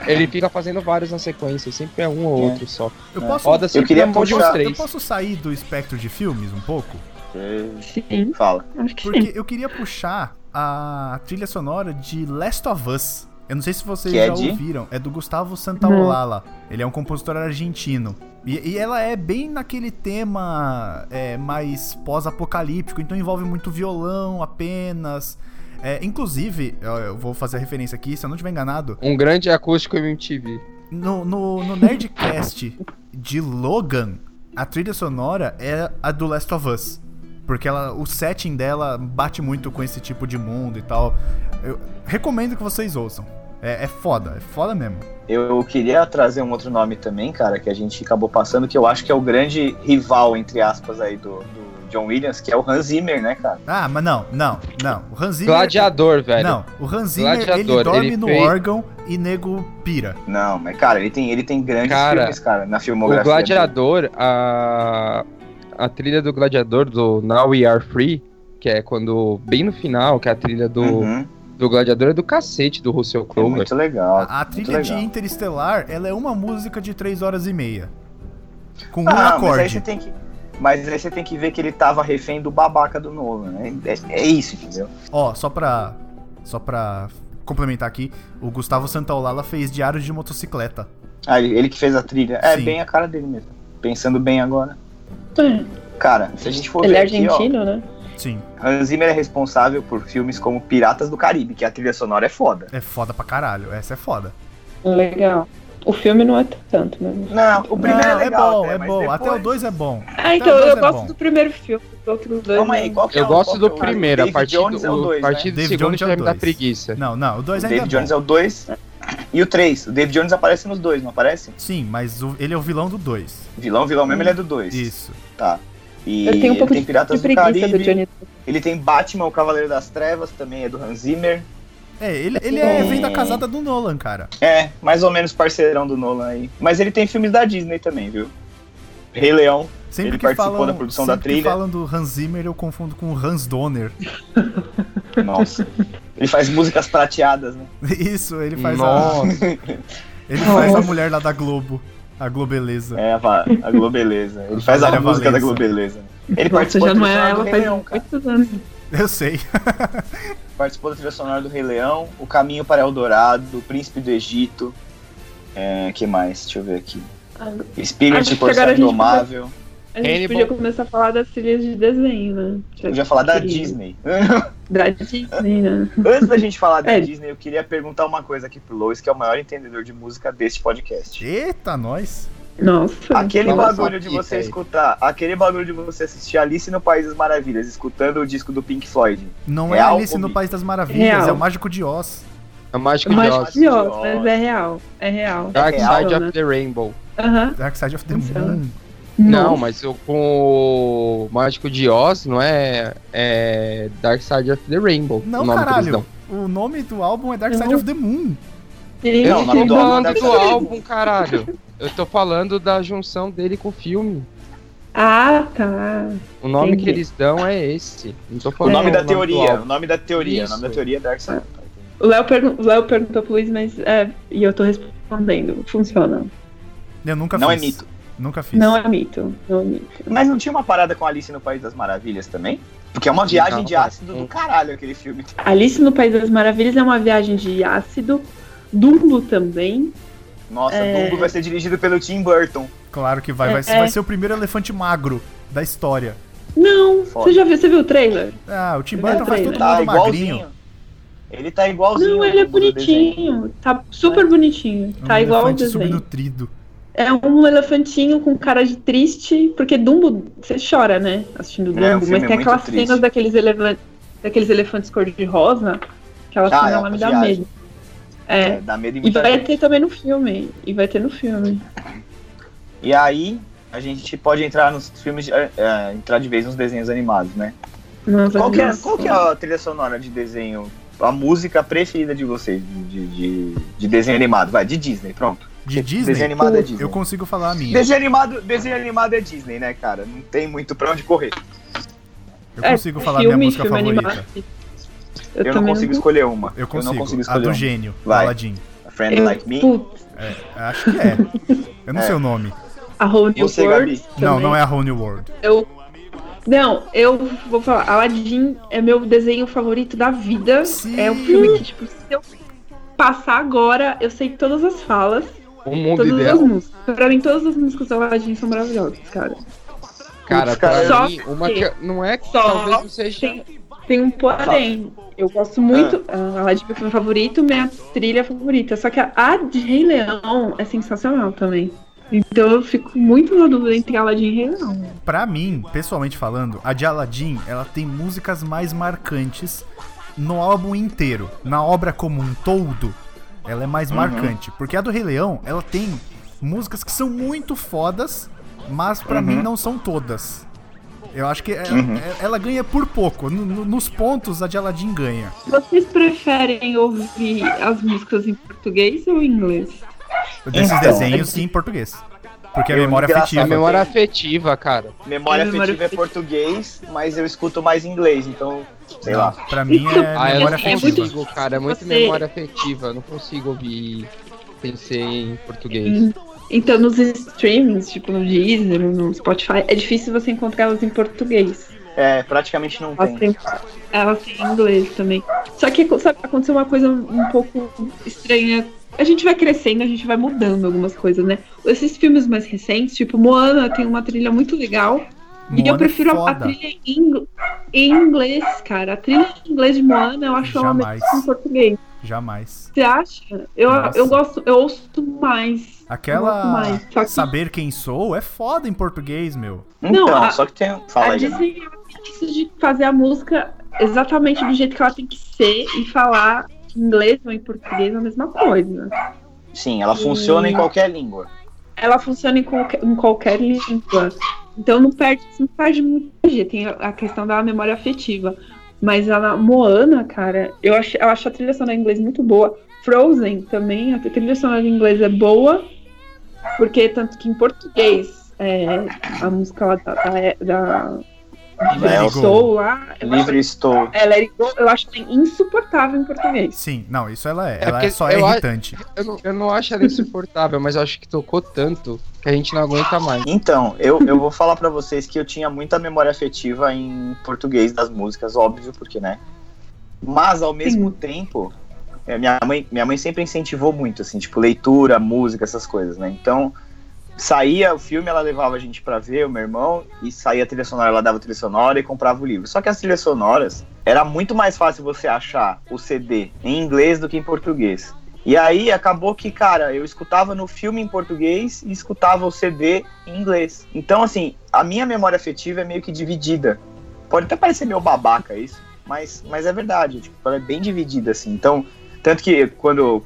Speaker 1: ele fica fazendo vários na sequência. Sempre é um ou
Speaker 4: É.
Speaker 1: outro só.
Speaker 2: Eu
Speaker 4: É.
Speaker 2: posso,
Speaker 1: Roda sempre
Speaker 4: queria
Speaker 1: é um de uns
Speaker 4: puxar-
Speaker 2: eu
Speaker 1: três.
Speaker 2: posso sair do espectro de filmes um pouco?
Speaker 4: Você
Speaker 3: Sim,
Speaker 4: Fala.
Speaker 3: acho que sim.
Speaker 2: Porque eu queria puxar a trilha sonora de Last of Us. Eu não sei se vocês
Speaker 4: Que é
Speaker 2: já
Speaker 4: de?
Speaker 2: ouviram, é do Gustavo Santaolalla. Ele é um compositor argentino. E, e ela é bem naquele tema é, mais pós-apocalíptico, então envolve muito violão apenas. É, inclusive, eu, eu vou fazer a referência aqui, se eu não tiver enganado,
Speaker 1: Um grande acústico MTV.
Speaker 2: No, no, no Nerdcast de Logan, a trilha sonora é a do Last of Us. Porque ela, o setting dela bate muito com esse tipo de mundo e tal. Eu recomendo que vocês ouçam. É, é foda, é foda mesmo.
Speaker 4: Eu queria trazer um outro nome também, cara, que a gente acabou passando, que eu acho que é o grande rival, entre aspas, aí do, do John Williams, que é o Hans Zimmer, né, cara?
Speaker 2: Ah, mas não, não, não. O Hans Zimmer.
Speaker 1: Gladiador, velho.
Speaker 2: Não, o Hans Zimmer, ele
Speaker 1: Gladiador,
Speaker 2: dorme
Speaker 1: ele
Speaker 2: no
Speaker 1: fez-
Speaker 2: órgão e nego pira.
Speaker 4: Não, mas, cara, ele tem, ele tem grandes
Speaker 1: Cara,
Speaker 4: filmes, cara, na filmografia.
Speaker 1: O
Speaker 4: dele.
Speaker 1: Gladiador, a, a trilha do Gladiador do Now We Are Free, que é quando, bem no final, que é a trilha do,
Speaker 4: Uhum,
Speaker 1: do Gladiador é do cacete do Russell
Speaker 4: é
Speaker 1: Crowe.
Speaker 4: muito legal.
Speaker 1: Ah,
Speaker 2: A, a
Speaker 4: muito
Speaker 2: trilha de
Speaker 4: legal.
Speaker 2: Interestelar, ela é uma música de 3 horas e meia. Com um
Speaker 4: Ah, mas aí
Speaker 2: acorde.
Speaker 4: você tem que. Mas aí você tem que ver que ele tava refém do babaca do Nolan, né? É, é isso, entendeu?
Speaker 2: Ó, só pra. Só pra complementar aqui, o Gustavo Santaolala fez Diários de Motocicleta.
Speaker 4: Ah, ele ele que fez a trilha. É
Speaker 2: Sim.
Speaker 4: bem a cara dele mesmo. Pensando bem agora. Cara, se a gente for
Speaker 3: Ele
Speaker 4: ver
Speaker 3: é
Speaker 4: aqui, ó,
Speaker 3: argentino, né?
Speaker 2: Sim,
Speaker 4: Hans Zimmer é responsável por filmes como Piratas do Caribe, que a trilha sonora é foda.
Speaker 2: é foda pra caralho. Essa é foda.
Speaker 3: Legal. O filme não é tanto, né?
Speaker 4: Não, o primeiro
Speaker 2: Não,
Speaker 4: é legal,
Speaker 2: bom,
Speaker 4: até,
Speaker 2: é
Speaker 4: mas
Speaker 2: bom.
Speaker 4: depois-
Speaker 2: Até o 2 é bom.
Speaker 3: Ah, então,
Speaker 2: dois
Speaker 3: eu
Speaker 2: é
Speaker 3: gosto
Speaker 2: bom.
Speaker 3: do primeiro filme, os outros dois. né?
Speaker 4: Calma aí,
Speaker 3: não.
Speaker 4: qual que é
Speaker 1: Eu
Speaker 4: o-
Speaker 1: gosto
Speaker 4: qual
Speaker 1: do
Speaker 4: que é o-
Speaker 1: primeiro, a
Speaker 4: David
Speaker 1: partir
Speaker 4: Jones
Speaker 1: do,
Speaker 4: é o
Speaker 1: a
Speaker 4: dois, né?
Speaker 1: partir do
Speaker 2: David
Speaker 1: segundo
Speaker 2: Jones é o
Speaker 1: já me dá
Speaker 2: dois.
Speaker 1: preguiça.
Speaker 2: Não, não, o 2
Speaker 4: O
Speaker 2: ainda
Speaker 4: David
Speaker 2: é
Speaker 4: Jones
Speaker 2: bom.
Speaker 4: é o 2 e o 3. O David Jones aparece nos dois, não aparece?
Speaker 2: Sim, mas o- ele é o vilão do 2.
Speaker 4: Vilão, vilão mesmo, ele é do 2.
Speaker 2: Isso.
Speaker 4: Tá. E
Speaker 3: Eu tenho um pouco
Speaker 4: ele tem
Speaker 3: de,
Speaker 4: Piratas
Speaker 3: de
Speaker 4: do
Speaker 3: preguiça
Speaker 4: Caribe.
Speaker 3: do Johnny Depp.
Speaker 4: Ele tem Batman, o Cavaleiro das Trevas, também é do Hans Zimmer.
Speaker 2: É, ele, ele é
Speaker 4: Hum.
Speaker 2: vem da casada do Nolan, cara.
Speaker 4: É, mais ou menos parceirão do Nolan aí. Mas ele tem filmes da Disney também, viu? Rei Leão.
Speaker 2: Sempre
Speaker 4: Ele
Speaker 2: que
Speaker 4: participou
Speaker 2: falam,
Speaker 4: da produção
Speaker 2: sempre
Speaker 4: da
Speaker 2: que
Speaker 4: trilha.
Speaker 2: falam do Hans Zimmer, eu confundo com o Hans Donner.
Speaker 4: Nossa. ele faz músicas prateadas, né?
Speaker 2: Isso, ele faz a.
Speaker 1: Nossa,
Speaker 2: Ele faz a
Speaker 3: Nossa.
Speaker 2: mulher lá da Globo. A Globeleza.
Speaker 4: É, a, va- a Globeleza. Ele faz a
Speaker 2: Valéria
Speaker 4: música da
Speaker 2: Valença.
Speaker 4: Globeleza.
Speaker 3: Nossa,
Speaker 4: Ele participou
Speaker 3: já
Speaker 4: da
Speaker 3: não
Speaker 4: trilha
Speaker 3: é
Speaker 4: sonora do
Speaker 3: ela
Speaker 4: Rei
Speaker 3: faz
Speaker 4: Leão, cara.
Speaker 3: muitos anos.
Speaker 2: Eu sei.
Speaker 4: Participou da trilha sonora do Rei Leão, O Caminho para Eldorado, O Príncipe do Egito. É, que mais? Deixa eu ver aqui.
Speaker 3: Ah, Acho
Speaker 4: Spirit,
Speaker 3: que
Speaker 4: Porção
Speaker 3: agora a gente
Speaker 4: Indomável.
Speaker 3: A gente
Speaker 1: Hannibal.
Speaker 3: podia começar a falar das trilhas de desenho, né?
Speaker 4: Eu já ia falar da
Speaker 3: Que-
Speaker 4: Disney.
Speaker 3: Da Disney, né?
Speaker 4: Antes da gente falar da
Speaker 3: É.
Speaker 4: Disney, eu queria perguntar uma coisa aqui pro Lois, que é o maior entendedor de música deste podcast.
Speaker 2: Eita, nós.
Speaker 3: Nossa.
Speaker 4: Aquele
Speaker 1: Fala
Speaker 4: bagulho
Speaker 1: só
Speaker 4: de
Speaker 1: isso
Speaker 4: você
Speaker 1: aí.
Speaker 4: escutar, aquele bagulho de você assistir Alice no País das Maravilhas, escutando o disco do Pink Floyd.
Speaker 2: Não é
Speaker 4: Real
Speaker 2: Alice
Speaker 4: ou
Speaker 2: no
Speaker 4: mito?
Speaker 2: País das Maravilhas,
Speaker 3: Real.
Speaker 2: é o Mágico de Oz.
Speaker 1: é mágico de
Speaker 3: Mas,
Speaker 1: Oz.
Speaker 3: pior,
Speaker 4: Nossa.
Speaker 3: mas é real. É real.
Speaker 1: Dark
Speaker 4: real,
Speaker 1: Side
Speaker 3: né?
Speaker 1: of the Rainbow.
Speaker 3: Aham.
Speaker 2: Dark Side of the
Speaker 3: Funciona.
Speaker 2: Moon.
Speaker 1: Não, mas eu, com o Mágico de Oz, não é, é Dark Side of the Rainbow.
Speaker 2: Não,
Speaker 1: o nome que eles
Speaker 2: caralho.
Speaker 1: dão.
Speaker 2: O nome do álbum é Dark Side
Speaker 3: Não.
Speaker 2: of the Moon.
Speaker 3: Gente,
Speaker 1: Tô
Speaker 4: Não, nome do álbum é
Speaker 1: falando
Speaker 4: Dark
Speaker 1: do
Speaker 4: Side of the Rainbow.
Speaker 1: álbum, caralho. Eu tô falando da junção dele com o filme.
Speaker 3: Ah, tá.
Speaker 1: O nome
Speaker 3: Entendi.
Speaker 1: que eles dão é esse. Não tô
Speaker 4: O
Speaker 1: falando
Speaker 4: nome
Speaker 1: o
Speaker 4: da
Speaker 1: do
Speaker 4: teoria,
Speaker 1: álbum.
Speaker 4: o nome da teoria, o nome
Speaker 1: Isso.
Speaker 4: da teoria é Dark Side.
Speaker 3: O Léo, pergun- o Léo perguntou pro Luiz, mas. É, e eu tô respondendo. Funciona.
Speaker 2: Eu nunca
Speaker 4: Não é
Speaker 2: fiz.
Speaker 4: mito.
Speaker 2: Nunca fiz.
Speaker 3: Não é mito. Não é mito.
Speaker 4: Mas não tinha uma parada com Alice no País das Maravilhas também? Porque é uma viagem
Speaker 1: Não,
Speaker 4: de ácido
Speaker 1: não.
Speaker 4: do caralho aquele filme.
Speaker 3: Alice no País das Maravilhas é uma viagem de ácido. Dumbo também.
Speaker 4: Nossa,
Speaker 3: É.
Speaker 4: Dumbo vai ser dirigido pelo Tim Burton.
Speaker 2: Claro que vai. Vai,
Speaker 3: É.
Speaker 2: vai ser o primeiro elefante magro da história.
Speaker 3: Não,
Speaker 4: Foda.
Speaker 3: você já viu, você viu o trailer?
Speaker 2: Ah, o Tim
Speaker 3: Ele
Speaker 2: Burton
Speaker 3: é
Speaker 2: faz
Speaker 3: trailer.
Speaker 2: todo
Speaker 4: Tá
Speaker 2: mundo magrinho.
Speaker 4: igualzinho. Ele tá igualzinho.
Speaker 3: Não,
Speaker 4: o
Speaker 3: ele é
Speaker 4: Dumbo do desenho.
Speaker 3: bonitinho. Tá super bonitinho.
Speaker 2: Um
Speaker 3: Tá igual o
Speaker 2: elefante
Speaker 3: desenho.
Speaker 2: subnutrido.
Speaker 3: É um elefantinho com cara de triste, porque Dumbo, você chora, né? Assistindo Dumbo,
Speaker 4: É, o filme
Speaker 3: mas
Speaker 4: é
Speaker 3: tem
Speaker 4: muito
Speaker 3: aquelas
Speaker 4: triste.
Speaker 3: cenas daqueles, eleva- daqueles elefantes cor-de-rosa, aquela
Speaker 4: Ah,
Speaker 3: cena
Speaker 4: é
Speaker 3: lá
Speaker 4: uma
Speaker 3: me dá
Speaker 4: viagem.
Speaker 3: medo. É.
Speaker 4: É, dá medo em
Speaker 3: E
Speaker 4: muita
Speaker 3: vai
Speaker 4: gente.
Speaker 3: ter também no filme. E vai ter no filme.
Speaker 4: E aí, a gente pode entrar nos filmes, de- é, é, entrar de vez nos desenhos animados, né?
Speaker 3: Nos
Speaker 4: Qual que, é,
Speaker 3: animais.
Speaker 4: qual que é a trilha sonora de desenho, a música preferida de vocês, de, de, de desenho animado? Vai, de Disney, pronto.
Speaker 2: De
Speaker 4: Desenho
Speaker 2: Disney,
Speaker 4: animado é Disney.
Speaker 2: eu consigo falar a minha.
Speaker 4: Desenho animado, desenho animado é Disney, né, cara? Não tem muito pra onde correr.
Speaker 2: Eu
Speaker 3: É,
Speaker 2: consigo falar a minha música favorita.
Speaker 3: Eu,
Speaker 4: Eu, não
Speaker 3: também
Speaker 4: consigo escolher uma.
Speaker 2: Eu consigo.
Speaker 4: Eu não consigo
Speaker 2: a
Speaker 4: escolher
Speaker 2: do
Speaker 4: uma.
Speaker 2: gênio, do
Speaker 4: Vai.
Speaker 2: Aladdin.
Speaker 4: A Friend
Speaker 3: Eu-
Speaker 4: Like Me.
Speaker 3: Putz,
Speaker 2: Acho que é. Eu não
Speaker 4: É.
Speaker 2: sei o nome.
Speaker 3: a Whole New
Speaker 4: Você,
Speaker 3: World.
Speaker 4: Gabi?
Speaker 2: Não,
Speaker 3: também.
Speaker 2: não é a Whole New World.
Speaker 3: Eu... Não, eu vou falar. Aladdin é meu desenho favorito da vida.
Speaker 2: Sim.
Speaker 3: É um filme que, tipo, se eu passar agora, eu sei todas as falas,
Speaker 1: O mundo
Speaker 3: todas as
Speaker 1: ideal.
Speaker 3: músicas. Pra mim, todas as músicas do Aladdin são maravilhosas, cara.
Speaker 1: Cara,
Speaker 4: Putz, cara,
Speaker 1: pra
Speaker 3: só
Speaker 1: mim, uma
Speaker 3: que-
Speaker 1: que- Não é que
Speaker 3: só
Speaker 1: talvez não seja.
Speaker 3: Tem, tem um porém. Eu gosto muito.
Speaker 1: Ah.
Speaker 3: A Aladdin é meu favorito, minha trilha favorita. Só que a, a de Rei Leão é sensacional também. Então eu fico muito na dúvida entre Aladdin e Rei Leão.
Speaker 2: Pra mim, pessoalmente falando, a de Aladdin, ela tem músicas mais marcantes no álbum inteiro, na obra como um todo, Ela é mais
Speaker 4: Uhum.
Speaker 2: marcante. Porque a do Rei Leão, ela tem músicas que são muito fodas, mas pra
Speaker 4: Uhum.
Speaker 2: mim não são todas. Eu acho que ela, ela ganha por pouco. No- no- nos pontos, a de Aladdin ganha.
Speaker 3: Vocês preferem ouvir as músicas em português ou em inglês?
Speaker 2: Desses
Speaker 4: Então.
Speaker 2: desenhos em português. Porque a
Speaker 4: Eu-
Speaker 2: memória
Speaker 4: engraçado,
Speaker 1: A
Speaker 2: afetiva.
Speaker 4: meu-
Speaker 1: É memória afetiva, cara.
Speaker 4: Memória
Speaker 3: É, memória
Speaker 4: afetiva é português, mas eu escuto mais inglês, então, sei lá.
Speaker 2: Pra mim é
Speaker 1: Ah, eu
Speaker 2: memória
Speaker 1: não
Speaker 3: assim, é
Speaker 1: consigo,
Speaker 2: afetiva.
Speaker 3: muito
Speaker 1: cara. É muito
Speaker 3: Você-
Speaker 1: memória afetiva. Eu não consigo ouvir pensei em português.
Speaker 2: Uhum.
Speaker 3: Hum. Então, nos streams, tipo no Deezer, no Spotify, é difícil você encontrar elas em português.
Speaker 4: É, praticamente não
Speaker 3: Elas
Speaker 4: tem.
Speaker 3: têm, elas têm inglês também. Só que sabe, aconteceu uma coisa um pouco estranha. A gente vai crescendo, a gente vai mudando algumas coisas, né? Esses filmes mais recentes, tipo Moana, tem uma trilha muito legal. e
Speaker 2: Moana é
Speaker 3: eu prefiro a- a
Speaker 2: foda.
Speaker 3: trilha em, ing- em inglês, cara. A trilha em inglês de Moana, eu acho ela melhor
Speaker 2: Jamais.
Speaker 3: que em português.
Speaker 2: Jamais.
Speaker 3: Você acha? Eu,
Speaker 2: Nossa.
Speaker 3: eu gosto, eu ouço mais. Eu
Speaker 2: Aquela.
Speaker 3: gosto mais. Só que-
Speaker 2: Saber quem sou é foda em português, meu.
Speaker 4: Então,
Speaker 3: Não, a-
Speaker 4: só que tem. Fala
Speaker 3: A
Speaker 4: aí.
Speaker 3: Disney ela tem isso de fazer a música exatamente do jeito que ela tem que ser e falar em inglês ou em português é a mesma coisa.
Speaker 4: Sim, ela funciona em qualquer língua.
Speaker 3: Ela funciona em qualquer, em qualquer língua. Então não perde, não perde muito. Tem a- a questão da memória afetiva. Mas a Moana, cara, eu acho, eu acho a trilha sonora em inglês muito boa. Frozen também, a trilha sonora em inglês é boa, porque tanto que em português é, a música lá da, da, da,
Speaker 4: Let
Speaker 3: da
Speaker 4: it
Speaker 2: go.
Speaker 3: Soul lá, eu
Speaker 4: Livre estou.
Speaker 3: é, Let It Go, eu acho que é insuportável em português.
Speaker 2: Sim, não, isso ela é. Ela
Speaker 1: porque
Speaker 2: só é
Speaker 1: eu a-
Speaker 2: irritante.
Speaker 1: Eu não, eu não acho ela insuportável, mas eu acho que tocou tanto que a gente não aguenta mais.
Speaker 4: Então, eu, eu vou falar pra vocês que eu tinha muita memória afetiva em português das músicas, óbvio, porque, né? Mas, ao mesmo tempo, é, minha, mãe, minha mãe sempre incentivou muito, assim, tipo, leitura, música, essas coisas, né? Então, saía o filme, ela levava a gente pra ver, o meu irmão, e saía a trilha sonora, ela dava a trilha sonora e comprava o livro. Só que as trilhas sonoras, era muito mais fácil você achar o CD em inglês do que em português. E aí acabou que, cara, eu escutava no filme em português e escutava o CD em inglês. Então, assim, a minha memória afetiva é meio que dividida. Pode até parecer meio babaca isso, mas, mas é verdade. Tipo, ela é bem dividida, assim. Então, tanto que quando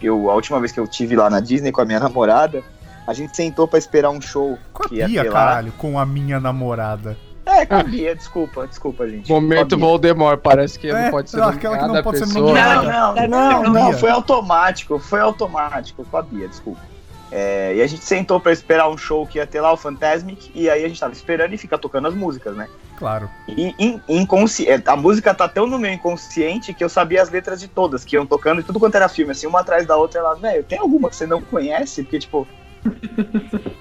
Speaker 4: eu, a última vez que eu tive lá na Disney com a minha namorada, a gente sentou pra esperar um show.
Speaker 2: Com a
Speaker 4: que ia
Speaker 2: Bia,
Speaker 4: ter lá.
Speaker 2: caralho, com a minha namorada.
Speaker 4: É, cabia, desculpa, desculpa, gente.
Speaker 1: Momento
Speaker 4: Cabia.
Speaker 1: Voldemort, parece que
Speaker 2: É,
Speaker 1: não pode ser
Speaker 2: não, aquela que
Speaker 1: nomeada
Speaker 2: não
Speaker 1: a
Speaker 2: pode ser
Speaker 1: pessoa.
Speaker 2: nomeada.
Speaker 4: Não, não, É, não,
Speaker 2: Não,
Speaker 4: não,
Speaker 2: Bia.
Speaker 4: foi automático, foi automático, com a Bia, desculpa. É, e a gente sentou pra esperar um show que ia ter lá, o Fantasmic, e aí a gente tava esperando e fica tocando as músicas, né?
Speaker 2: Claro.
Speaker 4: E, in- inconsci- é, a música tá tão no meu inconsciente que eu sabia as letras de todas, que iam tocando e tudo quanto era filme, assim, uma atrás da outra, ela, velho, tem alguma que você não conhece? Porque, tipo,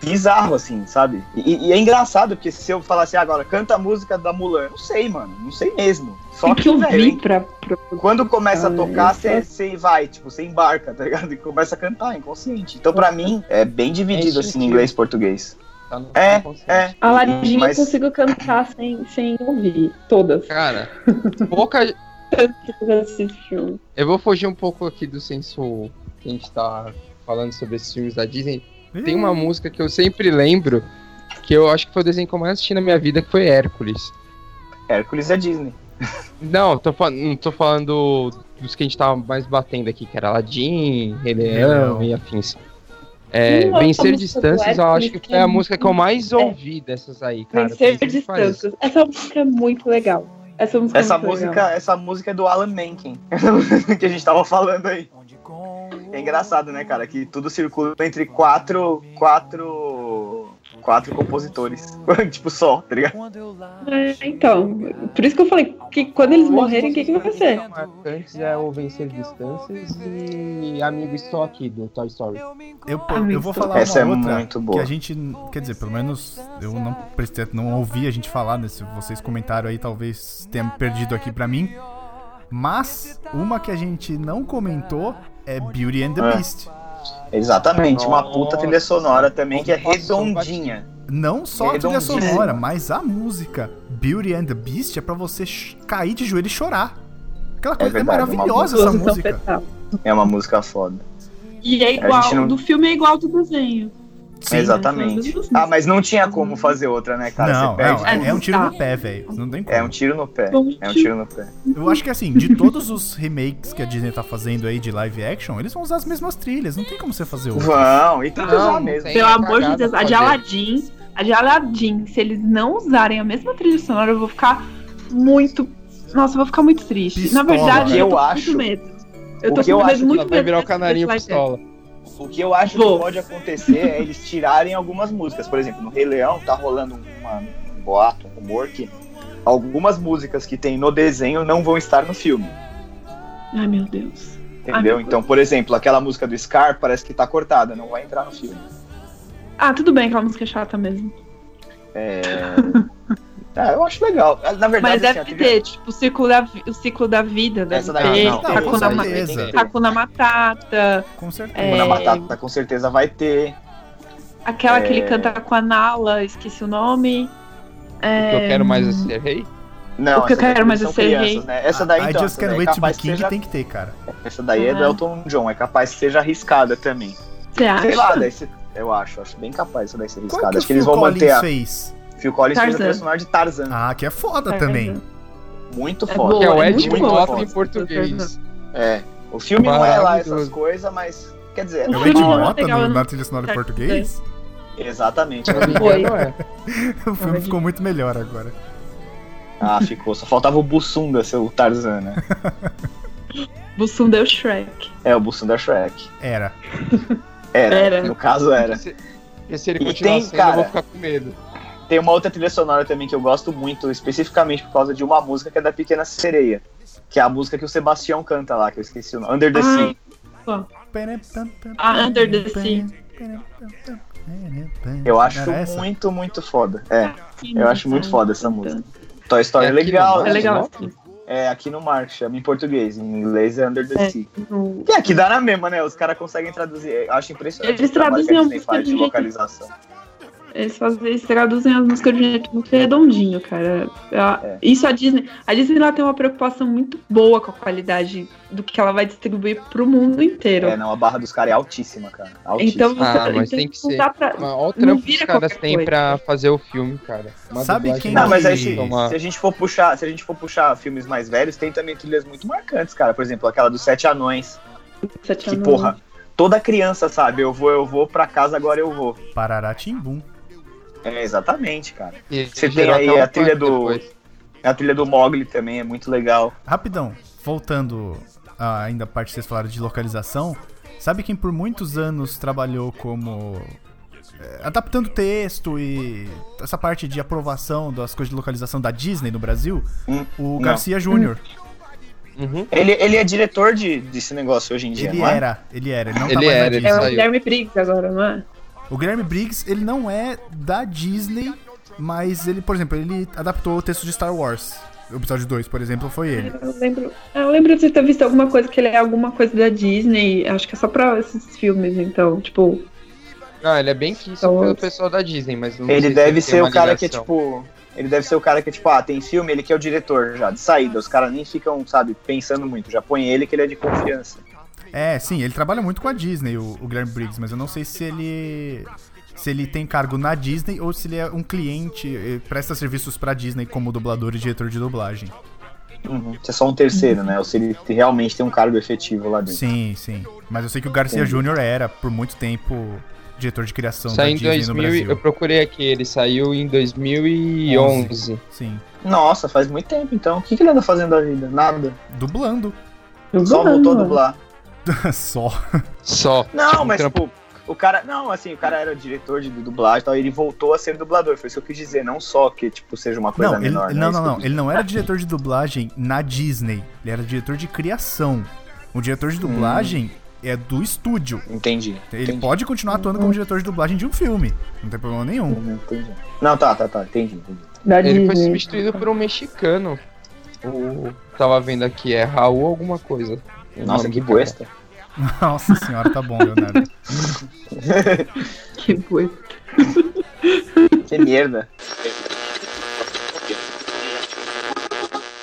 Speaker 4: bizarro, assim, sabe? E, e é engraçado, porque se eu falasse "Ah, agora, canta a música da Mulan, eu não sei, mano, não sei mesmo. Só
Speaker 3: Tem
Speaker 4: É que,
Speaker 3: que
Speaker 4: velho, eu
Speaker 3: ouvir pra, pra
Speaker 4: quando começa a
Speaker 3: Ah,
Speaker 4: tocar,
Speaker 3: é.
Speaker 4: você vai, tipo, você embarca, tá ligado? E começa a cantar, inconsciente. Então, pra mim, é bem dividido,
Speaker 1: É
Speaker 4: assim, inglês e português.
Speaker 1: Tá no
Speaker 4: É,
Speaker 1: inconsciente.
Speaker 4: é.
Speaker 3: Aladdin
Speaker 4: Mas-
Speaker 3: eu consigo cantar sem, sem ouvir todas
Speaker 1: Cara, pouca,
Speaker 3: esse filme.
Speaker 1: Eu vou fugir um pouco aqui do senso que a gente tá falando sobre esses filmes da Disney. Tem
Speaker 2: Hum.
Speaker 1: uma música que eu sempre lembro, que eu acho que foi o desenho que eu mais assisti na minha vida, que foi Hércules.
Speaker 4: Hércules é Disney.
Speaker 1: Não, tô fal- não tô falando dos que a gente tava mais batendo aqui, que era Aladdin, Rei Leão
Speaker 2: Leão.
Speaker 1: e afins. É,
Speaker 3: Não, a
Speaker 1: vencer
Speaker 3: música do
Speaker 1: Distâncias, eu
Speaker 3: Hércules
Speaker 1: acho que foi a
Speaker 3: é
Speaker 1: música que eu mais
Speaker 3: muito-
Speaker 1: ouvi dessas aí, cara.
Speaker 3: Vencer
Speaker 1: por incrível que pareça.
Speaker 3: distâncias. Essa música é muito legal. Essa música
Speaker 4: Essa
Speaker 3: é muito
Speaker 4: música,
Speaker 3: legal.
Speaker 4: essa música é do Alan Menken, que a gente tava falando aí. É engraçado, né, cara? Que tudo circula entre quatro. quatro. quatro compositores. tipo, só, tá ligado?
Speaker 3: É, então, por isso que eu falei que quando eles morrerem, o que, que vai ser?
Speaker 1: Marcantes é o Vencer Distâncias e Amigo Estou Aqui, do Toy Story.
Speaker 2: Eu,
Speaker 3: Ah,
Speaker 2: eu vou falar
Speaker 4: Essa é
Speaker 2: uma outra
Speaker 4: muito
Speaker 2: que a
Speaker 4: boa.
Speaker 2: gente, quer dizer, pelo menos eu não prestei, não ouvi a gente falar, né? Se vocês comentaram aí, talvez tenham perdido aqui pra mim. Mas uma que a gente não comentou é Beauty and the
Speaker 4: Ah.
Speaker 2: Beast.
Speaker 4: Exatamente, uma puta trilha sonora também que é
Speaker 1: Nossa,
Speaker 4: redondinha.
Speaker 2: Não só a trilha
Speaker 4: Redondinho.
Speaker 2: sonora, mas a música Beauty and the Beast é pra você ch- cair de joelho e chorar. Aquela coisa é,
Speaker 4: verdade, é uma
Speaker 2: maravilhosa essa
Speaker 3: Produção
Speaker 2: música.
Speaker 3: Petal.
Speaker 4: É uma música foda.
Speaker 3: E é
Speaker 4: A gente
Speaker 3: igual,
Speaker 4: não-
Speaker 3: do filme é igual ao do desenho.
Speaker 2: Sim.
Speaker 4: Exatamente. Ah, mas não tinha como fazer outra, né, cara?
Speaker 2: não,
Speaker 4: Você perde.
Speaker 2: não, é, é um tiro
Speaker 3: Tá.
Speaker 2: no pé, velho. Não tem como.
Speaker 4: É um tiro no pé. É um tiro no pé.
Speaker 2: Eu acho que assim, de todos os remakes que a Disney tá fazendo aí de live action, eles vão usar as mesmas trilhas. Não tem como você fazer outra.
Speaker 4: Vão, e tem que
Speaker 1: Não,
Speaker 4: usar
Speaker 1: não
Speaker 4: mesmo.
Speaker 1: tem.
Speaker 3: Pelo
Speaker 1: é
Speaker 3: amor de
Speaker 1: cagada
Speaker 3: Deus, a
Speaker 1: pra
Speaker 3: de
Speaker 1: fazer.
Speaker 3: Aladdin, a de Aladdin, se eles não usarem a mesma trilha sonora, eu vou ficar muito. Nossa, eu vou ficar muito triste.
Speaker 2: Pistola,
Speaker 3: Na verdade,
Speaker 4: né?
Speaker 3: eu,
Speaker 4: Eu
Speaker 3: tô com
Speaker 4: acho-
Speaker 3: muito medo. Eu
Speaker 4: o
Speaker 3: tô
Speaker 4: que eu
Speaker 3: com
Speaker 4: acho que
Speaker 3: medo, muito
Speaker 1: Ela vai
Speaker 3: medo.
Speaker 1: virar o
Speaker 3: desse-
Speaker 1: canarinho
Speaker 3: desse live
Speaker 1: pistola.
Speaker 4: O que eu acho
Speaker 3: Vou.
Speaker 4: que pode acontecer é eles tirarem algumas músicas. Por exemplo, no Rei Leão tá rolando uma- um boato, um rumor que algumas músicas que tem no desenho não vão estar no filme.
Speaker 3: action. Ai, meu Deus.
Speaker 4: Entendeu?
Speaker 3: Ah,
Speaker 4: então, por exemplo, aquela música do Scar parece que tá cortada, não vai entrar no filme.
Speaker 3: Ah, tudo bem, aquela música é chata mesmo.
Speaker 4: É. Ah, eu acho legal. Na verdade,
Speaker 3: Mas
Speaker 4: assim, a
Speaker 3: deve
Speaker 4: trilha-
Speaker 3: ter, tipo, o ciclo da, vi- o ciclo da vida. Deve
Speaker 4: Essa daí
Speaker 3: ter.
Speaker 4: não,
Speaker 2: tá, com
Speaker 3: Hakuna, Ma-
Speaker 2: certeza.
Speaker 3: Hakuna Matata.
Speaker 2: Com certeza.
Speaker 4: Hakuna
Speaker 3: é,
Speaker 4: Matata com certeza vai ter.
Speaker 3: Aquela que ele
Speaker 4: É.
Speaker 3: canta com a Nala, esqueci o nome.
Speaker 1: O que eu quero mais é ser rei?
Speaker 4: Não,
Speaker 3: O que eu
Speaker 4: essa daí é
Speaker 3: quero, mas
Speaker 4: são
Speaker 3: eu sei,
Speaker 4: crianças,
Speaker 3: gente.
Speaker 4: né? Essa daí,
Speaker 2: I
Speaker 4: então,
Speaker 2: Just
Speaker 4: essa
Speaker 2: Can't
Speaker 4: daí, é
Speaker 2: Wait to Be
Speaker 4: capaz que
Speaker 2: King
Speaker 4: seja...
Speaker 2: tem que ter, cara.
Speaker 4: essa daí é do
Speaker 3: Ah.
Speaker 4: Elton John, é capaz que seja arriscada também.
Speaker 1: é
Speaker 3: Você acha?
Speaker 4: Sei lá, daí se- eu acho, acho bem capaz isso daí ser
Speaker 2: Qual é
Speaker 4: arriscado.
Speaker 2: que o
Speaker 4: Acho que eles
Speaker 2: Phil
Speaker 4: vão
Speaker 2: Collins
Speaker 4: manter a.
Speaker 2: fez?
Speaker 4: Phil Collins fez o
Speaker 3: Tarzan.
Speaker 4: personagem de Tarzan.
Speaker 2: Ah, que é foda
Speaker 3: É.
Speaker 2: também. Ah.
Speaker 4: Muito
Speaker 3: É
Speaker 4: foda.
Speaker 1: Que é o
Speaker 3: Boa, é
Speaker 1: Ed
Speaker 4: muito
Speaker 1: Mota
Speaker 4: foda.
Speaker 1: em português.
Speaker 4: É. O filme não é lá essas
Speaker 1: Maravilhoso.
Speaker 4: coisas, mas. Quer dizer,
Speaker 2: É
Speaker 3: O
Speaker 2: o
Speaker 4: não
Speaker 2: Ed
Speaker 3: filme
Speaker 4: mal,
Speaker 3: não é
Speaker 2: Mota
Speaker 3: legal,
Speaker 2: no-
Speaker 3: né?
Speaker 2: na trilha sonora em
Speaker 3: Tá,
Speaker 2: português?
Speaker 4: é- Exatamente.
Speaker 1: Se eu não me
Speaker 3: Foi.
Speaker 1: engano, é.
Speaker 2: O filme ficou muito melhor agora.
Speaker 4: ah, ficou. Só faltava o Bussunda ser o Tarzan, né?
Speaker 3: Bussum deu Shrek.
Speaker 4: É, o Bussunda Shrek.
Speaker 2: Era.
Speaker 4: Era,
Speaker 3: Era.
Speaker 4: No caso, era.
Speaker 1: Se- Porque se ele
Speaker 4: E
Speaker 1: continuar
Speaker 4: tem,
Speaker 1: sendo, eu
Speaker 4: cara-
Speaker 1: vou ficar com medo.
Speaker 4: Tem uma outra trilha sonora também que eu gosto muito, especificamente por causa de uma música que é da Pequena Sereia. Que é a música que o Sebastião canta lá, que eu esqueci o nome. Under the Sea.
Speaker 3: Ai, Ah, Under the Sea.
Speaker 4: Eu acho
Speaker 2: Era essa?
Speaker 4: muito, muito foda. É,
Speaker 3: que
Speaker 4: eu acho muito
Speaker 3: lindo.
Speaker 4: foda essa música. Toy Story
Speaker 1: É
Speaker 4: é
Speaker 1: aqui no
Speaker 4: legal.
Speaker 1: Mar?
Speaker 3: É legal.
Speaker 4: É, aqui no mar, chama em português. Em inglês é Under the
Speaker 3: É.
Speaker 4: Sea.
Speaker 3: No-
Speaker 4: Que aqui dá na mesma, né? Os caras conseguem traduzir. Eu acho impressionante.
Speaker 3: Eles
Speaker 4: o trabalho que
Speaker 3: traduzem a
Speaker 4: Disney
Speaker 3: música
Speaker 4: faz
Speaker 3: de
Speaker 4: de
Speaker 3: um jeito-
Speaker 4: localização.
Speaker 3: Eles, fazem, eles traduzem as músicas de um jeito muito redondinho, cara. Ela-
Speaker 4: É.
Speaker 3: Isso a Disney. A Disney ela tem uma preocupação muito boa com a qualidade do que ela vai distribuir pro mundo inteiro.
Speaker 4: É, não, a barra dos caras é altíssima, cara. Altíssima.
Speaker 3: então,
Speaker 4: Então...
Speaker 3: você,
Speaker 1: Ah, mas
Speaker 3: então
Speaker 1: tem que
Speaker 3: não
Speaker 1: ser.
Speaker 3: dá pra-
Speaker 1: Mas olha o
Speaker 3: Não
Speaker 1: trampo que os
Speaker 3: vira
Speaker 1: caras
Speaker 3: qualquer
Speaker 1: têm
Speaker 3: coisa.
Speaker 1: pra fazer o filme, cara.
Speaker 2: Sabe
Speaker 1: dublagem
Speaker 2: quem-
Speaker 4: Não, mas aí se,
Speaker 1: que toma-
Speaker 4: se a gente for puxar, se a gente for puxar filmes mais velhos, tem também trilhas muito marcantes, cara. Por exemplo, aquela dos Sete Anões,
Speaker 3: Você tinha
Speaker 4: que
Speaker 3: no-
Speaker 4: porra, toda criança sabe, eu vou, eu vou pra casa, agora eu vou.
Speaker 2: Pararatimbum.
Speaker 4: É, exatamente, cara.
Speaker 1: e
Speaker 4: Você tem
Speaker 1: gerar
Speaker 4: aí
Speaker 1: aquela
Speaker 4: a trilha do-
Speaker 1: depois.
Speaker 4: A trilha do Mogli também é muito legal.
Speaker 2: Rapidão, voltando a- ainda a parte que vocês falaram de localização, sabe quem por muitos anos trabalhou como. eh, adaptando texto e essa parte de aprovação das coisas de localização da Disney no Brasil?
Speaker 4: Hum,
Speaker 2: o
Speaker 4: não. Hum,
Speaker 2: Garcia Júnior.
Speaker 1: Uhum.
Speaker 4: Ele, ele é diretor de, desse negócio hoje em dia,
Speaker 2: Ele
Speaker 4: não é?
Speaker 2: era, ele era, ele não
Speaker 1: Ele
Speaker 2: tá mais na
Speaker 1: era, ele
Speaker 3: É
Speaker 2: Disney.
Speaker 3: o
Speaker 1: Saiu.
Speaker 3: Guilherme Briggs agora, não é?
Speaker 2: O Guilherme Briggs, ele não é da Disney, mas ele, por exemplo, ele adaptou o texto de Star Wars. O episódio 2, por exemplo, foi ele.
Speaker 3: Eu lembro, eu lembro de ter visto alguma coisa que ele é alguma coisa da Disney. Acho que é só pra esses filmes, então. Tipo,
Speaker 1: Não, ele é bem que isso
Speaker 3: Então,
Speaker 1: pelo pessoal da Disney, mas não sei
Speaker 4: Ele
Speaker 1: se
Speaker 4: deve
Speaker 1: tem
Speaker 4: ser
Speaker 1: uma
Speaker 4: o cara que é
Speaker 1: ligação.
Speaker 4: tipo. Ele deve ser o cara que é tipo, ah, tem filme, ele que é o diretor já, de saída. Os caras nem ficam, sabe, pensando muito. Já põe ele que ele é de confiança.
Speaker 2: É, sim, ele trabalha muito com a Disney, o, o Guilherme Briggs, mas eu não sei se ele. Se ele tem cargo na Disney ou se ele é um cliente, eh, presta serviços pra Disney como dublador e diretor de dublagem.
Speaker 4: Uhum. Isso é só um terceiro, né? Ou se ele realmente tem um cargo efetivo lá dentro.
Speaker 2: Sim, sim. Mas eu sei que o Garcia
Speaker 4: Entendi.
Speaker 2: Júnior era, por muito tempo, diretor de criação
Speaker 4: tipo,
Speaker 1: Saiu é em
Speaker 2: da Disney no
Speaker 1: 2000, e-
Speaker 2: Brasil.
Speaker 1: eu procurei aqui, ele saiu em 2011.
Speaker 2: Sim.
Speaker 4: Nossa, faz muito tempo então. O que, que ele anda fazendo da vida? Nada.
Speaker 2: Dublando.
Speaker 4: Só voltou a dublar.
Speaker 2: Só.
Speaker 1: Só.
Speaker 4: Não,
Speaker 1: Tipo,
Speaker 4: mas
Speaker 1: um
Speaker 4: tipo, o cara. Não, assim, o cara era o diretor de dublagem e tal, e ele voltou a ser dublador. Foi isso que eu quis dizer, não só que, tipo, seja uma coisa
Speaker 2: Não, ele,
Speaker 4: menor. né?
Speaker 2: não,
Speaker 4: Isso
Speaker 2: não,
Speaker 4: que eu
Speaker 2: não. Ele não era diretor de dublagem na Disney. Ele era diretor de criação. O diretor de dublagem é do estúdio.
Speaker 4: Entendi.
Speaker 2: Ele
Speaker 4: Hum. entendi.
Speaker 2: pode continuar atuando como diretor de dublagem de um filme. Não tem problema nenhum.
Speaker 4: Uhum, entendi. Não, tá, tá, tá. Entendi, entendi.
Speaker 3: Da
Speaker 1: Ele foi
Speaker 3: Disney.
Speaker 1: substituído por um mexicano. O, tava vendo aqui, é Raul alguma coisa. O
Speaker 4: Nossa,
Speaker 1: nome
Speaker 4: que
Speaker 1: do cara.
Speaker 4: boesta.
Speaker 2: Nossa senhora, tá bom, Leonardo.
Speaker 3: Que boi.
Speaker 4: é Que merda.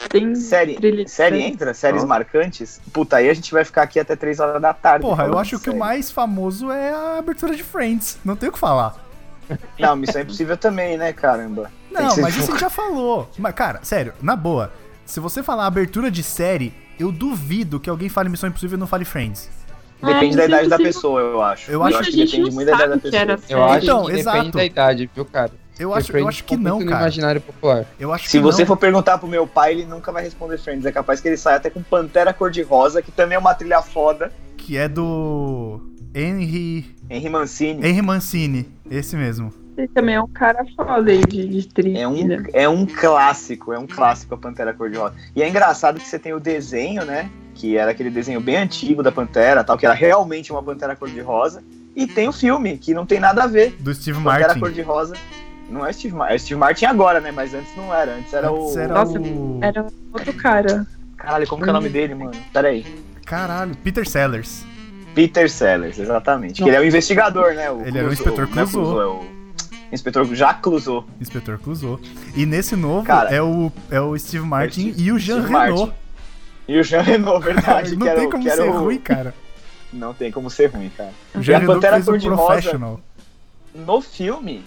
Speaker 3: tem
Speaker 4: Série,
Speaker 3: trilha de
Speaker 4: série
Speaker 3: trem.
Speaker 4: entra? Séries marcantes? Puta, aí a gente vai ficar aqui até 3 horas da tarde.
Speaker 2: Porra, eu
Speaker 4: falando
Speaker 2: acho que o
Speaker 4: série.
Speaker 2: mais famoso é a abertura de Friends. Não tem o que falar.
Speaker 4: Não, Missão Impossível também, né, caramba? Tem que
Speaker 2: Não,
Speaker 4: ser
Speaker 2: mas isso a
Speaker 4: junto.
Speaker 2: gente já falou. Mas, cara, sério, na boa, se você falar abertura de série, eu duvido que alguém fale Missão Impossível e não fale Friends.
Speaker 4: Depende
Speaker 3: Ah,
Speaker 4: da
Speaker 3: isso
Speaker 4: idade da
Speaker 3: possível.
Speaker 4: pessoa, eu acho.
Speaker 2: Eu
Speaker 4: Eu
Speaker 2: acho
Speaker 3: Muita
Speaker 4: acho, que
Speaker 3: gente
Speaker 4: depende
Speaker 3: não
Speaker 4: muito da idade da
Speaker 3: sabe que era
Speaker 4: pessoa.
Speaker 1: Eu acho
Speaker 2: Então,
Speaker 1: que
Speaker 2: exato.
Speaker 1: depende da idade, viu, cara?
Speaker 2: Eu acho, eu
Speaker 1: Depende
Speaker 2: acho que
Speaker 1: muito
Speaker 2: não,
Speaker 1: do
Speaker 2: cara.
Speaker 1: imaginário popular.
Speaker 2: Eu acho
Speaker 4: Se
Speaker 2: que
Speaker 4: você
Speaker 2: não.
Speaker 4: for perguntar pro meu pai, ele nunca vai responder Friends. É capaz que ele saia até com Pantera Cor-de-Rosa, que também é uma trilha foda.
Speaker 2: Que é do Henry,
Speaker 4: Henry Mancini.
Speaker 2: Henry Mancini. Esse mesmo.
Speaker 3: Ele também é um cara foda aí de, né? de trilha.
Speaker 4: É um, é um clássico, é um clássico a Pantera Cor-de-Rosa. E é engraçado que você tem o desenho, né? Que era aquele desenho bem antigo da Pantera, tal, que era realmente uma Pantera Cor-de-Rosa. E tem o filme, que não tem nada a ver.
Speaker 2: Do Steve
Speaker 4: Pantera
Speaker 2: Martin.
Speaker 4: Cor-de-Rosa. Não é Steve Martin. É Steve Martin agora, né? Mas antes não era. Antes era
Speaker 2: Antes
Speaker 4: o.
Speaker 2: era
Speaker 3: Nossa,
Speaker 4: um-
Speaker 2: o-
Speaker 3: Era um outro cara.
Speaker 4: Caralho, como que é o nome dele, mano? Pera aí.
Speaker 2: Caralho, Peter Sellers.
Speaker 4: Peter Sellers, exatamente. Que ele é o investigador, né? O
Speaker 2: Ele era o inspetor
Speaker 4: não é
Speaker 2: Clouseau.
Speaker 4: É o inspetor já Clouseau.
Speaker 2: Inspetor Clouseau. E nesse novo
Speaker 4: Cara,
Speaker 2: é, o, é o Steve Martin
Speaker 4: Steve-
Speaker 2: e o Jean
Speaker 4: Steve Martin.
Speaker 2: Reno.
Speaker 4: E o Jean Renault, verdade.
Speaker 2: Não
Speaker 4: que era
Speaker 2: tem
Speaker 4: o-
Speaker 2: como
Speaker 4: que era
Speaker 2: ser
Speaker 4: o-
Speaker 2: ruim, cara.
Speaker 4: Não tem como ser ruim, cara.
Speaker 2: O Jean
Speaker 4: a
Speaker 2: Reno
Speaker 4: Pantera
Speaker 2: fez o
Speaker 4: Cor-de-Rosa.
Speaker 2: Professional.
Speaker 4: No filme,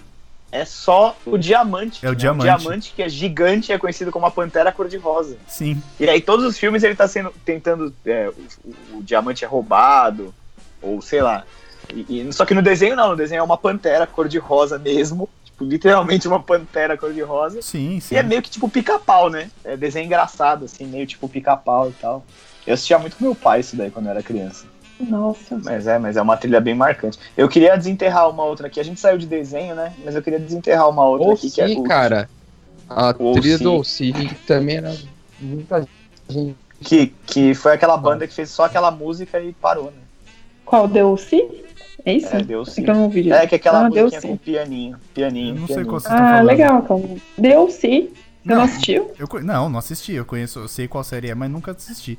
Speaker 4: é só o diamante.
Speaker 2: É o
Speaker 4: né?
Speaker 2: diamante.
Speaker 4: O diamante que é gigante e é conhecido como a Pantera Cor-de-Rosa.
Speaker 2: Sim.
Speaker 4: E aí todos os filmes ele tá sendo tentando. é, o, o diamante é roubado, ou sei lá. E- e- só que no desenho não, no desenho é uma pantera cor-de-rosa mesmo. Tipo, literalmente uma pantera cor-de-rosa.
Speaker 2: Sim, sim.
Speaker 4: E é meio que tipo pica-pau, né? É desenho engraçado, assim, meio tipo pica-pau e tal. Eu assistia muito com meu pai isso daí quando eu era criança.
Speaker 3: Nossa.
Speaker 4: Mas é, mas é uma trilha bem marcante. Eu queria desenterrar uma outra aqui. A gente saiu de desenho, né? Mas eu queria desenterrar uma outra
Speaker 1: Ou
Speaker 4: aqui que é
Speaker 1: sim,
Speaker 4: o-
Speaker 1: cara. A
Speaker 4: Ou
Speaker 1: trilha
Speaker 4: sim.
Speaker 1: do Ossi também era muita gente.
Speaker 4: que, que foi aquela banda que fez só aquela música e parou, né?
Speaker 3: Qual deu se? É isso?
Speaker 4: É, deu
Speaker 3: É
Speaker 4: sim.
Speaker 3: que eu não ouvi.
Speaker 4: É, tá que é aquela
Speaker 3: Ah, deu
Speaker 4: musiquinha
Speaker 3: sim.
Speaker 4: com pianinho. Pianinho.
Speaker 2: Eu não sei
Speaker 4: pianinho.
Speaker 2: qual vocês estão
Speaker 3: Ah,
Speaker 2: falando.
Speaker 3: legal, calma. Deu se. Você não
Speaker 2: Não.
Speaker 3: assistiu?
Speaker 2: Eu co- não, não assisti. Eu conheço, eu sei qual série é, mas nunca assisti.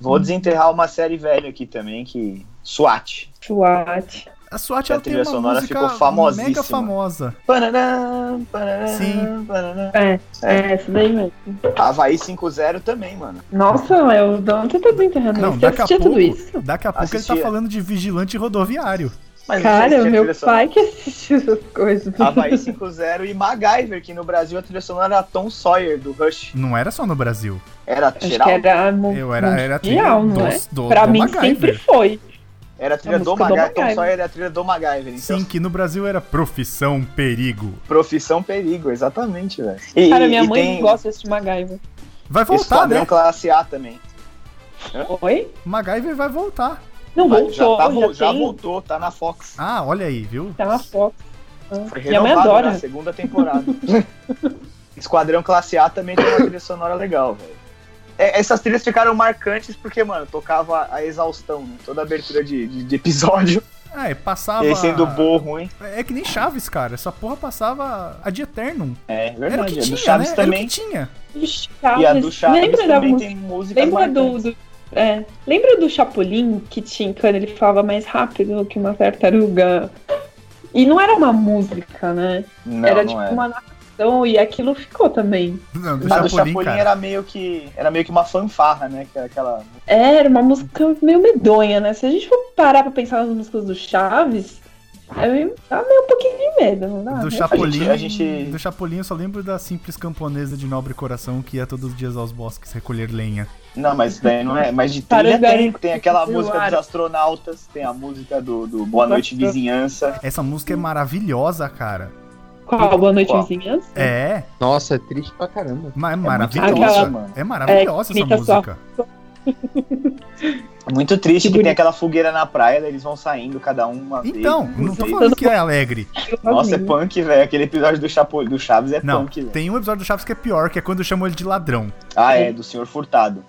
Speaker 4: Vou desenterrar uma série velha aqui também, que. SWAT.
Speaker 3: SWAT.
Speaker 2: A SWAT
Speaker 4: A
Speaker 2: ela tem
Speaker 4: trilha
Speaker 2: uma
Speaker 4: sonora
Speaker 2: música
Speaker 4: ficou famosíssima.
Speaker 2: mega famosa.
Speaker 4: Pararam, pararam,
Speaker 2: Sim.
Speaker 4: pararam.
Speaker 3: É,
Speaker 4: É.
Speaker 3: é, essa daí mesmo.
Speaker 4: Havaí 5-0 também, mano.
Speaker 3: Nossa, Léo, de onde você tá desenterrando
Speaker 2: Não,
Speaker 3: isso? Você
Speaker 2: daqui a
Speaker 3: assistia
Speaker 2: pouco,
Speaker 3: tudo isso?
Speaker 2: daqui a pouco ele
Speaker 4: Assistia.
Speaker 2: tá falando de vigilante rodoviário.
Speaker 4: Mas não sei se
Speaker 3: Cara,
Speaker 4: tinha Ah,
Speaker 3: meu
Speaker 4: trilha sonora.
Speaker 3: pai que assistiu essas coisas.
Speaker 4: Havaí 5-0 e MacGyver, que no Brasil a trilha sonora era Tom Sawyer, do Rush.
Speaker 2: Não era só no Brasil.
Speaker 4: Era
Speaker 3: Acho
Speaker 4: geral?
Speaker 3: que
Speaker 4: Era,
Speaker 3: era mu-
Speaker 2: Eu era, era a trilha
Speaker 3: mundial, não é?
Speaker 2: dos, do,
Speaker 3: Pra
Speaker 2: do
Speaker 3: mim
Speaker 2: MacGyver.
Speaker 3: sempre foi.
Speaker 4: a trilha
Speaker 3: a
Speaker 4: do
Speaker 3: É música do né?
Speaker 4: MacGyver. Tom
Speaker 3: MacGyver.
Speaker 4: Sawyer era a trilha do MacGyver. Então,
Speaker 2: Sim, que no Brasil era profissão perigo.
Speaker 4: profissão perigo, exatamente, velho. E-
Speaker 3: Cara,
Speaker 4: e-
Speaker 3: minha
Speaker 4: e
Speaker 3: mãe
Speaker 4: tem
Speaker 3: gosta desse MacGyver.
Speaker 2: Vai voltar,
Speaker 4: Esquadrão
Speaker 2: né?
Speaker 4: Classe A também. Tá,
Speaker 3: Oi?
Speaker 2: MacGyver vai voltar.
Speaker 3: Não,
Speaker 4: Vai-
Speaker 3: voltou.
Speaker 4: já, tá-
Speaker 3: já
Speaker 4: já
Speaker 3: tem-
Speaker 4: voltou, tá na Fox.
Speaker 2: Ah, olha aí, viu?
Speaker 3: Tá na Fox.
Speaker 4: Foi
Speaker 3: Minha mãe
Speaker 4: renovado né?
Speaker 3: adora.
Speaker 4: na segunda temporada. Esquadrão Classe A também tem uma trilha sonora legal, velho. É, essas trilhas ficaram marcantes porque, mano, tocava a exaustão, né? toda a abertura de, de- de episódio,
Speaker 2: Ah, é, passava.
Speaker 4: e aí sendo boa, ruim.
Speaker 2: É que nem Chaves, cara. Essa porra passava a de Eternum.
Speaker 4: É
Speaker 2: Era o
Speaker 4: verdade,
Speaker 2: que
Speaker 4: a do
Speaker 2: tinha,
Speaker 4: Chaves
Speaker 2: né? Era
Speaker 4: também.
Speaker 2: o que tinha.
Speaker 3: Ixi,
Speaker 4: E a
Speaker 3: Chaves.
Speaker 4: do Chaves
Speaker 3: Lembra da
Speaker 4: também
Speaker 3: música?
Speaker 4: tem música
Speaker 3: Lembra do. do- é. Lembra do Chapolin que tinha quando ele falava mais rápido que uma tartaruga? E não era uma música, né?
Speaker 4: Não,
Speaker 3: era
Speaker 4: não
Speaker 3: tipo
Speaker 4: era.
Speaker 3: uma narração e aquilo ficou também.
Speaker 2: Não, do
Speaker 4: A Ah, do
Speaker 2: Chapolin,
Speaker 4: Chapolin
Speaker 2: cara.
Speaker 4: era meio que. Era meio que uma fanfarra, né? Que era aquela.
Speaker 3: É, Era uma música meio medonha, né? Se a gente for parar pra pensar nas músicas do Chaves, é meio, dá meio um pouquinho de medo, não dá?
Speaker 2: Do
Speaker 3: né?
Speaker 2: Chapolin,
Speaker 4: a gente-
Speaker 2: do Chapolin eu só lembro da simples camponesa de nobre coração que ia todos os dias aos bosques recolher lenha.
Speaker 4: Não, mas daí não é. Mas de
Speaker 3: Parece
Speaker 4: trilha tem.
Speaker 3: garim-
Speaker 4: Tem aquela
Speaker 3: do
Speaker 4: música
Speaker 3: um ar.
Speaker 4: dos astronautas, tem a música do, do Boa Noite Vizinhança.
Speaker 2: Essa música é maravilhosa, cara.
Speaker 3: Qual? Boa Noite
Speaker 4: Qual?
Speaker 3: Vizinhas?
Speaker 2: É,
Speaker 1: Nossa, é triste pra caramba.
Speaker 2: ma é
Speaker 4: muito
Speaker 2: maravilhosa.
Speaker 3: triste,
Speaker 4: Aquela- mano.
Speaker 2: É maravilhosa
Speaker 3: É,
Speaker 2: essa
Speaker 3: imita só.
Speaker 2: música.
Speaker 4: É Muito
Speaker 3: Que
Speaker 4: triste que, tem
Speaker 3: bonito.
Speaker 4: aquela fogueira na praia, daí eles vão saindo cada um uma
Speaker 2: Então,
Speaker 4: vez.
Speaker 2: não tô falando que é alegre.
Speaker 4: Nossa, é
Speaker 3: pô.
Speaker 4: punk, velho. Aquele episódio do, Chapo, do Chaves é
Speaker 2: Não,
Speaker 4: punk, velho.
Speaker 2: tem um episódio do Chaves que é pior, que é quando chamam ele de ladrão.
Speaker 4: Ah, é, do Senhor Furtado.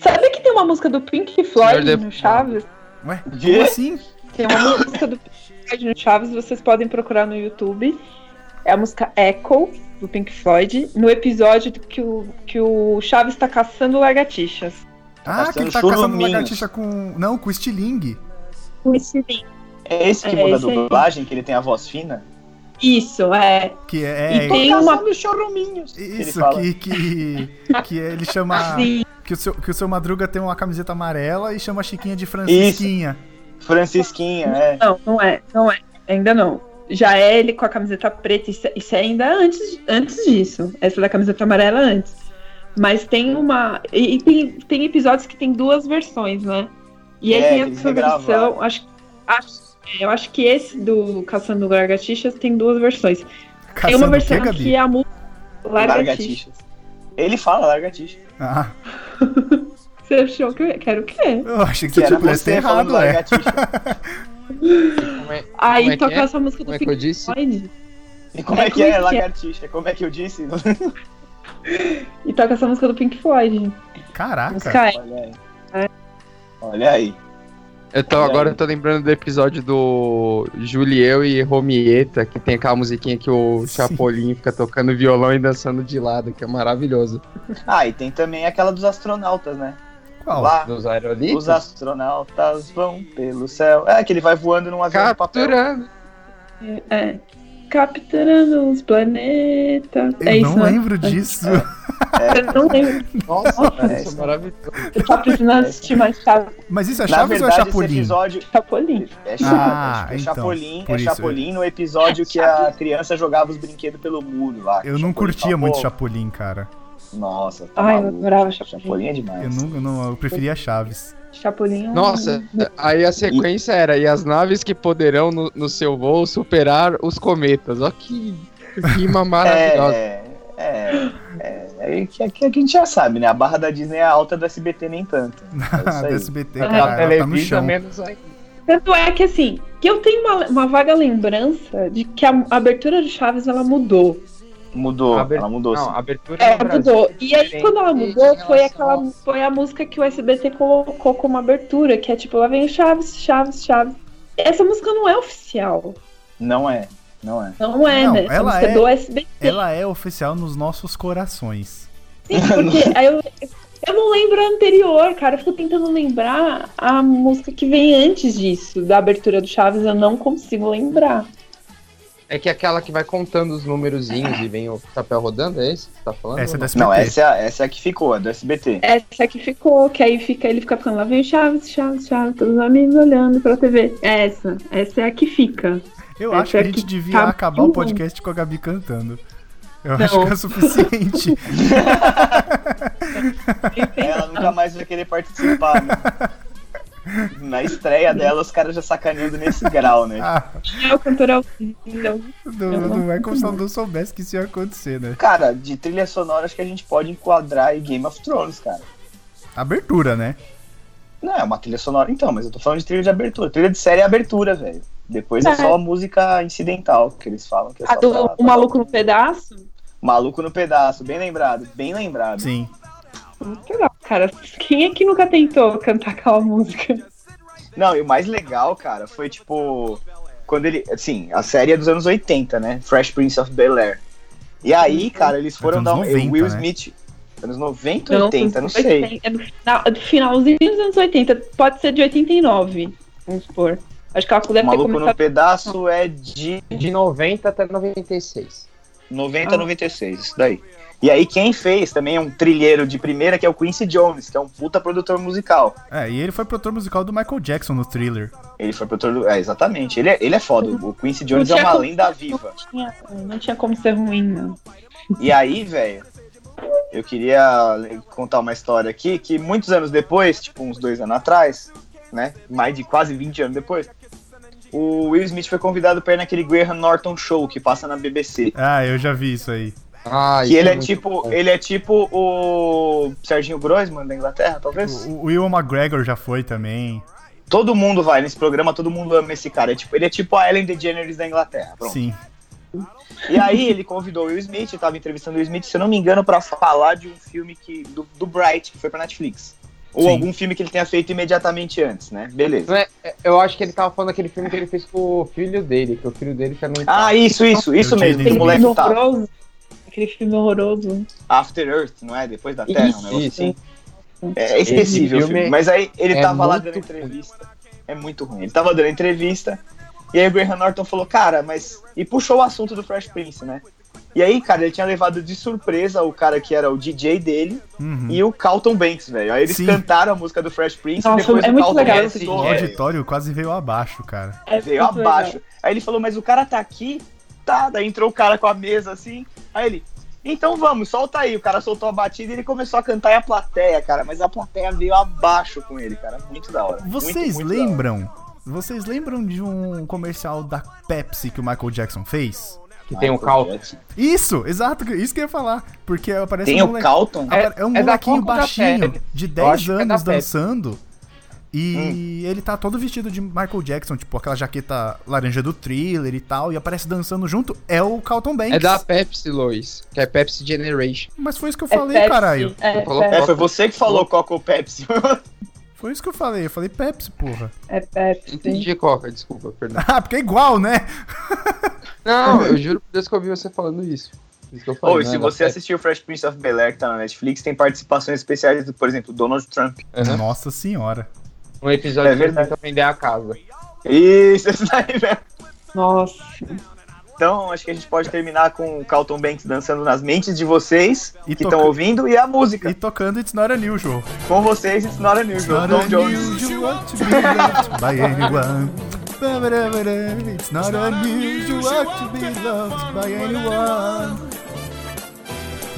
Speaker 3: Sabe que tem uma música do Pink Floyd
Speaker 1: Senhor
Speaker 3: no Chaves?
Speaker 2: Ué, como
Speaker 4: Quê?
Speaker 2: assim?
Speaker 3: Tem uma música do Pink Floyd no Chaves, vocês podem procurar no YouTube. É a música Echo, do Pink Floyd, no episódio do que o, que o Chaves tá caçando lagartixas.
Speaker 2: Ah, que ele tá
Speaker 4: Churuminho.
Speaker 2: caçando lagartixa com... Não, com estilingue.
Speaker 4: É esse que
Speaker 3: É
Speaker 4: muda a
Speaker 3: esse aí.
Speaker 4: dublagem, que ele tem a voz fina?
Speaker 3: Isso, é.
Speaker 2: Que é.
Speaker 3: E tem uma.
Speaker 4: dos showroominhos.
Speaker 2: Isso,
Speaker 4: fala.
Speaker 2: que, que, que ele chama.
Speaker 3: Assim,
Speaker 2: Que o, seu, que o seu Madruga tem uma camiseta amarela e chama a Chiquinha de Francisquinha.
Speaker 4: Francisquinha, é.
Speaker 3: não, não é, não é. Ainda não. Já é ele com a camiseta preta, isso é- isso é ainda antes, antes disso. Essa da camiseta amarela é antes. Mas tem uma. E, e tem, tem episódios que tem duas versões, né? E aí
Speaker 4: É,
Speaker 3: tem
Speaker 4: que eles
Speaker 3: essa versão.
Speaker 4: regravaram.
Speaker 3: Acho, acho, é, eu acho que esse do Caçando Gargatixas tem duas versões. tem uma
Speaker 2: Caçando o quê,
Speaker 3: versão
Speaker 2: Gabi?
Speaker 3: que é a música Largatixa.
Speaker 4: Largatixa. Ele fala largatixa.
Speaker 2: Ah,
Speaker 3: Você achou que é. eu quero o quê?
Speaker 2: eu achei que você tinha pudesse ter errado,
Speaker 4: falando
Speaker 2: é.
Speaker 4: largatixa.
Speaker 1: Como é,
Speaker 3: Aí
Speaker 1: é que
Speaker 3: toca
Speaker 1: é?
Speaker 3: essa música do
Speaker 1: como é que eu
Speaker 3: Pink
Speaker 1: disse?
Speaker 3: Floyd.
Speaker 4: E como é que é lagartixa? Como é que eu disse?
Speaker 3: E toca essa música do Pink Floyd.
Speaker 2: Caraca.
Speaker 3: Música é.
Speaker 4: Olha aí. Olha aí.
Speaker 1: Eu tô, agora eu tô lembrando do episódio do Julieu e Romieta, que tem aquela musiquinha que o
Speaker 2: Sim.
Speaker 1: Chapolin fica tocando violão e dançando de lado, que é maravilhoso.
Speaker 4: Ah, e tem também aquela dos astronautas, né?
Speaker 2: Qual?
Speaker 4: Lá,
Speaker 1: Dos
Speaker 4: os
Speaker 1: aerolitos?
Speaker 4: astronautas vão pelo céu. É, que ele vai voando num avião de papel.
Speaker 1: Capturando.
Speaker 3: é. Capturando os planetas.
Speaker 2: Eu
Speaker 3: é isso,
Speaker 2: não
Speaker 3: né?
Speaker 2: lembro disso.
Speaker 3: Eu não lembro.
Speaker 1: Nossa,
Speaker 4: Nossa,
Speaker 1: isso é
Speaker 4: é
Speaker 1: maravilhoso.
Speaker 3: Eu tava precisando assistir mais Chaves
Speaker 2: Mas isso é
Speaker 4: Na
Speaker 2: Chaves ou é
Speaker 4: verdade, esse
Speaker 2: Chapolin?
Speaker 4: episódio
Speaker 3: Chapolin.
Speaker 4: é
Speaker 2: Ah,
Speaker 4: Chaves. é
Speaker 2: então,
Speaker 4: Chapolin,
Speaker 2: por
Speaker 4: é
Speaker 2: isso.
Speaker 4: Chapolin no episódio que a criança jogava os brinquedos pelo muro lá.
Speaker 2: Eu não
Speaker 4: é Chapolin tá
Speaker 2: curtia
Speaker 4: fala,
Speaker 2: muito
Speaker 4: "Pô,
Speaker 2: Chapolin, cara.
Speaker 4: Nossa, tá
Speaker 3: Ai, eu
Speaker 4: maluco.
Speaker 3: adorava Chapolin.
Speaker 4: Chapolin é
Speaker 2: Eu,
Speaker 4: demais.
Speaker 2: não, não, eu preferia Chaves.
Speaker 3: Chapolin é um-
Speaker 1: Nossa, aí a sequência era, e as naves que poderão no, no seu voo superar os cometas. Ó que rima maravilhosa.
Speaker 4: É, é, é, é que, é que a gente já sabe, né? A barra da Disney é alta, do SBT nem tanto. É isso
Speaker 2: do
Speaker 4: aí.
Speaker 2: SBT,
Speaker 3: Ah,
Speaker 2: cara, ela tá no chão.
Speaker 1: menos ainda.
Speaker 3: Tanto é que assim, que eu tenho uma, uma vaga lembrança de que a abertura do Chaves ela mudou.
Speaker 4: Mudou,
Speaker 1: Aber-
Speaker 4: ela mudou.
Speaker 1: Não,
Speaker 4: sim.
Speaker 1: a abertura
Speaker 3: É,
Speaker 1: no Brasil
Speaker 3: mudou. E aí
Speaker 1: diferente
Speaker 3: quando ela
Speaker 1: em
Speaker 3: mudou, foi
Speaker 1: relação
Speaker 3: aquela
Speaker 1: ao-
Speaker 3: foi a música que o SBT colocou como abertura, que é tipo, lá vem o Chaves, Chaves, Chaves. Essa música não é oficial.
Speaker 4: Não é, não é.
Speaker 3: Não é,
Speaker 2: Não,
Speaker 3: né? Essa
Speaker 2: ela
Speaker 3: música
Speaker 2: é-
Speaker 3: do SBT.
Speaker 2: Ela é oficial nos nossos corações.
Speaker 3: Sim, porque aí eu, eu não lembro a anterior, cara. Eu fico tentando lembrar a música que vem antes disso, da abertura do Chaves, eu não consigo lembrar.
Speaker 1: É que é aquela que vai contando os númerozinhos e vem o papel rodando, é esse que você tá falando?
Speaker 2: Essa é da SBT.
Speaker 4: Não, essa é, a, essa é a que ficou, a do SBT.
Speaker 3: Essa que ficou, que aí fica, ele fica ficando lá, vem o Chaves, Chaves, Chaves, todos os amigos olhando pra TV. É Essa, essa é a que fica.
Speaker 4: é
Speaker 2: Eu
Speaker 3: Essa
Speaker 2: acho que a
Speaker 3: aqui
Speaker 2: gente devia
Speaker 3: tá
Speaker 2: acabar o
Speaker 3: bem.
Speaker 2: podcast com a Gabi cantando. Eu acho que é suficiente.
Speaker 4: Ela nunca mais vai querer participar, né? Na estreia dela, os caras já sacaneando nesse grau, né?
Speaker 2: ah,
Speaker 3: É o cantor ao vivo.
Speaker 2: não, não é como se ela não soubesse que isso ia acontecer, né?
Speaker 4: Cara, de trilha sonora, acho que a gente pode enquadrar em Game of Thrones, cara.
Speaker 2: Abertura, né?
Speaker 4: Não, é uma trilha sonora então, mas eu tô falando de trilha de abertura. Trilha de série é abertura, velho. Depois é,
Speaker 3: É.
Speaker 4: só a música incidental que eles falam. Que é
Speaker 3: A
Speaker 4: só
Speaker 3: do
Speaker 4: pra-
Speaker 3: O Maluco no Pedaço?
Speaker 4: Maluco no pedaço, bem lembrado, bem lembrado.
Speaker 2: Sim.
Speaker 3: Muito legal, cara. Quem é que nunca tentou cantar aquela música?
Speaker 4: Não, e o mais legal, cara, foi tipo. Quando ele. Assim, a série é dos anos 80, né? Fresh Prince of Bel Air. E aí, cara, eles foram
Speaker 2: Uhum. dos
Speaker 4: dar um.
Speaker 2: 90,
Speaker 4: Will
Speaker 2: né?
Speaker 4: Smith. Anos 90 ou 80, não sei.
Speaker 3: É do, final, é do finalzinho dos anos 80. Pode ser de 89, vamos supor. Acho que ela deve ter
Speaker 4: Maluco no
Speaker 3: começado.
Speaker 4: pedaço é de
Speaker 1: De 90 até 96.
Speaker 4: 90 a 96, isso daí. E aí quem fez também é um trilheiro de primeira, que é o Quincy Jones, que é um puta produtor musical.
Speaker 2: É, e ele foi produtor musical do Michael Jackson no thriller.
Speaker 4: Ele foi produtor do... É, exatamente. Ele é, ele é foda. O Quincy Jones é uma
Speaker 3: como-
Speaker 4: lenda viva.
Speaker 3: Não tinha, não tinha como ser ruim, não.
Speaker 4: E aí, velho, eu queria le- contar uma história aqui que muitos anos depois, tipo uns dois anos atrás, né? Mais de quase 20 anos depois, o Will Smith foi convidado pra ir naquele Graham Norton Show que passa na BBC.
Speaker 2: Ah, eu já vi isso aí.
Speaker 1: Ah,
Speaker 4: Que ele é
Speaker 1: muito
Speaker 4: tipo,
Speaker 1: bom.
Speaker 4: ele é tipo o Serginho Groisman da Inglaterra, talvez?
Speaker 2: O, o Will McGregor já foi também.
Speaker 4: Todo mundo vai nesse programa, todo mundo ama esse cara. É tipo, ele é tipo a Ellen DeGeneres da Inglaterra. Pronto.
Speaker 2: Sim.
Speaker 4: E aí ele convidou o Will Smith, tava entrevistando o Will Smith, se eu não me engano, pra falar de um filme que do, do Bright, que foi pra Netflix. Ou
Speaker 2: Sim.
Speaker 4: algum filme que ele tenha feito imediatamente antes, né? Beleza.
Speaker 1: Eu acho que ele tava falando daquele filme que ele fez com o filho dele, que o filho dele também. tá-
Speaker 4: Ah, isso, isso, isso
Speaker 2: tá Eu
Speaker 4: mesmo,
Speaker 2: tinha
Speaker 4: que o
Speaker 3: Aquele
Speaker 4: moleque
Speaker 3: filme
Speaker 4: tá.
Speaker 3: horroroso. Aquele filme horroroso.
Speaker 4: After Earth, não é? Depois da Terra, um
Speaker 1: Isso,
Speaker 4: negócio
Speaker 1: isso.
Speaker 4: assim. É, é esquecível o
Speaker 1: filme
Speaker 4: filme. Mas aí ele
Speaker 1: é
Speaker 4: tava lá
Speaker 1: muito
Speaker 4: dando entrevista. É muito ruim. Ele tava dando entrevista. E aí o Graham Norton falou, cara, mas. E puxou o assunto do Fresh Prince, né? E aí, cara, ele tinha levado de surpresa o cara que era o DJ dele
Speaker 2: Uhum.
Speaker 4: e o Carlton Banks, velho. Aí eles
Speaker 2: Sim.
Speaker 4: cantaram a música do Fresh Prince
Speaker 9: Nossa,
Speaker 4: e depois
Speaker 9: é
Speaker 4: o
Speaker 9: muito
Speaker 4: Carlton
Speaker 9: legal
Speaker 4: Banks
Speaker 9: esse
Speaker 4: cantou,
Speaker 2: O
Speaker 9: É.
Speaker 4: velho.
Speaker 2: auditório quase veio abaixo, cara.
Speaker 9: É
Speaker 4: Veio
Speaker 9: muito
Speaker 4: abaixo.
Speaker 9: legal.
Speaker 4: Aí ele falou, mas o cara tá aqui? Tá, daí entrou o cara com a mesa assim. Aí ele, então vamos, solta aí. O cara soltou a batida e ele começou a cantar e a plateia, cara. Mas a plateia veio abaixo com ele, cara. Muito da hora. Muito,
Speaker 2: Vocês
Speaker 4: muito da hora.
Speaker 2: lembram? Vocês lembram de um comercial da Pepsi que o Michael Jackson fez?
Speaker 1: Que tem o
Speaker 4: Michael
Speaker 1: Calton.
Speaker 4: Jackson.
Speaker 2: isso, exato, isso que eu ia falar. Porque aparece
Speaker 4: Tem
Speaker 2: um
Speaker 4: o
Speaker 2: moleque-
Speaker 4: Calton?
Speaker 2: Apa- É, um
Speaker 1: é da
Speaker 2: molequinho
Speaker 1: Coca-Cola.
Speaker 2: baixinho, de
Speaker 1: Eu
Speaker 2: 10
Speaker 1: acho que é da
Speaker 2: anos
Speaker 1: Pepsi. Hum.
Speaker 2: dançando. E ele tá todo vestido de Michael Jackson, tipo aquela jaqueta laranja do thriller e tal, e aparece dançando junto. É o Carlton Banks.
Speaker 1: É da Pepsi, Lois. Que é Pepsi Generation.
Speaker 2: Mas foi isso que eu
Speaker 9: É
Speaker 2: falei,
Speaker 9: Pepsi,
Speaker 2: caralho.
Speaker 9: É,
Speaker 1: Colocou-
Speaker 4: É, foi você que falou Coca ou Pepsi.
Speaker 2: Foi isso que eu falei. Eu falei Pepsi, porra.
Speaker 9: é Pepsi.
Speaker 1: Entendi, Coca, desculpa, perdão.
Speaker 2: Ah, porque é igual, né?
Speaker 1: Não, eu juro por Deus que eu ouvi você falando isso. Isso que eu falei.
Speaker 4: Ou e
Speaker 1: né,
Speaker 4: se
Speaker 1: da
Speaker 4: você
Speaker 1: Pepsi.
Speaker 4: assistiu Fresh Prince of Bel Air que tá na Netflix, tem participações especiais do, por exemplo, Donald Trump.
Speaker 1: Aham.
Speaker 2: Nossa senhora.
Speaker 1: Um episódio
Speaker 4: É
Speaker 1: que ele
Speaker 4: verdade.
Speaker 1: tenta vender a casa.
Speaker 4: Isso, isso aí, velho.
Speaker 9: Nossa.
Speaker 4: Então, acho que a gente pode terminar com o Carlton Banks dançando nas mentes de vocês
Speaker 2: E
Speaker 4: que
Speaker 2: toca-
Speaker 4: estão ouvindo e a música.
Speaker 2: E tocando It's Not Unusual.
Speaker 4: Com vocês, It's Not
Speaker 2: It's
Speaker 4: Unusual,
Speaker 2: not
Speaker 4: Tom Jones.
Speaker 2: unusual to be loved by anyone. Ba-ba-da-ba-da. It's not unusual to be loved by anyone.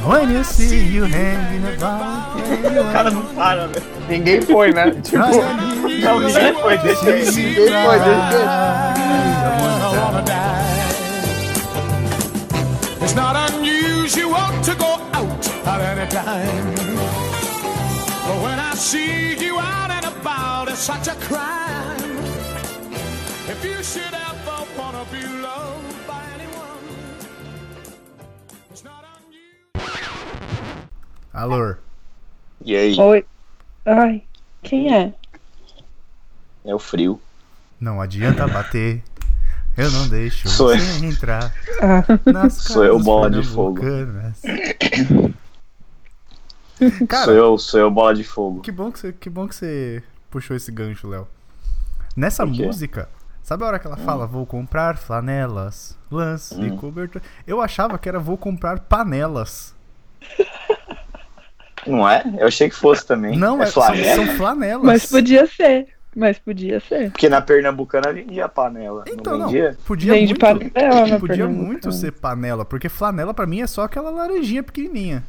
Speaker 2: When you see you hanging about
Speaker 4: O cara
Speaker 2: anyone.
Speaker 4: não né? para, velho.
Speaker 1: Ninguém foi, né?
Speaker 2: It's not unusual
Speaker 4: Não, ninguém foi, deixa
Speaker 2: to
Speaker 4: ele.
Speaker 2: see
Speaker 1: Ninguém
Speaker 2: you
Speaker 1: foi, deixa ele.
Speaker 2: cry.
Speaker 10: It's not unusual to go out at any time. But when I see you out and about, it's such a crime. If you should ever want to be loved by anyone, it's not unusual.
Speaker 2: Alô.
Speaker 4: E aí,
Speaker 9: Oi. Ai, quem é?
Speaker 4: é o frio.
Speaker 2: Não adianta bater. Eu não deixo
Speaker 4: Sou
Speaker 2: você
Speaker 4: eu.
Speaker 2: entrar.
Speaker 9: Ah.
Speaker 2: Nas
Speaker 4: Sou eu,
Speaker 2: casas
Speaker 4: bola de fogo.
Speaker 2: pernambucanas.
Speaker 4: Sou
Speaker 2: Cara,
Speaker 4: eu, sou eu, bola de fogo.
Speaker 2: que bom que você, que bom que você puxou esse gancho, Léo. Nessa
Speaker 4: Por quê? Hum.
Speaker 2: música, sabe a hora que ela fala vou comprar flanelas, lãs e cobertor? Eu achava que era vou comprar panelas.
Speaker 4: Não é? Eu achei que fosse também.
Speaker 2: Não,
Speaker 4: é
Speaker 2: é, são,
Speaker 4: Flamengo.
Speaker 2: são flanelas.
Speaker 9: Mas podia ser. Mas podia ser.
Speaker 4: Porque na Pernambucana vendia panela.
Speaker 2: Então
Speaker 4: não
Speaker 2: não,
Speaker 4: vendia?
Speaker 2: podia
Speaker 9: Vende
Speaker 2: muito,
Speaker 9: panela na
Speaker 2: podia
Speaker 3: né,
Speaker 9: Pernambuco.
Speaker 2: muito ser panela, porque flanela pra mim é só aquela laranjinha pequenininha.